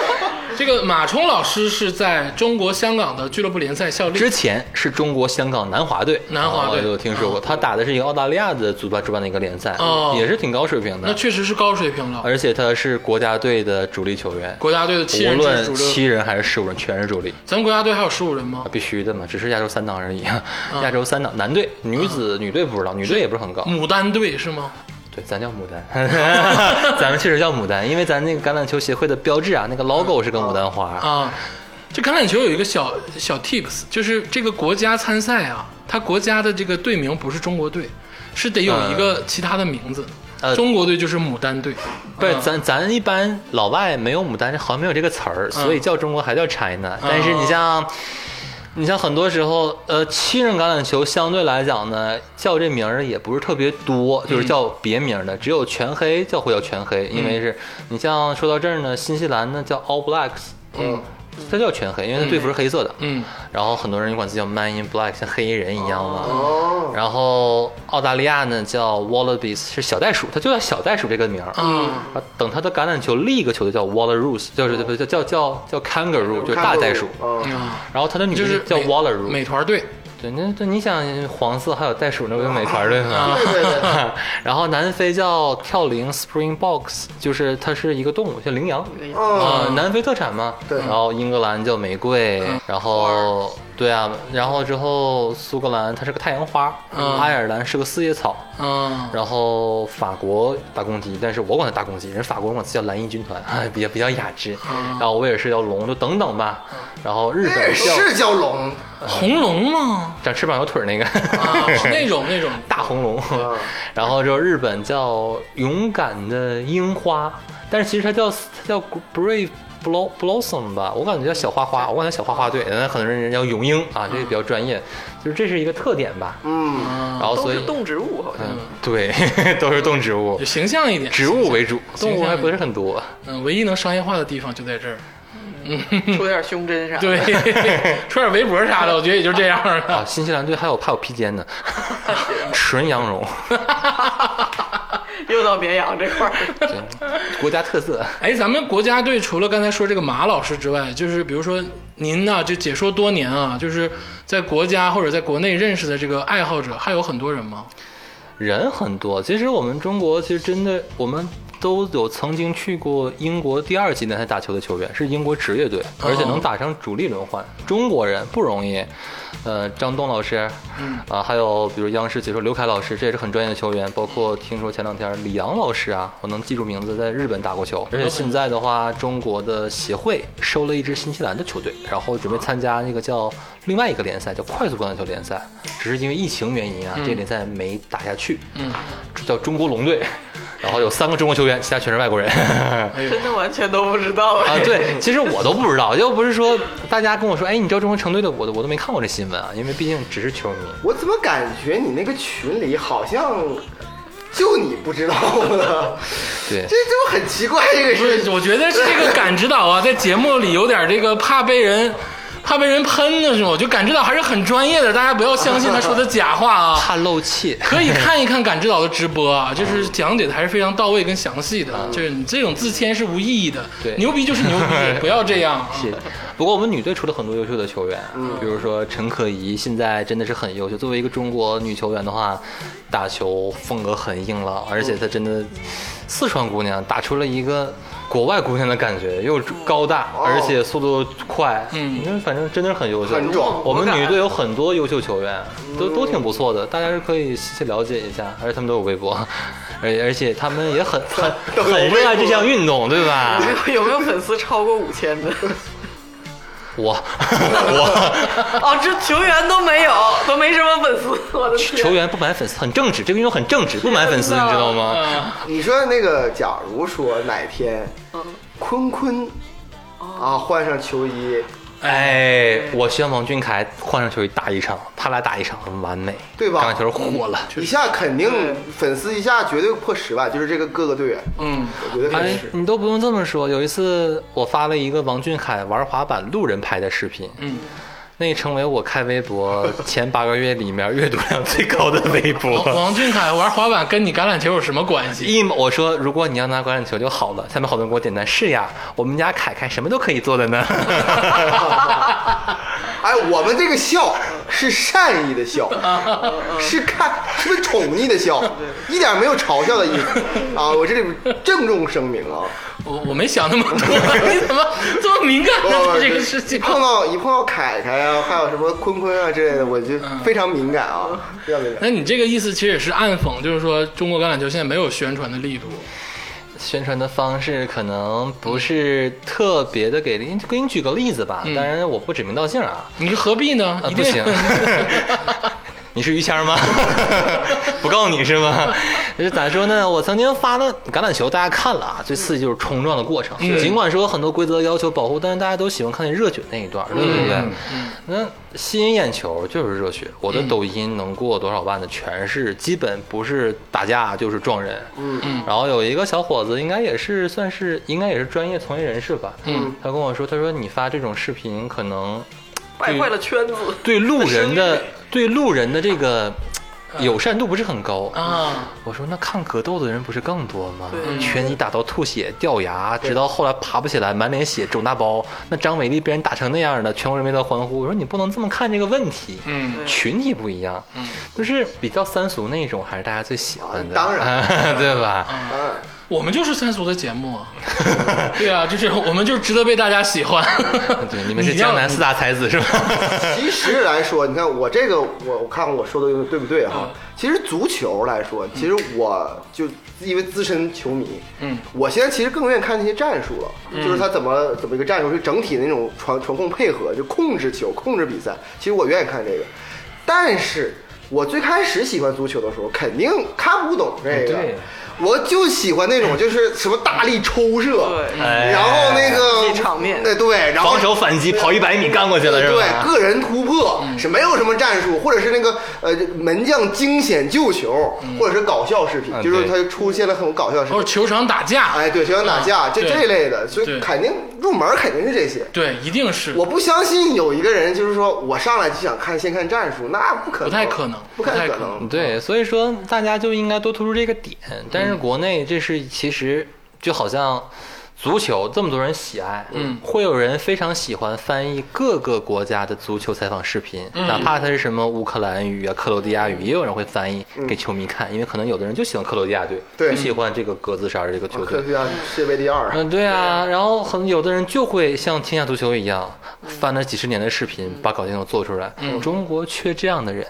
S1: 这个马冲老师是在中国香港的俱乐部联赛效力
S5: 之，前是中国香港南华队，哦
S1: 南华队
S5: 我有听说过，他打的是一个澳大利亚的足吧主办的一个联赛
S1: 哦，
S5: 也是挺高水平
S1: 那
S5: 的，
S1: 确实是高水平了。
S5: 而且他是国家队的主力球员，
S1: 国家队的七
S5: 无
S1: 人制
S5: 论
S1: 主
S5: 七
S1: 力，
S5: 人还是十五人全是主力。
S1: 咱们国家队还有十五人吗
S5: 啊？必须的嘛，只是亚洲三档而已。啊亚洲三档，男队、女子、女队不知道，女队也不是很高。
S1: 牡丹队是吗？
S5: 对，咱叫牡丹， 咱们确实叫牡丹，因为咱那个橄榄球协会的标志啊，那个 logo 是个牡丹花。
S1: 啊，这橄榄球有一个小小 tips，就是这个国家参赛啊，它国家的这个队名不是中国队，是得有一个其他的名字。
S5: 嗯呃
S1: 中国队就是牡丹队，
S5: 不是
S1: 嗯，
S5: 咱咱一般老外没有牡丹，好像没有这个词
S1: 嗯
S5: 儿，所以叫中国还叫 China。但是你像，你像很多时候，呃，七人橄榄球相对来讲呢，叫这名儿也不是特别多，
S1: 嗯
S5: 就是叫别名儿的，只有全黑叫会叫全黑，因
S1: 嗯
S5: 为是你像说到这儿呢，新西兰呢叫 All Blacks，嗯，它叫全黑，因为它队服是黑色的，
S1: 嗯，
S5: 然后很多人就管自己叫 Man in Black，像黑衣人一样嘛。
S4: 哦，
S5: 然后澳大利亚呢叫 Wallabies，是小袋鼠，它就叫小袋鼠这个名儿。
S1: 嗯
S5: 啊，等它的橄榄球另一个球队叫 Wallaroos，就是不叫叫叫叫
S4: 哦
S5: Kangaroo，就是大袋鼠。嗯
S4: 啊，
S1: 啊，
S5: 然后它的女
S1: 就
S5: 队
S1: 是
S5: 叫
S1: 美
S5: Wallaroo，
S1: 美团队
S5: 对，那对你想黄色还有袋鼠，那不就美团队吗？
S4: 对对对，
S5: 然后南非叫跳羚 Springboks，就是它是一个动物，叫羚羊。
S4: 哦，
S5: 啊、南非特产嘛。
S4: 对
S5: 然后英格兰叫玫瑰，然后对啊，然后之后苏格兰它是个太阳花，
S1: 嗯
S5: 爱尔兰是个四叶草，
S1: 啊，
S5: 然后法国大公鸡，但是我管它大公鸡，人法国人管它叫蓝鹰军团， 哎比较比较雅致。
S2: 啊
S5: 然后威尔士叫龙，就等等吧。然后日
S4: 日
S2: 哎
S5: 本叫
S4: 哎是叫龙，
S1: 红龙吗？
S5: 长翅膀有腿儿那个。
S1: 啊， 那种那种
S5: 大红龙，
S2: 啊
S5: 然后就日本叫勇敢的樱花，但是其实它叫它叫 brave blo- blossom 吧，我感觉叫小花花，我管它小花花队，
S2: 啊
S5: 那很多人叫永樱啊，这个比较专业，就是这是一个特点吧。
S4: 嗯，
S5: 然后
S2: 都
S5: 所以
S2: 是，动植物好像。
S5: 嗯，对， 都是动植物
S1: 有，形象一点，
S5: 植物为主，
S1: 形
S5: 动
S1: 象
S5: 物还不是很多。
S1: 嗯，唯一能商业化的地方就在这儿。
S5: 嗯
S2: 出点胸针啥的。
S1: 对，穿点围脖啥的，我觉得也就这样了。
S5: 啊，新西兰队还有还有披 肩呢，纯羊绒，
S2: 又到绵羊这块 儿，
S5: 国家特色。
S1: 哎，咱们国家队除了刚才说这个马老师之外，就是比如说您呐、就解说多年啊，就是在国家或者在国内认识的这个爱好者，还有很多人吗？
S5: 人很多。其实我们中国其实真的我们。都有曾经去过英国第二级联赛打球的球员，是英国职业队，而且能打上主力轮换。中国人不容易，呃，张东老师，啊，还有比如央视解说刘凯老师，这也是很专业的球员。包括听说前两天李阳老师啊，我能记住名字，在日本打过球。而且现在的话，中国的协会收了一支新西兰的球队，然后准备参加那个叫另外一个联赛，叫快速橄榄球联赛。只是因为疫情原因啊，这个联赛没打下去。
S1: 嗯，
S5: 叫中国龙队， 然后有三个中国球员，其他全是外国人。 啊，
S2: 真的完全都不知 道哎。
S5: 对，其实我都不知道，要不是说大家跟我说，哎，你知道中国成队的，我都我都没看过这新闻啊，因为毕竟只是球迷。
S4: 我怎么感觉你那个群里好像就你不知道呢？
S5: 对
S4: 这，这不很奇怪这个
S1: 不
S4: 事
S1: 是，
S4: 情。
S1: 我觉得是这个感指导啊，在节目里有点这个怕被人。怕被人喷的时候，就感指导还是很专业的，大家不要相信他说的假话啊。
S5: 怕漏气。
S1: 可以看一看感知导的直播啊，就是讲解的还是非常到位跟详细的。就是你这种自谦是无意义的，
S5: 对
S1: 牛逼就是牛 逼，不要这样啊。
S5: 是，不过我们女队出了很多优秀的球员，啊比如说陈可怡，现在真的是很优秀。作为一个中国女球员的话，打球风格很硬朗，而且她真的四川姑娘打出了一个国外姑娘的感觉，又高大，而且速度快，
S1: 嗯
S5: 嗯，反正真的是很优秀，
S4: 很壮
S5: 我们女队有很多优秀球员，都都挺不错的，大家是可以细细了解一下，而且他们都有微博， 而而且他们也很很很热爱这项运动，对吧？
S2: 有没有有没有粉丝超过五千的？
S5: 我 我。
S2: 啊，这球员都没有，都没什么粉丝。我的天！
S5: 球员不买粉丝很正直，这个运动很正直，不买粉丝，你知道吗？
S1: 啊，
S4: 你说那个，假如说哪天，坤坤啊换上球衣，
S5: 哎，我希望王俊凯换上球衣打一场，他俩打一场完美，
S4: 对吧嗯
S5: 橄榄球火了。
S4: 一下肯
S2: 对
S4: 定粉丝一下绝对破十万，就是这个各个队员，
S1: 嗯，
S4: 我觉得肯
S5: 哎
S4: 定是，。
S5: 你都不用这么说。有一次，我发了一个王俊凯玩滑板路人拍的视频，
S1: 嗯，
S5: 那成为我开微博前八个月里面阅读量最高的 微博。
S1: 王俊凯玩滑板跟你橄榄球有什么关系？
S5: 一，我说如果你要拿橄榄球就好了，下面好多人给我点赞，是呀，我们家凯凯什么都可以做的 呢。
S4: 哎，我们这 个笑是善意的笑，是看是不是宠溺的笑，一点没有嘲笑的 意思啊！我这里郑重声明啊，
S1: 我我没想那么多，你怎么这么敏感
S4: 不
S1: 呢？
S4: 不
S1: 对这个事情，
S4: 碰哦到一碰到凯凯啊，还有什么坤坤啊之类的，我就
S1: 嗯
S4: 非常敏感啊，非常敏感。
S1: 那你这个意思其实也是暗讽，就是说中国橄榄球现在没有宣传的力度。
S5: 宣传的方式可能不是特别的给力。给你举个例子吧，当然我不指名道姓啊，
S1: 你何必呢？
S5: 啊
S1: 一
S5: 不
S1: 定
S5: 行 你是于谦儿吗？ 不告你是吗？就是咋说呢？我曾经发的橄榄球，大家看了啊，最刺激嗯就是冲撞的过程。尽管说有很多规则要求保护，但是大家都喜欢看那热血那一段，对不对？那吸引眼球就是热血。我的抖音能过多少万的，全是基本不是打架就是撞人。嗯嗯。然后有一个小伙子，应该也是算是应该也是专业从业人士吧。嗯。他跟我说，他说你发这种视频可能
S2: 败坏了圈子。
S5: 对路人的对路人的这个友善度不是很高。
S1: 啊，
S5: 我说那看格斗的人不是更多吗
S2: 对？
S4: 嗯
S5: 拳击打到吐血、掉牙，直到后来爬不起来，满脸血、肿大包。那张伟丽被人打成那样的，全国人民都在欢呼。我说你不能这么看这个问题，
S1: 嗯，
S5: 群体不一样，就是比较三俗那种，还是大家最喜欢
S4: 嗯
S5: 的，
S4: 当
S5: 对吧？
S4: 当然，
S1: 我们就是三俗的节目啊，
S5: 嗯
S1: 对啊，就是我们就是值得被大家喜欢。
S5: 对，你们是
S1: 你要
S5: 江南四大才 子是吧？
S4: 其实来说，你看我这个，我我看看我说的对不对
S2: 嗯
S4: 哈？其实足球来说，其实我就因为资深球迷，
S1: 嗯，
S4: 我现在其实更愿意看那些战术
S2: 嗯
S4: 了，就是他怎么怎么一个战术，是整体的那种传传控配合，就控制球、控制比赛。其实我愿意看这个，但是我最开始喜欢足球的时候，肯定看不懂
S2: 哎
S4: 这个
S5: 对，
S4: 我就喜欢那种就是什么大力抽射，
S2: 对
S5: 哎
S4: 然后那
S2: 竞
S4: 个
S2: 技场面
S4: 哎对，然后
S5: 防守反击，跑一百米干过去了是
S4: 对，
S5: 吧？
S4: 个人突破是没有什么战术，或者是那个呃门将惊险救球，或者是搞笑视频
S5: 嗯，
S4: 就是
S5: 对
S4: 它出现了很多搞笑视
S1: 或者
S4: 频。
S1: 球场打架，
S4: 哎，对，学员打架
S1: 啊
S4: 这
S1: 对
S4: 这类的，所
S1: 对
S4: 以肯定入门肯定是这些。
S1: 对，一定是
S4: 我不相信有一个人就是说我上来就想看先看战术，那不可能，
S1: 不太可能
S4: 不
S1: 不
S4: 太
S1: 太
S4: 可
S1: 可
S4: 能。
S5: 对，所以说大家就应该多突出这个点。但是国内这是其实就好像足球这么多人喜爱，
S1: 嗯
S5: 会有人非常喜欢翻译各个国家的足球采访视频，
S1: 嗯
S5: 哪怕它是什么乌克兰语啊、克罗地亚语，也有人会翻译给球迷看，因为可能有的人就喜欢克罗地亚队，
S4: 对哦
S5: 就喜欢这个格子衫儿这个球队
S4: 科。学家世界杯第二，
S5: 嗯，对啊，然后很有的人就会像天下足球一样，翻了几十年的视频，把搞定球做出来。中国缺这样的人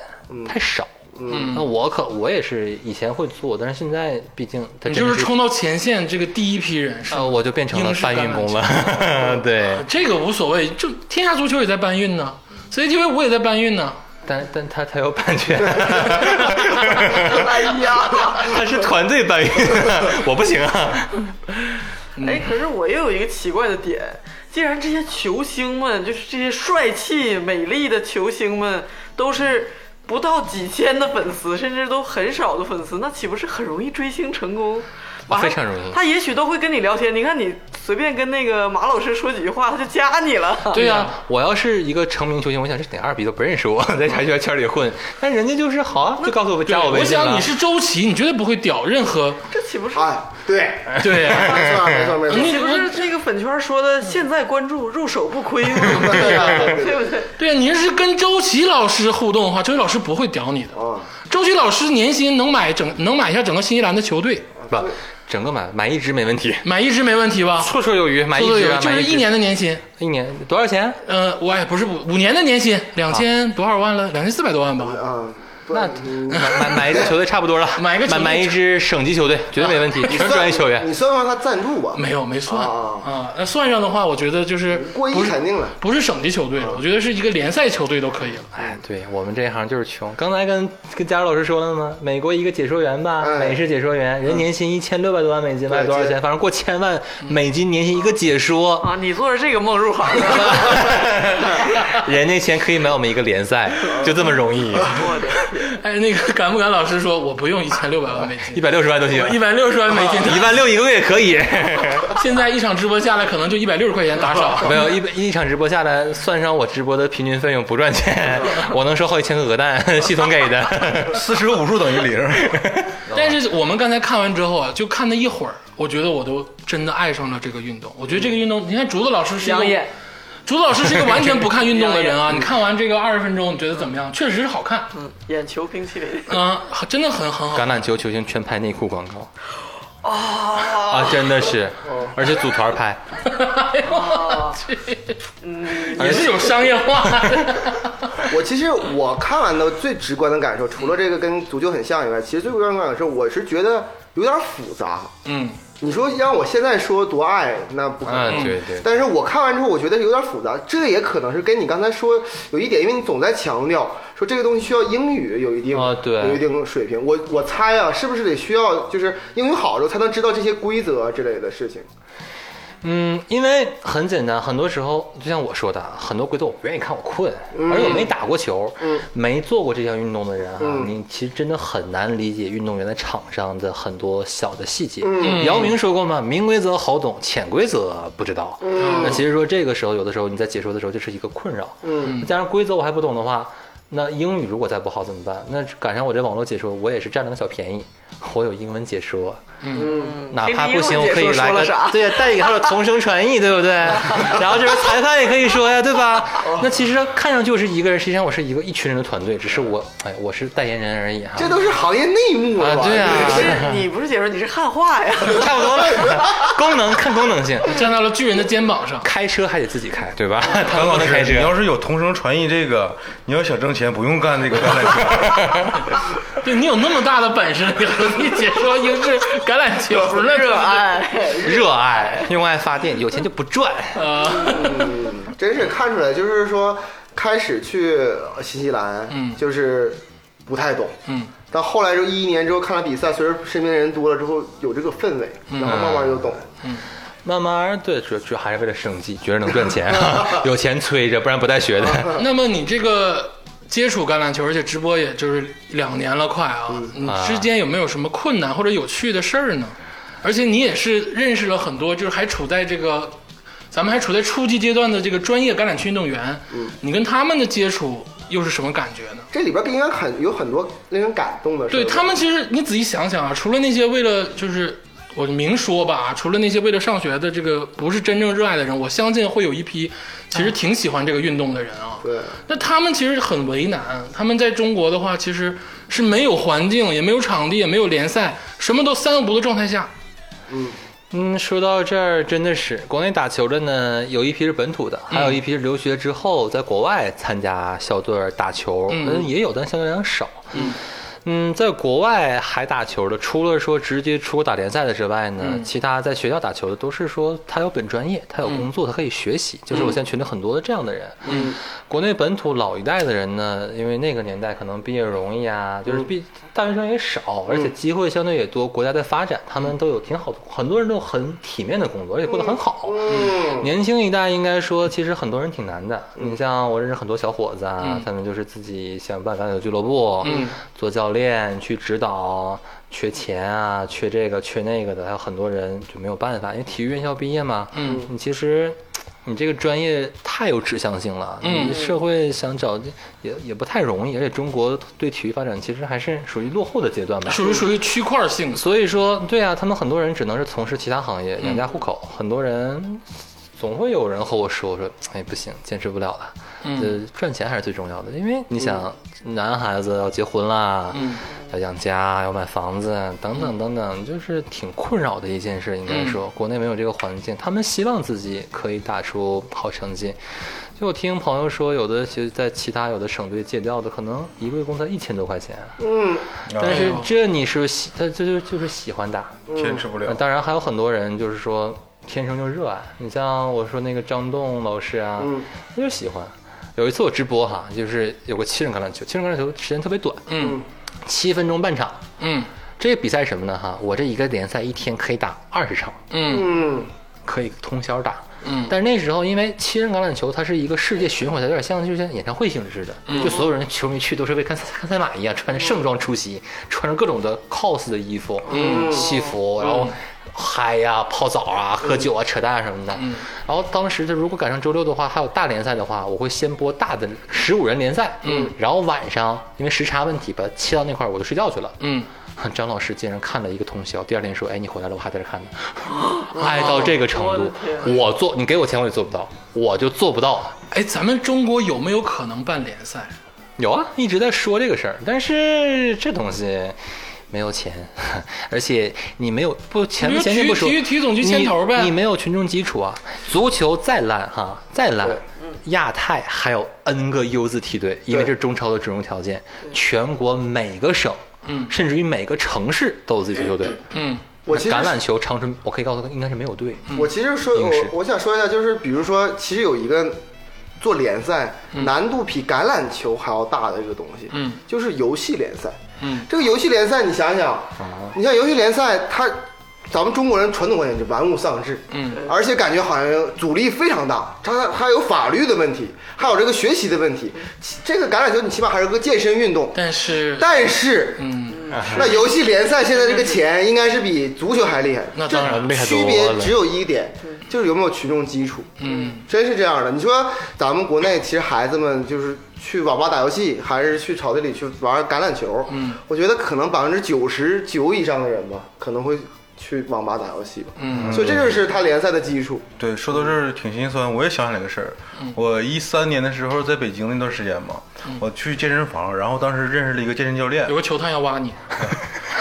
S5: 太少。
S1: 嗯
S5: 那我可我也是以前会做，但是现在毕竟他
S1: 你
S5: 真
S1: 就
S5: 的
S1: 是冲到前线这个第一批人是吗
S5: 呃，我就变成了
S1: 英式
S5: 搬运工了。 对，
S1: 这个无所谓，就天下足球也在搬运呢，CCTV 五也在搬运呢。
S5: 但但他他有版权，
S2: 哎呀，
S5: 他是团队搬运， 我不行啊。
S2: 哎，可是我又有一个奇怪的点，既然这些球星们，就是这些帅气美丽的球星们，都是不到几千的粉丝，甚至都很少的粉丝，那岂不是很容易追星成功？马
S5: 非常容易
S2: 他也许都会跟你聊天。你看，你随便跟那个马老师说几句话，他就加你了。
S1: 对呀、
S5: 我要是一个成名球星，我想这哪二逼都不认识我，在啥圈圈里混，但人家就是好啊，就告诉我加我微
S1: 我
S5: 信
S1: 想
S5: 了
S1: 你。是周琦，你绝对不会屌任 何
S2: 这岂不是？
S4: 哎，对，
S1: 对呀、
S4: 没错没错没
S2: 这
S4: 错，
S2: 岂不是那个粉圈说的现在关注入手不亏吗？对
S4: 啊
S2: 不对？
S1: 对呀、你要是跟周琦老师互动的话，周琦老师不会屌你的。
S4: 啊，
S1: 周琦老师年薪能买整能买下整个新西兰的球队，
S5: 不，整个买买一支没问题，
S1: 买一支没问题吧？
S5: 绰绰有余，买一
S1: 对
S5: 支
S1: 对，
S5: 啊，
S1: 就
S5: 买
S1: 是
S5: 一
S1: 一
S5: 支
S1: 年的年薪，
S5: 一年多少钱？
S1: 呃，我也不是五五年的年薪，两
S5: 啊
S1: 千多少万了，两千四百多万吧。
S4: 啊，不
S5: 那买买买一支球队差不多了，
S1: 买一个球
S5: 买
S1: 队
S5: 买一支省级球队绝对没 问题，全是专业球员
S4: 你。算不算他赞助吧？
S1: 没有没算
S4: 啊
S1: 啊，那算上的话，我觉得就是
S4: 过亿
S1: 不是
S4: 肯定了
S1: 不是省级球队了，我觉得是一个联赛球队都可以了。
S5: 哎，对我们这一行就是穷。刚才跟跟佳茹老师说了吗？美国一个解说员吧，
S4: 哎
S5: 美式解说员，人年薪一千六百多万美金吧，
S4: 对
S5: 多少
S4: 这
S5: 钱？反正过千万美金年薪一个解说，
S2: 啊，你做着这个梦入行 了，
S5: 人家钱可以买我们一个联赛，就这么容易。
S2: 我的天！别。
S1: 哎，那个敢不敢老师说我不用一千六百万美金
S5: 一，百六十万都 行，
S1: 一百六十万美金，
S5: 一万六一个月可以。
S1: 现在一场直播下来可能就一百六十块钱打赏。
S5: 没有一一场直播下来，算上我直播的平均费用不 赚钱，我能收好几千个鹅蛋， 系统给的。
S3: 四舍五入等于零。
S1: 但是我们刚才看完之后啊，就看那一会儿，我觉得我都真的爱上了这个运动。我觉得这个运动，你看竹子老师是一
S2: 香
S1: 个
S2: 艳，
S1: 竹子老师是一个完全不看运动的人 啊。你看完这个二十分钟，你觉得怎么样？确实是好看，
S2: 嗯，眼球冰淇淋
S1: 嗯，真的很很好。
S5: 橄榄球球星全拍内裤广告。
S1: 哦
S5: 啊，真的是，而且组团拍， 嗯
S1: 哎呦我去，也是有商业化。
S4: 我其实我看完的最直观的感受，除了这个跟足球很像以外，其实最直观的感受，我是觉得有点复杂。
S1: 嗯，
S4: 你说让我现在说多爱，那不可能。
S5: 嗯，对对，
S4: 但是我看完之后，我觉得有点复杂，这也可能是跟你刚才说有一点，因为你总在强调说这个东西需要英语有一定
S5: 啊对
S4: 有一定水平。我我猜啊，是不是得需要就是英语好之后才能知道这些规则啊之类的事情？
S5: 嗯，因为很简单，很多时候就像我说的，啊很多规则我不愿意看，我困，
S4: 嗯
S5: 而且我没打过球，
S4: 嗯
S5: 没做过这项运动的人哈、啊
S4: 嗯
S5: 你其实真的很难理解运动员在场上的很多小的细节。
S4: 嗯
S5: 姚明说过嘛，明规则好懂，潜规则不知道。
S4: 嗯
S5: 那其实说这个时候，有的时候你在解说的时候，就是一个困扰。
S4: 嗯
S5: 加上规则我还不懂的话，那英语如果再不好怎么办？那赶上我这网络解说，我也是占了个小便宜， 我有英文解说，
S4: 嗯，
S5: 哪怕不
S2: 听
S5: 行，
S2: 听英
S5: 我
S2: 文
S5: 可以
S2: 解说
S5: 来
S2: 说
S5: 个
S2: 了啥
S5: 对呀，带一个还有同声传译，对 不对？然后这边裁判也可以说呀，对吧？那其实看上去我是一个人，实际上我是一个一群人的团队，只是我哎，我是代言人而已哈。
S4: 这都是行业内幕了吧？
S5: 啊对啊
S2: 不是你不是解说，你是汉化呀。
S5: 差不多了，功能看功能性，
S1: 站到了巨人的肩膀上。
S5: 开车还得自己开，对 吧？他们不能开车
S3: 你。要是有同声传译这个，你要想挣钱，不用干这个橄 榄球。
S1: 对你有那么大的本事，你何必解说英式橄榄 球呢？
S2: 热爱，
S5: 热爱用爱发电，有钱就不 赚。
S1: 呃，
S4: 真是看出来，就是说开始去新西兰，
S1: 嗯
S4: 就是不太懂，
S1: 嗯，
S4: 但后来就一一年之后看了比赛，随着身边人多了之后有这个氛围，
S1: 嗯
S4: 然后慢慢就懂。
S5: 慢慢对，主主要还是为了生计，觉得能 赚钱，有钱催着，不然不带学的。
S1: 那么你这个接触橄榄球，而且直播也就是两年了，快啊，你之间有没有什么困难或者有趣的事儿呢？而且你也是认识了很多，就是还处在这个。咱们还处在初级阶段的这个专业橄榄球运动员，你跟他们的接触又是什么感觉呢？
S4: 这里边应该很有很多令人感动的事儿。
S1: 对他们，其实你仔细想想啊，除了那些为了就是我明说吧啊，除了那些为了上学的这个不是真正热爱的人，我相信会有一批其实挺喜欢这个运动的人啊。
S4: 对，
S1: 那他们其实很为难，他们在中国的话，其实是没有环境，也没有场地，也没有联赛，什么都三无的状态下，
S4: 嗯，
S5: 嗯，说到这儿，真的是国内打球的呢，有一批是本土的，还有一批是留学之后在国外参加校队儿打球，
S1: 嗯
S5: 也有，但相对来讲少。嗯。在国外还打球的，除了说直接出国打联赛的之外呢，
S1: 嗯
S5: 其他在学校打球的都是说他有本专业，他有工作，他可以学习。就是我现在群里很多的这样的人。
S1: 嗯，
S5: 国内本土老一代的人呢，因为那个年代可能毕业容易
S1: 嗯
S5: 啊，就是毕大学生也少，而且机会相对也多，国家在发展，他
S1: 嗯
S5: 们都有挺好的，很多人都有很体面的工作，而且过得很好。
S4: 嗯，
S5: 年轻一代应该说，其实很多人挺难的。你像我认识很多小伙子啊，
S1: 嗯
S5: 他们就是自己想办法有俱乐部，
S1: 嗯
S5: 做教练去指导，缺钱啊，缺这个缺那个的，还有很多人就没有办法，因为体育院校毕业嘛，
S1: 嗯，
S5: 你其实。你这个专业太有指向性了，
S1: 嗯
S5: 你社会想找也也不太容易，而且中国对体育发展其实还是属于落后的阶段吧，
S1: 属于属于区块性的。
S5: 所以说，对啊，他们很多人只能是从事其他行
S1: 嗯
S5: 业养家糊口，很多人总会有人和我说说，哎，不行，坚持不了了，
S1: 嗯
S5: 呃，赚钱还是最重要的，因为你想，男孩子要结婚啦，
S1: 嗯
S5: 要养家，要买房子，等等等等，就是挺困扰的一件事。应
S1: 嗯
S5: 该说，国内没有这个环境，他们希望自己可以打出好成绩。就我听朋友说，有的其实在其他有的省队借调的，可能一个月工资一千多块钱，
S4: 嗯
S5: 但是这你是喜，他这就就是喜欢打。
S3: 啊坚持不了
S1: 嗯
S5: 呃。当然还有很多人就是说天生就热爱。你像我说那个张栋老师啊，
S4: 嗯
S5: 他就喜欢。有一次我直播哈，就是有个七人橄榄球，七人橄榄球时间特别短，
S1: 嗯
S5: 七分钟半场。
S1: 嗯
S5: 这个比赛是什么呢？哈，我这一个联赛一天可以打二十场，
S1: 嗯
S4: 嗯
S5: 可以通宵打。
S1: 嗯
S5: 但是那时候因为七人橄榄球它是一个世界巡回赛，有点像就是演唱会性质的，就所有人球迷去都是为看赛看赛马一样，穿着盛装出席，穿着各种的 cos 的衣服、嗯、戏服，然后。嗨呀、泡澡啊、喝酒啊、扯淡什么的。然后当时就如果赶上周六的话，还有大联赛的话，我会先播大的十五人联赛。嗯，然后晚上因为时差问题吧，切到那块儿我就睡觉去了。
S1: 嗯，
S5: 张老师竟然看了一个通宵，第二天说：“哎，你回来了，我还在这看呢。”爱到这个程
S2: 我的
S5: 度，我做你给我钱我也做不到，我就做不到。
S1: 哎，咱们中国有没有可能办联赛？
S5: 有啊，一直在说这个事儿，但是这东西没有钱， 而且你没有不前
S1: 没有
S5: 前面
S1: 体育
S5: 不说，
S1: 体育体育总局牵头呗
S5: 你，你没有群众基础啊。足球再烂哈，再烂，亚太还有 N 个 U 字梯队，因为这是中超的准入条件，全国每个省，
S1: 嗯
S5: 甚至于每个城市都有自己的足球队。
S1: 嗯
S4: 我其实嗯
S5: 橄榄球长春，我可以告诉他，应该是没有队。
S4: 我其实说，
S5: 影视
S4: 我我想说一下，就是比如说，其实有一个做联赛难度比橄榄球还要大的一个东西，
S1: 嗯，
S4: 就是游戏联赛。
S1: 嗯，啊
S4: 这个游戏联赛，你想想，你像游戏联赛，它咱们中国人传统观念就玩物丧志，
S1: 嗯，
S4: 而且感觉好像阻力非常大，它还有法律的问题，还有这个学习的问题。其这个橄榄球你起码还是个健身运动，
S1: 但是
S4: 但是
S1: 嗯，
S4: 那游戏联赛现在这个钱应该是比足球还厉害，
S1: 那当然
S5: 厉害
S4: 区
S5: 多
S4: 别
S5: 了
S4: 只有一点，就是有没有群众基础。
S1: 嗯，
S4: 真是这样的。你说咱们国内其实孩子们就是去网吧打游戏，还是去草地里去玩橄榄球？
S1: 嗯，
S4: 我觉得可能百分之九十九以上的人吧，可能会去网吧打游戏吧。
S1: 嗯，
S4: 所以这就是他联赛的基础。
S3: 对，说到这儿挺心酸，我也想起来个事儿。
S1: 嗯
S3: 我一三年的时候在北京那段时间嘛，我去健身房，然后当时认识了一个健身教练
S1: 有，个球探要挖你，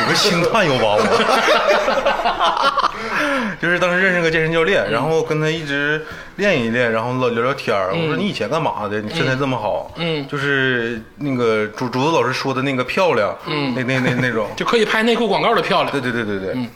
S3: 有个星探又挖我， 就是当时认识个健身教练，然后跟他一直练一练，然后老聊聊天儿。我说你以前干嘛的？你身材这么好，
S1: 嗯
S3: 就是那个竹竹子老师说的那个漂亮，
S1: 嗯
S3: 那那那那种，
S1: 就可以拍内裤广告的漂
S3: 对
S1: 亮。
S3: 对对对对。
S1: 嗯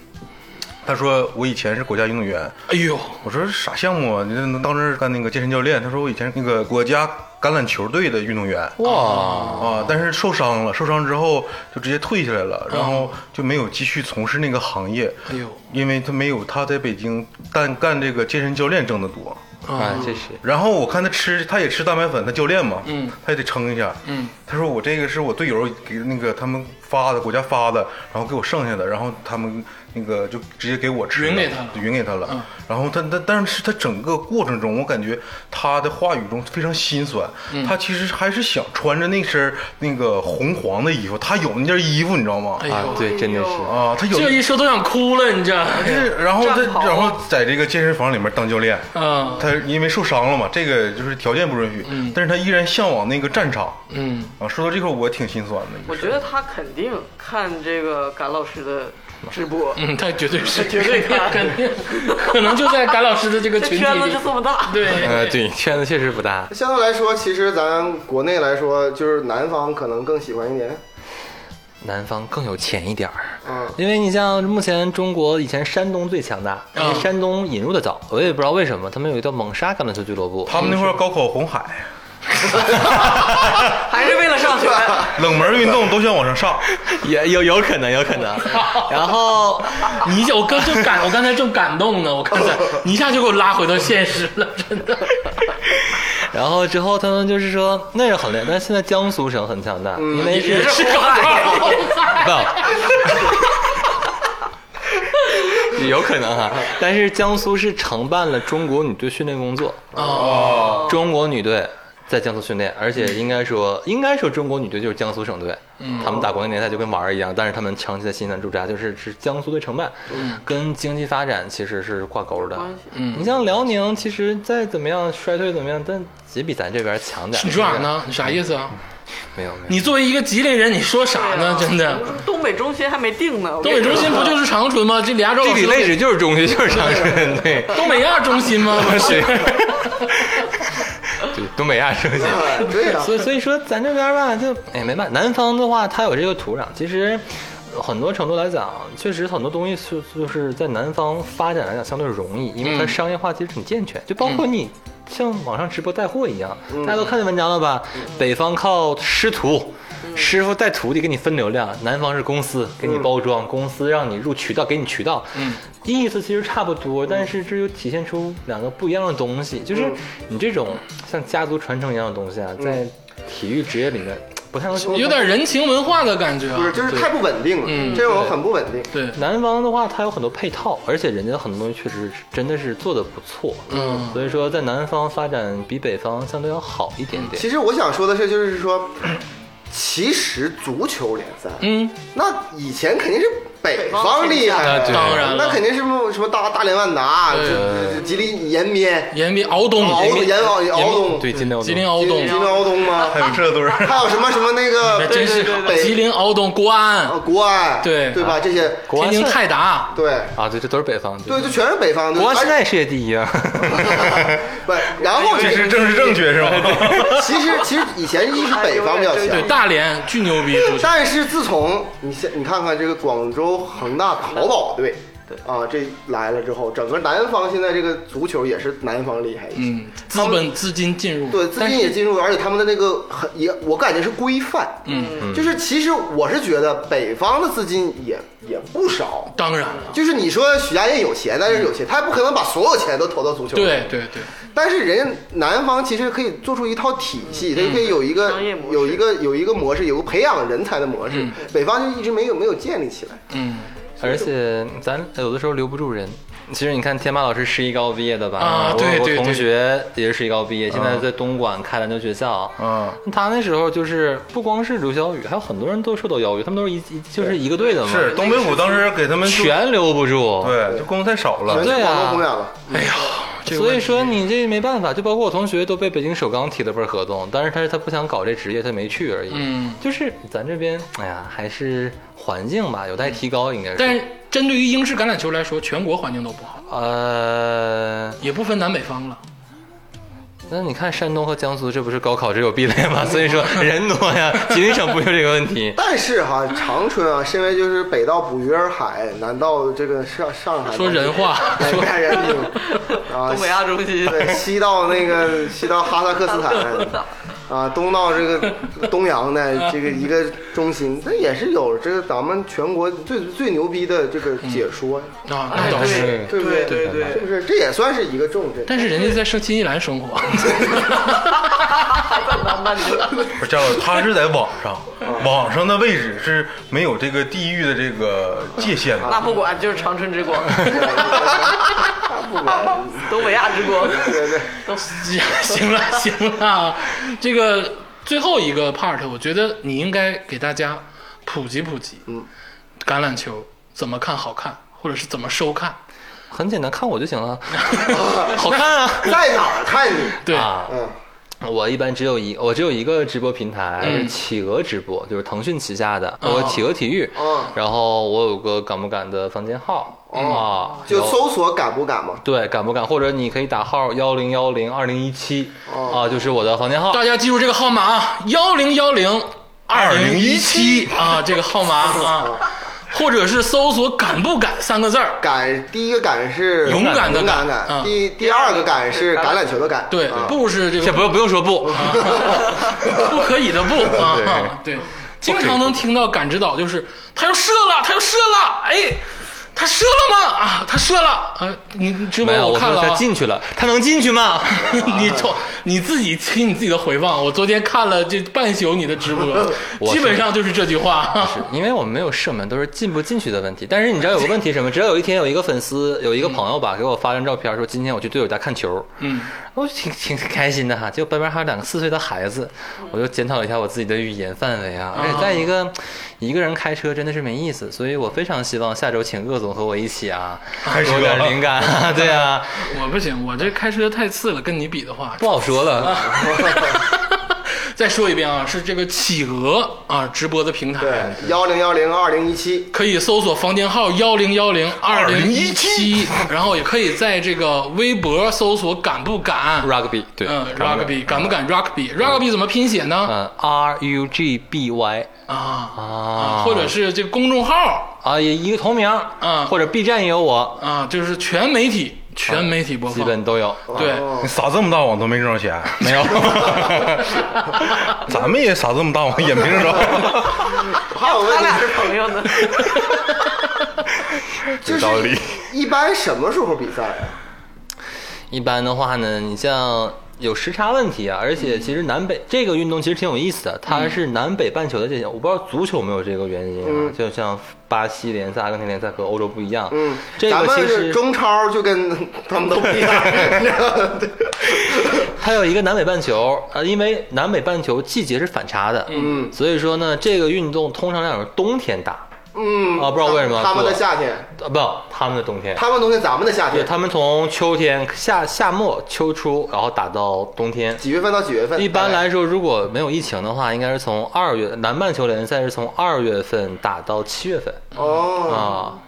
S3: 他说我以前是国家运动员，
S1: 哎呦，
S3: 我说啥项目啊？你这能当时干那个健身教练？他说我以前是那个国家橄榄球队的运动员。
S5: 哇，
S3: 啊，但是受伤了，受伤之后就直接退下来了，然后就没有继续从事那个行业。
S1: 哎呦
S3: 因为他没有他在北京干干这个健身教练挣得多。
S5: 啊，这是
S3: 然后我看他吃，他也吃蛋白粉，他教练嘛，
S1: 嗯，
S3: 他也得撑一下，
S1: 嗯，
S3: 他说我这个是我队友给那个他们发的，国家发的，然后给我剩下的，然后他们那个就直接给我吃了，
S1: 匀给他了嗯
S3: 对匀给他了。然后他但但是他整个过程中，我感觉他的话语中非常心酸，
S1: 嗯
S3: 他其实还是想穿着那身那个红黄的衣服，他有那件衣服，你知道吗？
S1: 哎
S5: 啊
S1: 呦，，
S5: 对，真的是。
S3: 啊，他有
S1: 这一说都想哭了，你这，
S3: 是然后他
S2: 战袍啊
S3: 然后在这个健身房里面当教练，
S1: 嗯
S3: 他因为受伤了嘛，这个就是条件不允许，但是他依然向往那个战场。
S1: 嗯，
S3: 啊，说到这块儿我挺心酸的。
S2: 我觉得他肯定看这个甘老师的直播，
S1: 嗯，他绝对是，
S2: 绝对 看
S1: 肯定，可能就在甘老师的这个
S2: 这
S1: 群体
S2: 圈子
S1: 里
S2: 就，这么大。
S5: 呃，
S1: 对，
S5: 对，圈子确实不大。
S4: 相对来说，其实咱国内来说，就是南方可能更喜欢一点。
S5: 南方更有钱一点儿。
S4: 嗯，
S5: 因为你像目前中国以前山东最强大，因为山东引入的早，我也不知道为什么，他们有一个叫蒙沙橄榄球俱乐部，
S3: 他们那块儿高考红海，
S2: 还是为 了上学。
S3: 冷门运动都想往上上，
S5: 也有有可能，有可能。 然后
S1: 你我刚正感，我刚才正感动呢，我刚才你一下就给我拉回到现实了，真的。
S5: 然后之后他们就是说那是很厉害，但是现在江苏省很强大，因为嗯是
S1: 是 广告，
S5: 不， 有可能哈、啊但是江苏是承办了中国女队训练工作，
S1: 哦，
S5: 中国女队在江苏训练，而且应该说，应该说中国女队就是江苏省队，他们打国内联赛就跟玩儿一样，但是他们长期在西南驻扎，就是是江苏队承办，跟经济发展其实是挂钩的
S2: 关系。
S1: 嗯
S5: 你像辽宁，其实再怎么样衰退怎么样，但也比咱这边强点儿。
S1: 你说啥呢？你啥意思啊？
S5: 没有没有，
S1: 你作为一个吉林人，你说啥呢？真的
S2: 我，们东北中心还没定呢。我
S1: 东
S2: 跟你
S1: 北
S2: 说
S1: 中心不就是长春吗？这俩州
S5: 地理位置就是中学，就是长春，对，
S1: 东北亚中心吗？不
S5: 是， 对，东北亚中 心。
S4: 哎对呀、
S5: 所以所以说咱这边吧，就哎没办法，南方的话它有这个土壤，其实。很多程度来讲，确实很多东西就就是在南方发展来讲相对容易，因为它
S1: 嗯
S5: 商业化其实很健全，就包括你
S1: 嗯
S5: 像网上直播带货一样，大家都看见文章了吧？北方靠师徒，
S1: 嗯
S5: 师傅带徒弟给你分流量，南方是公司给你包装，公司让你入渠道，给你渠道，
S1: 嗯，
S5: 意思其实差不多，但是这又体现出两个不一样的东西，就是
S1: 嗯
S5: 你这种像家族传承一样的东西啊，在体育职业里面不太能说。
S1: 有点人情文化的感觉啊
S4: 不。是，就是太不稳定
S1: 嗯
S4: 了，这种很不稳定。
S1: 对，
S5: 南方的话，它有很多配套，而且人家很多东西确实是真的是做的不错，
S1: 嗯
S5: 所以说在南方发展比北方相对要好一点点。
S4: 其实我想说的是，就是说，其实足球联赛，
S1: 嗯，
S4: 那以前肯定是北方厉害
S5: 北方天下
S4: 呗，
S1: 当然了
S4: 那肯定是什么什么大大连万达、
S1: 对
S4: 这这吉林延边、
S1: 延边敖东，
S4: 敖延敖
S5: 延
S4: 敖
S1: 嗯
S4: 东、
S5: 对，
S4: 吉
S5: 尽量
S1: 吉林敖
S4: 林
S1: 东
S4: 吉，林敖东吗？
S3: 还有这对儿，
S4: 还有什么什么那个
S1: 真是
S2: 对对
S4: 对对
S1: 吉林敖东、国
S4: 呃
S1: 安、
S4: 国安，
S1: 对啊
S4: 对吧？这些
S5: 国安
S1: 天津
S5: 现在
S1: 泰达，
S4: 对
S5: 啊，对，这都是北方。
S4: 对，就全是北方的。
S5: 国安
S4: 而
S5: 现在世界第一啊。
S4: 不，然后
S3: 这
S4: 其
S3: 是
S4: 实
S3: 政治正确是吗？
S4: 其实其实以前一是北方比较强，
S1: 对大连巨牛逼，足球
S4: 但是自从你先你看看这个广州恒大淘宝队，
S2: 对
S4: 啊，这来了之后，整个南方现在这个足球也是南方厉害一些。
S1: 嗯，资本资金进入，
S4: 对，资
S1: 但
S4: 金
S1: 是
S4: 也进入，而且他们的那个很也，我感觉是规范。嗯，就是其实我是觉得北方的资金也也不少。
S1: 当然了，
S4: 就是你说许家印有钱，但是有钱，他也不可能把所有钱都投到足球。
S1: 对，对对，
S4: 但是人家南方其实可以做出一套体系，它可以有一个
S2: 嗯商业模式嗯
S4: 有一个有一个模式，有个培养人才的模式。北方就一直没有没有建立起来。
S1: 嗯，
S5: 而且咱有的时候留不住人。其实你看，天霸老师十一高毕业的吧？
S1: 啊
S5: 我
S1: 对对嗯
S5: 我
S1: 对
S5: 同学也是十一高毕业，现在在东莞开篮球学校。
S3: 嗯，
S5: 他那时候就是不光是刘晓宇，还有很多人都受到邀约，他们都是一一就是一个队的 嘛，
S3: 是东北虎当时给他们就
S5: 全留不住。
S3: 对，就工太少了
S4: 全。
S5: 对
S4: 去广
S5: 啊
S4: 东弘远了，。
S1: 哎呀，这个
S5: 所以
S1: 问题
S5: 说你这没办法，就包括我同学都被北京首钢提了份合同，但是他他不想搞这职业，他没去而已。
S1: 嗯，
S5: 就是咱这边，哎呀，还是环境吧，有待提高，应该是。
S1: 但是针对于英式橄榄球来说，全国环境都不好，
S5: 呃，
S1: 也不分南北方了。
S5: 那你看山东和江苏，这不是高考只有壁垒吗？所以说人多呀， 吉林省不有这个问题
S4: 但是哈，长春啊，身为就是北到捕鱼儿海，南到这个上上海，
S1: 说人话，
S4: 哎，
S1: 说
S4: 吓人听啊
S2: 东，北亚中 心，
S4: 对，西到那个西到哈萨克 斯坦，啊，东到这个东洋
S1: 嗯
S4: 的这个一个中心，那也是有这个咱们全国最最牛逼的这个解说呀，
S1: 啊，那
S2: 哎
S1: 倒是，
S2: 对
S4: 对
S5: 是
S4: 不对？
S2: 对对
S4: 是不是？这也算是一个重镇。
S1: 但是人家在圣新西兰生活，
S3: 不是，家老师，他是在网上，网上的位置是没有这个地域的这个界限
S2: 那
S3: 的。
S2: 不管就是长 春之光，
S4: 不管
S2: 东北亚之光。
S4: 对对，
S1: 行了行了啊，这个最后一个 part，我觉得你应该给大家普及普及，嗯，橄榄球怎么看好看，或者是怎么收看，
S5: 很简单，看我就行了，好看啊。
S4: 在哪儿看你？
S1: 对，
S5: 啊，
S4: 嗯，
S5: 我一般只有一，我只有一个直播平台，是企鹅直播，就是腾讯旗下的，我企鹅体育
S4: 哦。
S5: 然后我有个敢不敢的房间号啊，
S4: 就
S5: 然后
S4: 搜索敢不敢嘛。
S5: 对敢不敢，或者你可以打号幺零幺零二零一七啊，就是我的房间号。
S1: 大家记住这个号码啊，幺零幺零二零一七啊，这个号码 啊，或者是搜索“敢不敢”三个字儿，
S4: 敢，第一个敢是
S1: 勇敢的
S4: 勇敢
S1: 敢嗯
S4: 敢，第第二个敢是橄榄球的敢，
S1: 对
S4: 啊，
S1: 不是这个
S5: 这不用不用说不，
S1: 不可以 的不啊，对，经常能听到感知导就是他要射了，他要射了，哎，他射了吗？啊，他射了啊！你直播
S5: 没有，我
S1: 看
S5: 说
S1: 了、
S5: 他
S1: 啊，
S5: 进去了，他能进去吗？
S1: 你瞅你自己听你自己的回放，我昨天看了这半宿你的直播，
S5: 我
S1: 基本上就是这句话。
S5: 是因为我们没有射门，都是进不进去的问题。但是你知道有个问题是什么？只要有一天有一个粉丝，有一个朋友吧，给我发张照片，说今天我去队友家看球，嗯，我挺挺开心的哈。结果旁边还有两个四岁的孩子，我就检讨了一下我自己的语言范围啊。而且再一个，一个人开车真的是没意思，所以我非常希望下周请鄂总和我一 起啊，
S3: 开车
S5: 给我点灵感啊，对啊，
S1: 我不行，我这开车太次了，跟你比的话，
S5: 不好说了。
S1: 再说一遍啊，是这个企鹅啊直播的平台，
S4: 对，幺零幺零二零一七，
S1: 可以搜索房间号幺零幺零二零一七，然后也可以在这个微博搜索“敢不敢
S5: Rugby 对，”，
S1: 嗯，rugby 敢不敢 rugby？rugby 怎么拼写呢？
S5: 嗯，R U G B Y
S1: 啊
S5: 啊
S1: 啊，，或者是这个公众号
S5: 啊，也一个同名
S1: 嗯
S5: 或者 B 站也有我
S1: 啊，就是全媒体全媒体播
S5: 基
S1: 放，
S5: 本都有。
S1: 对，
S3: 你撒这么大网都没挣着钱，没有？ 咱们也撒这么大网也没挣着，
S4: 还有问
S2: 他
S4: 题
S2: 俩是朋友呢。
S4: 就是
S3: 道理
S4: 一般什么时候比赛啊？
S5: 一般的话呢，你像有时差问题啊，而
S4: 嗯
S5: 且其实南北、这个运动其实挺有意思的，它是南北半球的这些，我不知道足球有没有这个原因啊，就像巴西联赛、阿根廷联赛和欧洲不一样，
S4: 嗯，
S5: 这
S4: 咱
S5: 个
S4: 们
S5: 其
S4: 是
S5: 实
S4: 中超就跟他们都不一样， 你知道吗对
S5: 它有一个南北半球，呃，因为南北半球季节是反差的，
S4: 嗯
S5: 所以说呢，这个运动通常来讲是冬天打，
S4: 嗯
S5: 啊不知道为什么
S4: 他们的
S5: 对
S4: 夏天，
S5: 呃，不，他们的冬天。
S4: 他们东西咱们的夏
S5: 对
S4: 天，
S5: 他们从秋天夏夏末秋初，然后打到冬天，
S4: 几月份到几 月份？
S5: 一般来说，如果没有疫情的话，应该是从二月南半球联赛是从二月份打到七月份
S4: 哦，
S5: 啊，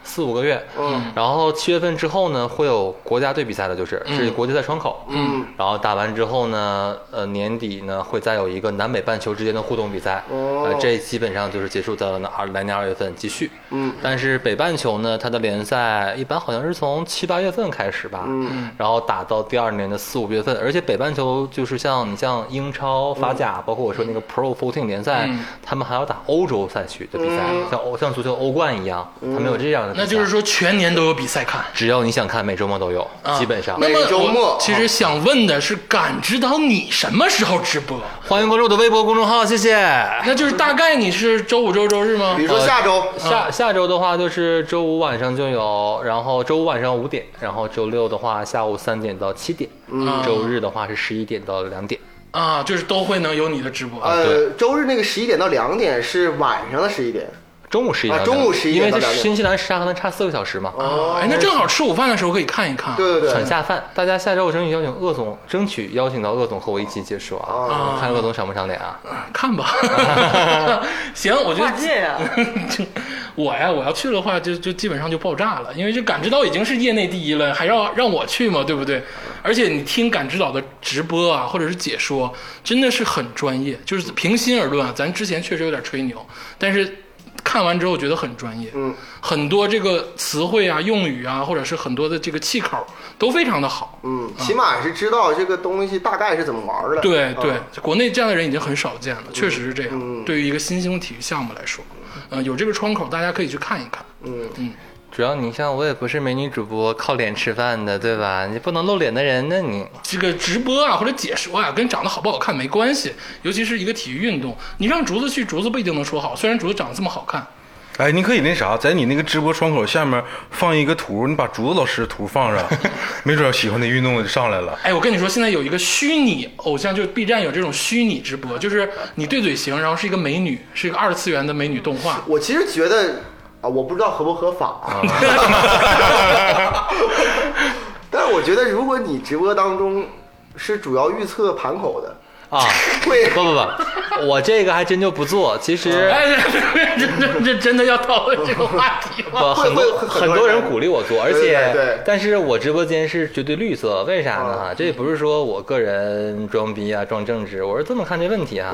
S5: 四五个月。
S4: 嗯，
S5: 然后七月份之后呢，会有国家队比赛的，就是是国际赛窗口。
S4: 嗯，
S5: 然后打完之后呢，呃，年底呢会再有一个南北半球之间的互动比赛。
S4: 哦
S5: 呃，这基本上就是结束在了那二来年二月份继续。
S4: 嗯，
S5: 但是北半球呢，它的联赛一般好像是从七八月份开始吧，
S4: 嗯，
S5: 然后打到第二年的四五月份，而且北半球就是像你像英
S4: 嗯
S5: 超、法甲，包括我说那个 Pro 14联赛，
S1: 嗯
S5: 他们还要打欧洲赛区的比赛，
S4: 嗯
S5: 像欧像足球欧冠一样，他们有这样的比赛。
S1: 那就是，说全年都有比赛看。
S5: 只要你想看，每周末都有，
S1: 啊
S5: 基本上。
S1: 那么
S4: 每周末
S1: 我其实想问的是，感知到你什么时候直播？
S5: 欢迎关注我的微博公众号，谢谢。
S1: 那就是大概你是周五、周周日吗
S4: 哎比？如说
S5: 呃
S4: 下周，
S5: 下下周的话就是周五晚上就有，然后周五晚上五点，然后周六的话下午三点到七点，
S4: 嗯
S5: 周日的话是十一点到两点。
S1: 啊，就是都会能有你的直播。
S5: 啊
S4: 呃，周日那个十一点到两点是晚上的十一点，
S5: 中午十一点
S4: 啊
S5: 到两点，
S4: 中午11点
S5: 因为
S4: 到
S5: 它
S4: 两点
S5: 新西兰时差和咱差四个小时嘛，
S1: 哦，哎，那正好吃午饭的时候可以看一看。
S4: 对对
S5: 很
S4: 对，
S5: 下饭。大家下周我争取邀请鄂总，争取邀请到鄂总和我一起解说啊，看鄂总赏不赏脸啊？
S1: 看 吧。行，我觉
S2: 跨
S1: 得
S2: 界啊呀、
S1: 就 我呀，我要去的话，就就基本上就爆炸了，因为这感知岛已经是业内第一了，还要让我去嘛，对不对？而且你听感知岛的直播啊，或者是解说，真的是很专业。就是平心而论啊，咱之前确实有点吹牛，但是看完之后觉得很专业，
S4: 嗯，
S1: 很多这个词汇啊、用语啊，或者是很多的这个气口都非常的好。
S4: 嗯，起码是知道这个东西大概是怎么玩儿的。
S1: 对
S4: 啊
S1: 对，国内这样的人已经很少见了，确实是这样。对于一个新兴体育项目来说，呃，有这个窗口，大家可以去看一看。
S4: 嗯，
S5: 主要你像我也不是美女主播，靠脸吃饭的，对吧？你不能露脸的人，那你
S1: 这个直播啊或者解说啊，跟长得好不好看没关系，尤其是一个体育运动，你让竹子去，竹子不一定能说好。虽然竹子长得这么好看，
S3: 哎，你可以那啥，在你那个直播窗口下面放一个图，你把竹子老师的图放上，没准喜欢的运动就上来了。
S1: 哎，我跟你说，现在有一个虚拟偶像，就是 B 站有这种虚拟直播，就是你对嘴型，然后是一个美女，是一个二次元的美女动画。
S4: 我其实觉得啊，我不知道合不合法 啊，但是我觉得如果你直播当中是主要预测盘口的，
S5: 啊，
S4: 会
S5: 不不不，我这个还真就不做。其实
S4: 啊
S1: 哎，这这这这真的要讨论这个话题吗？
S5: 呃，
S4: 会
S5: 很多
S4: 会
S5: 很
S4: 很
S5: 多
S4: 多人
S5: 人鼓励我做，而
S4: 对对对嗯
S5: 且
S4: 对，
S5: 但是我直播间是绝对绿色，为啥呢？这也不是说我个人装逼啊，装政治，我是这么看这问题啊。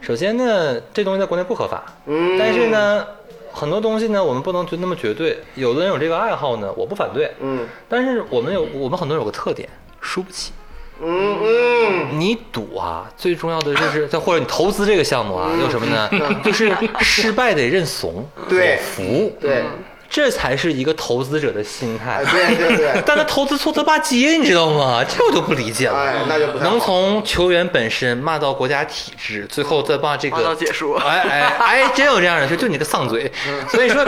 S5: 首先呢，这东西在国内不合法，
S4: 嗯
S5: 但是呢，很多东西呢，我们不能觉得那么绝对。有的人有这个爱好呢，我不反对，
S4: 嗯，
S5: 但是我们有我们很多人有个特点，输不起。
S4: 嗯嗯，
S5: 你赌啊，最重要的就是， 或者你投资这个项目啊，
S4: 嗯
S5: 有什 么呢？就是失败得认怂，
S4: 对
S5: 服，
S4: 对，
S5: 这才是一个投资者的心态
S4: 哎，。对对对，
S5: 但他投资错他爸街，你知道吗？这我就不理解
S4: 哎
S5: 了。，
S4: 那就不太好
S5: 能从球员本身骂到国家体制，最后再骂这
S2: 骂到
S5: 个
S2: 解说
S5: 哎哎哎，真有这样的事，就你个丧嘴。
S1: 嗯
S5: 所以说，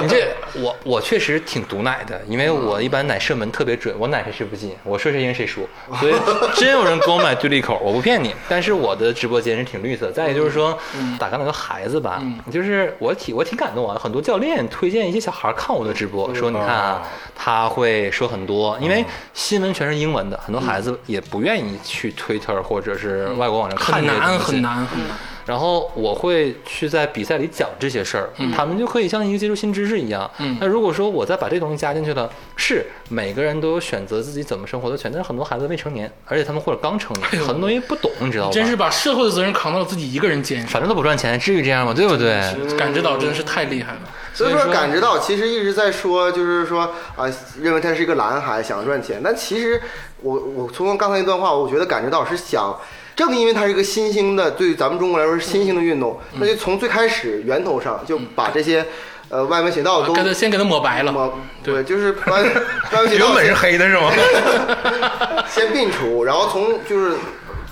S5: 你这我我确实挺毒奶的，因为我一般奶射门特别准，我奶谁谁不进，我说谁赢谁输。所以真有人给我买对立口，我不骗你。但是我的直播间是挺绿色。再也就是说，
S1: 嗯
S5: 打刚那个孩子吧，就是我挺我挺感动啊，很多教练推荐一些小孩儿看我的直
S1: 嗯
S5: 播，说你看
S1: 哦
S5: 啊，他会说很多，因为新闻全是英文的，很多孩子也不愿意去 Twitter 或者是外国网站看
S1: 嗯很
S5: 这些
S1: 难
S5: 东西
S1: 很。难很难。
S5: 然后我会去在比赛里讲这些事儿，他们就可以像一个接触新知识一样。那如果说我再把这东西加进去了，是每个人都有选择自己怎么生活的权，但是很多孩子未成年，而且他们或者刚成年，很多东西不懂，你知道吧？
S1: 真是把社会的责任扛到了自己一个人肩上，嗯
S5: 反正都不赚钱，至于这样吗？对不对？
S1: 感知到真是太厉害了。
S4: 所以说
S1: 所以说
S4: 感知到其实一直在说，就是说啊、认为他是一个蓝海，想赚钱，但其实我我从刚才那段话，我觉得感知到是想。正因为它是一个新兴的，对于咱们中国来说是新兴的运动，
S3: 嗯
S4: 那就从最开始源头上就把这些，呃，歪门邪
S3: 啊
S4: 道都
S1: 给他先给他抹白了，
S4: 抹对，就是 歪歪门邪道
S3: 原本是黑的是吗？
S4: 先并除，然后从就是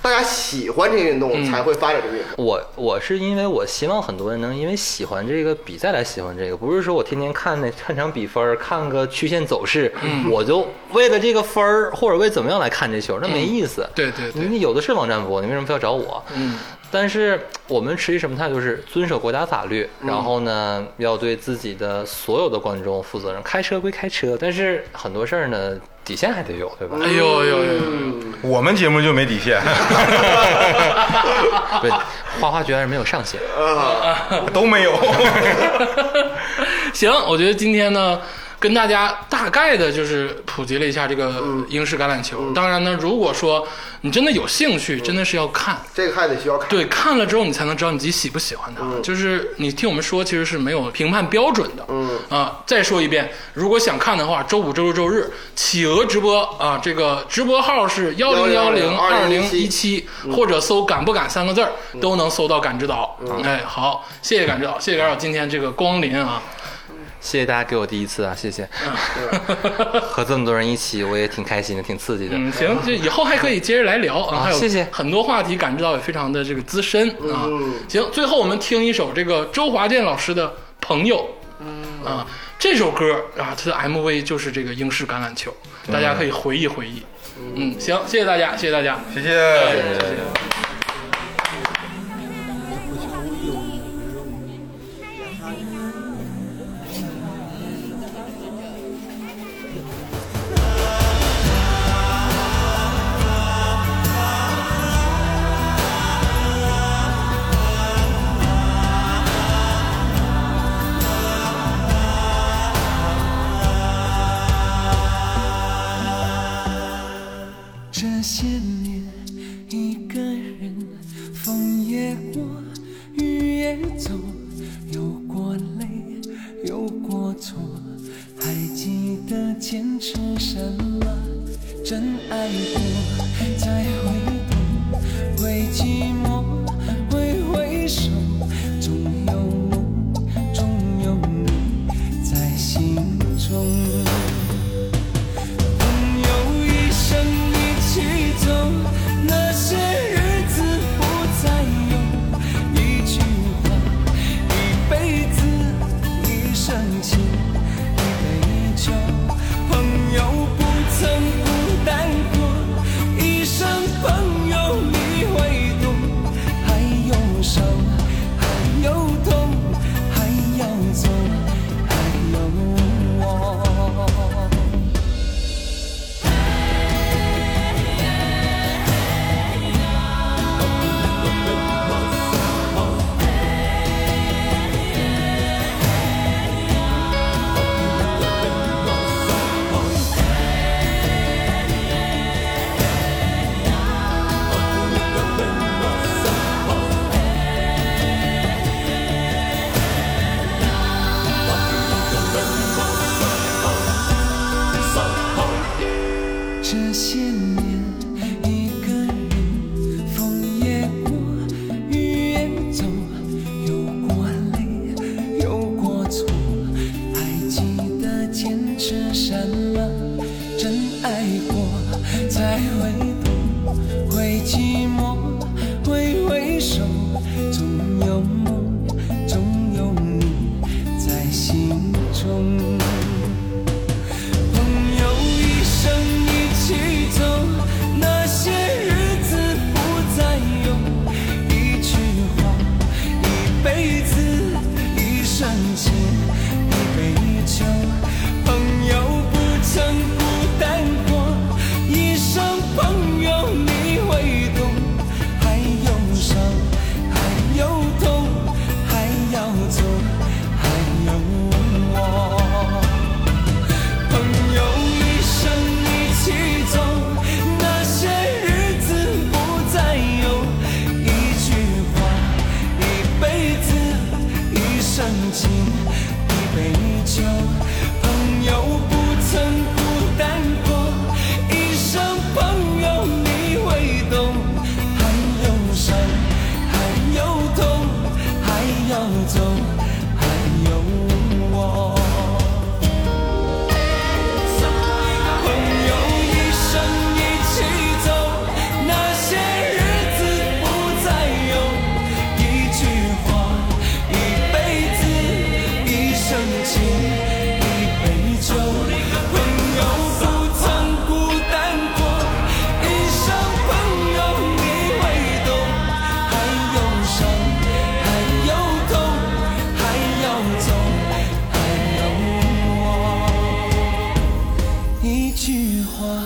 S4: 大家喜欢这个运
S3: 嗯
S4: 动，才会发展这个运动。
S5: 我我是因为我希望很多人能因为喜欢这个比赛来喜欢这个，不是说我天天看那看场比分儿，看个曲线走势，我就为了这个分儿或者为怎么样来看这球，那没意思。
S1: 对对对
S5: 你有的是网站播，你为什么非要找我？
S1: 嗯，
S5: 但是我们持一什么态度？就是遵守国家法律，
S1: 嗯
S5: 然后呢，要对自己的所有的观众负责任。开车归开车，但是很多事儿呢，底线还得有，对吧？
S1: 哎呦呦呦呦，
S3: 我们节目就没底线，
S5: 对，花花居然没有上限。
S3: 都没有。
S1: 行，我觉得今天呢，跟大家大概的就是普及了一下这个英式橄榄球。当然呢，如果说你真的有兴趣，真的是要看。
S4: 这个还得需要看。
S1: 对，看了之后你才能知道你自己喜不喜欢它。就是你听我们说，其实是没有评判标准的。嗯啊、再说一遍，如果想看的话，周五、周六、周日企鹅直播啊、这个直播号是幺零幺零二零一七，嗯或者搜“敢不敢”三个字儿、都能搜到感知岛。哎，好，谢谢感知岛，谢谢感知岛今天这个光临啊。
S5: 谢谢大家给我第一次啊，谢谢。 和这么多人一起，我也挺开心的，挺刺激的。
S1: 嗯，行，这以后还可以接着来聊啊，
S5: 啊
S1: 还有
S5: 谢谢嗯
S1: 很多话题感知到也非常的这个资深啊。行，最后我们听一首这个周华健老师的《朋友》，
S5: 嗯
S1: 啊，这首歌啊，它的 MV 就是这个英式橄榄球，大家可以回忆回忆。嗯，行，谢谢大家，谢谢大家。
S3: 谢谢。
S6: 这些年，一个人风也过，雨也走，有过累，有过错，还记得坚持什么？真爱过，才会懂，会寂寞，会回首，总有梦，总有你在心中。朋友一生一起走，那些日子不再有。一句话，一辈子，一生情，一杯酒。朋友不曾孤单过，一生朋友你会懂。还有伤，还有痛，还要走，还有我。朋友一生一起走，久，朋友不曾孤单过，一生朋友你会懂，还有伤，还有痛，还要走，还有我。朋友一生一起走，那些日子不再有。一句话，一辈子，一生情，一杯酒。朋友不曾孤单过，一生朋友你会懂。还有伤，还有痛，还要走，还有我。一句话，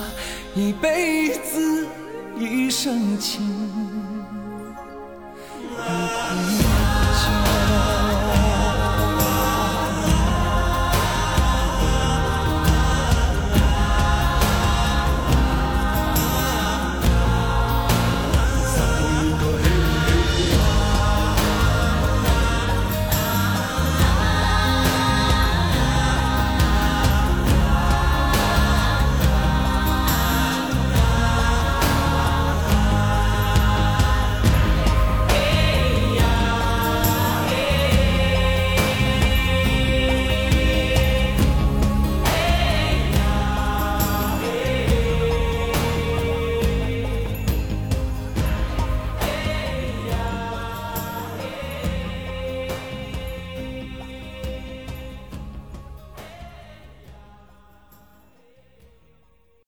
S6: 一辈子，一生情。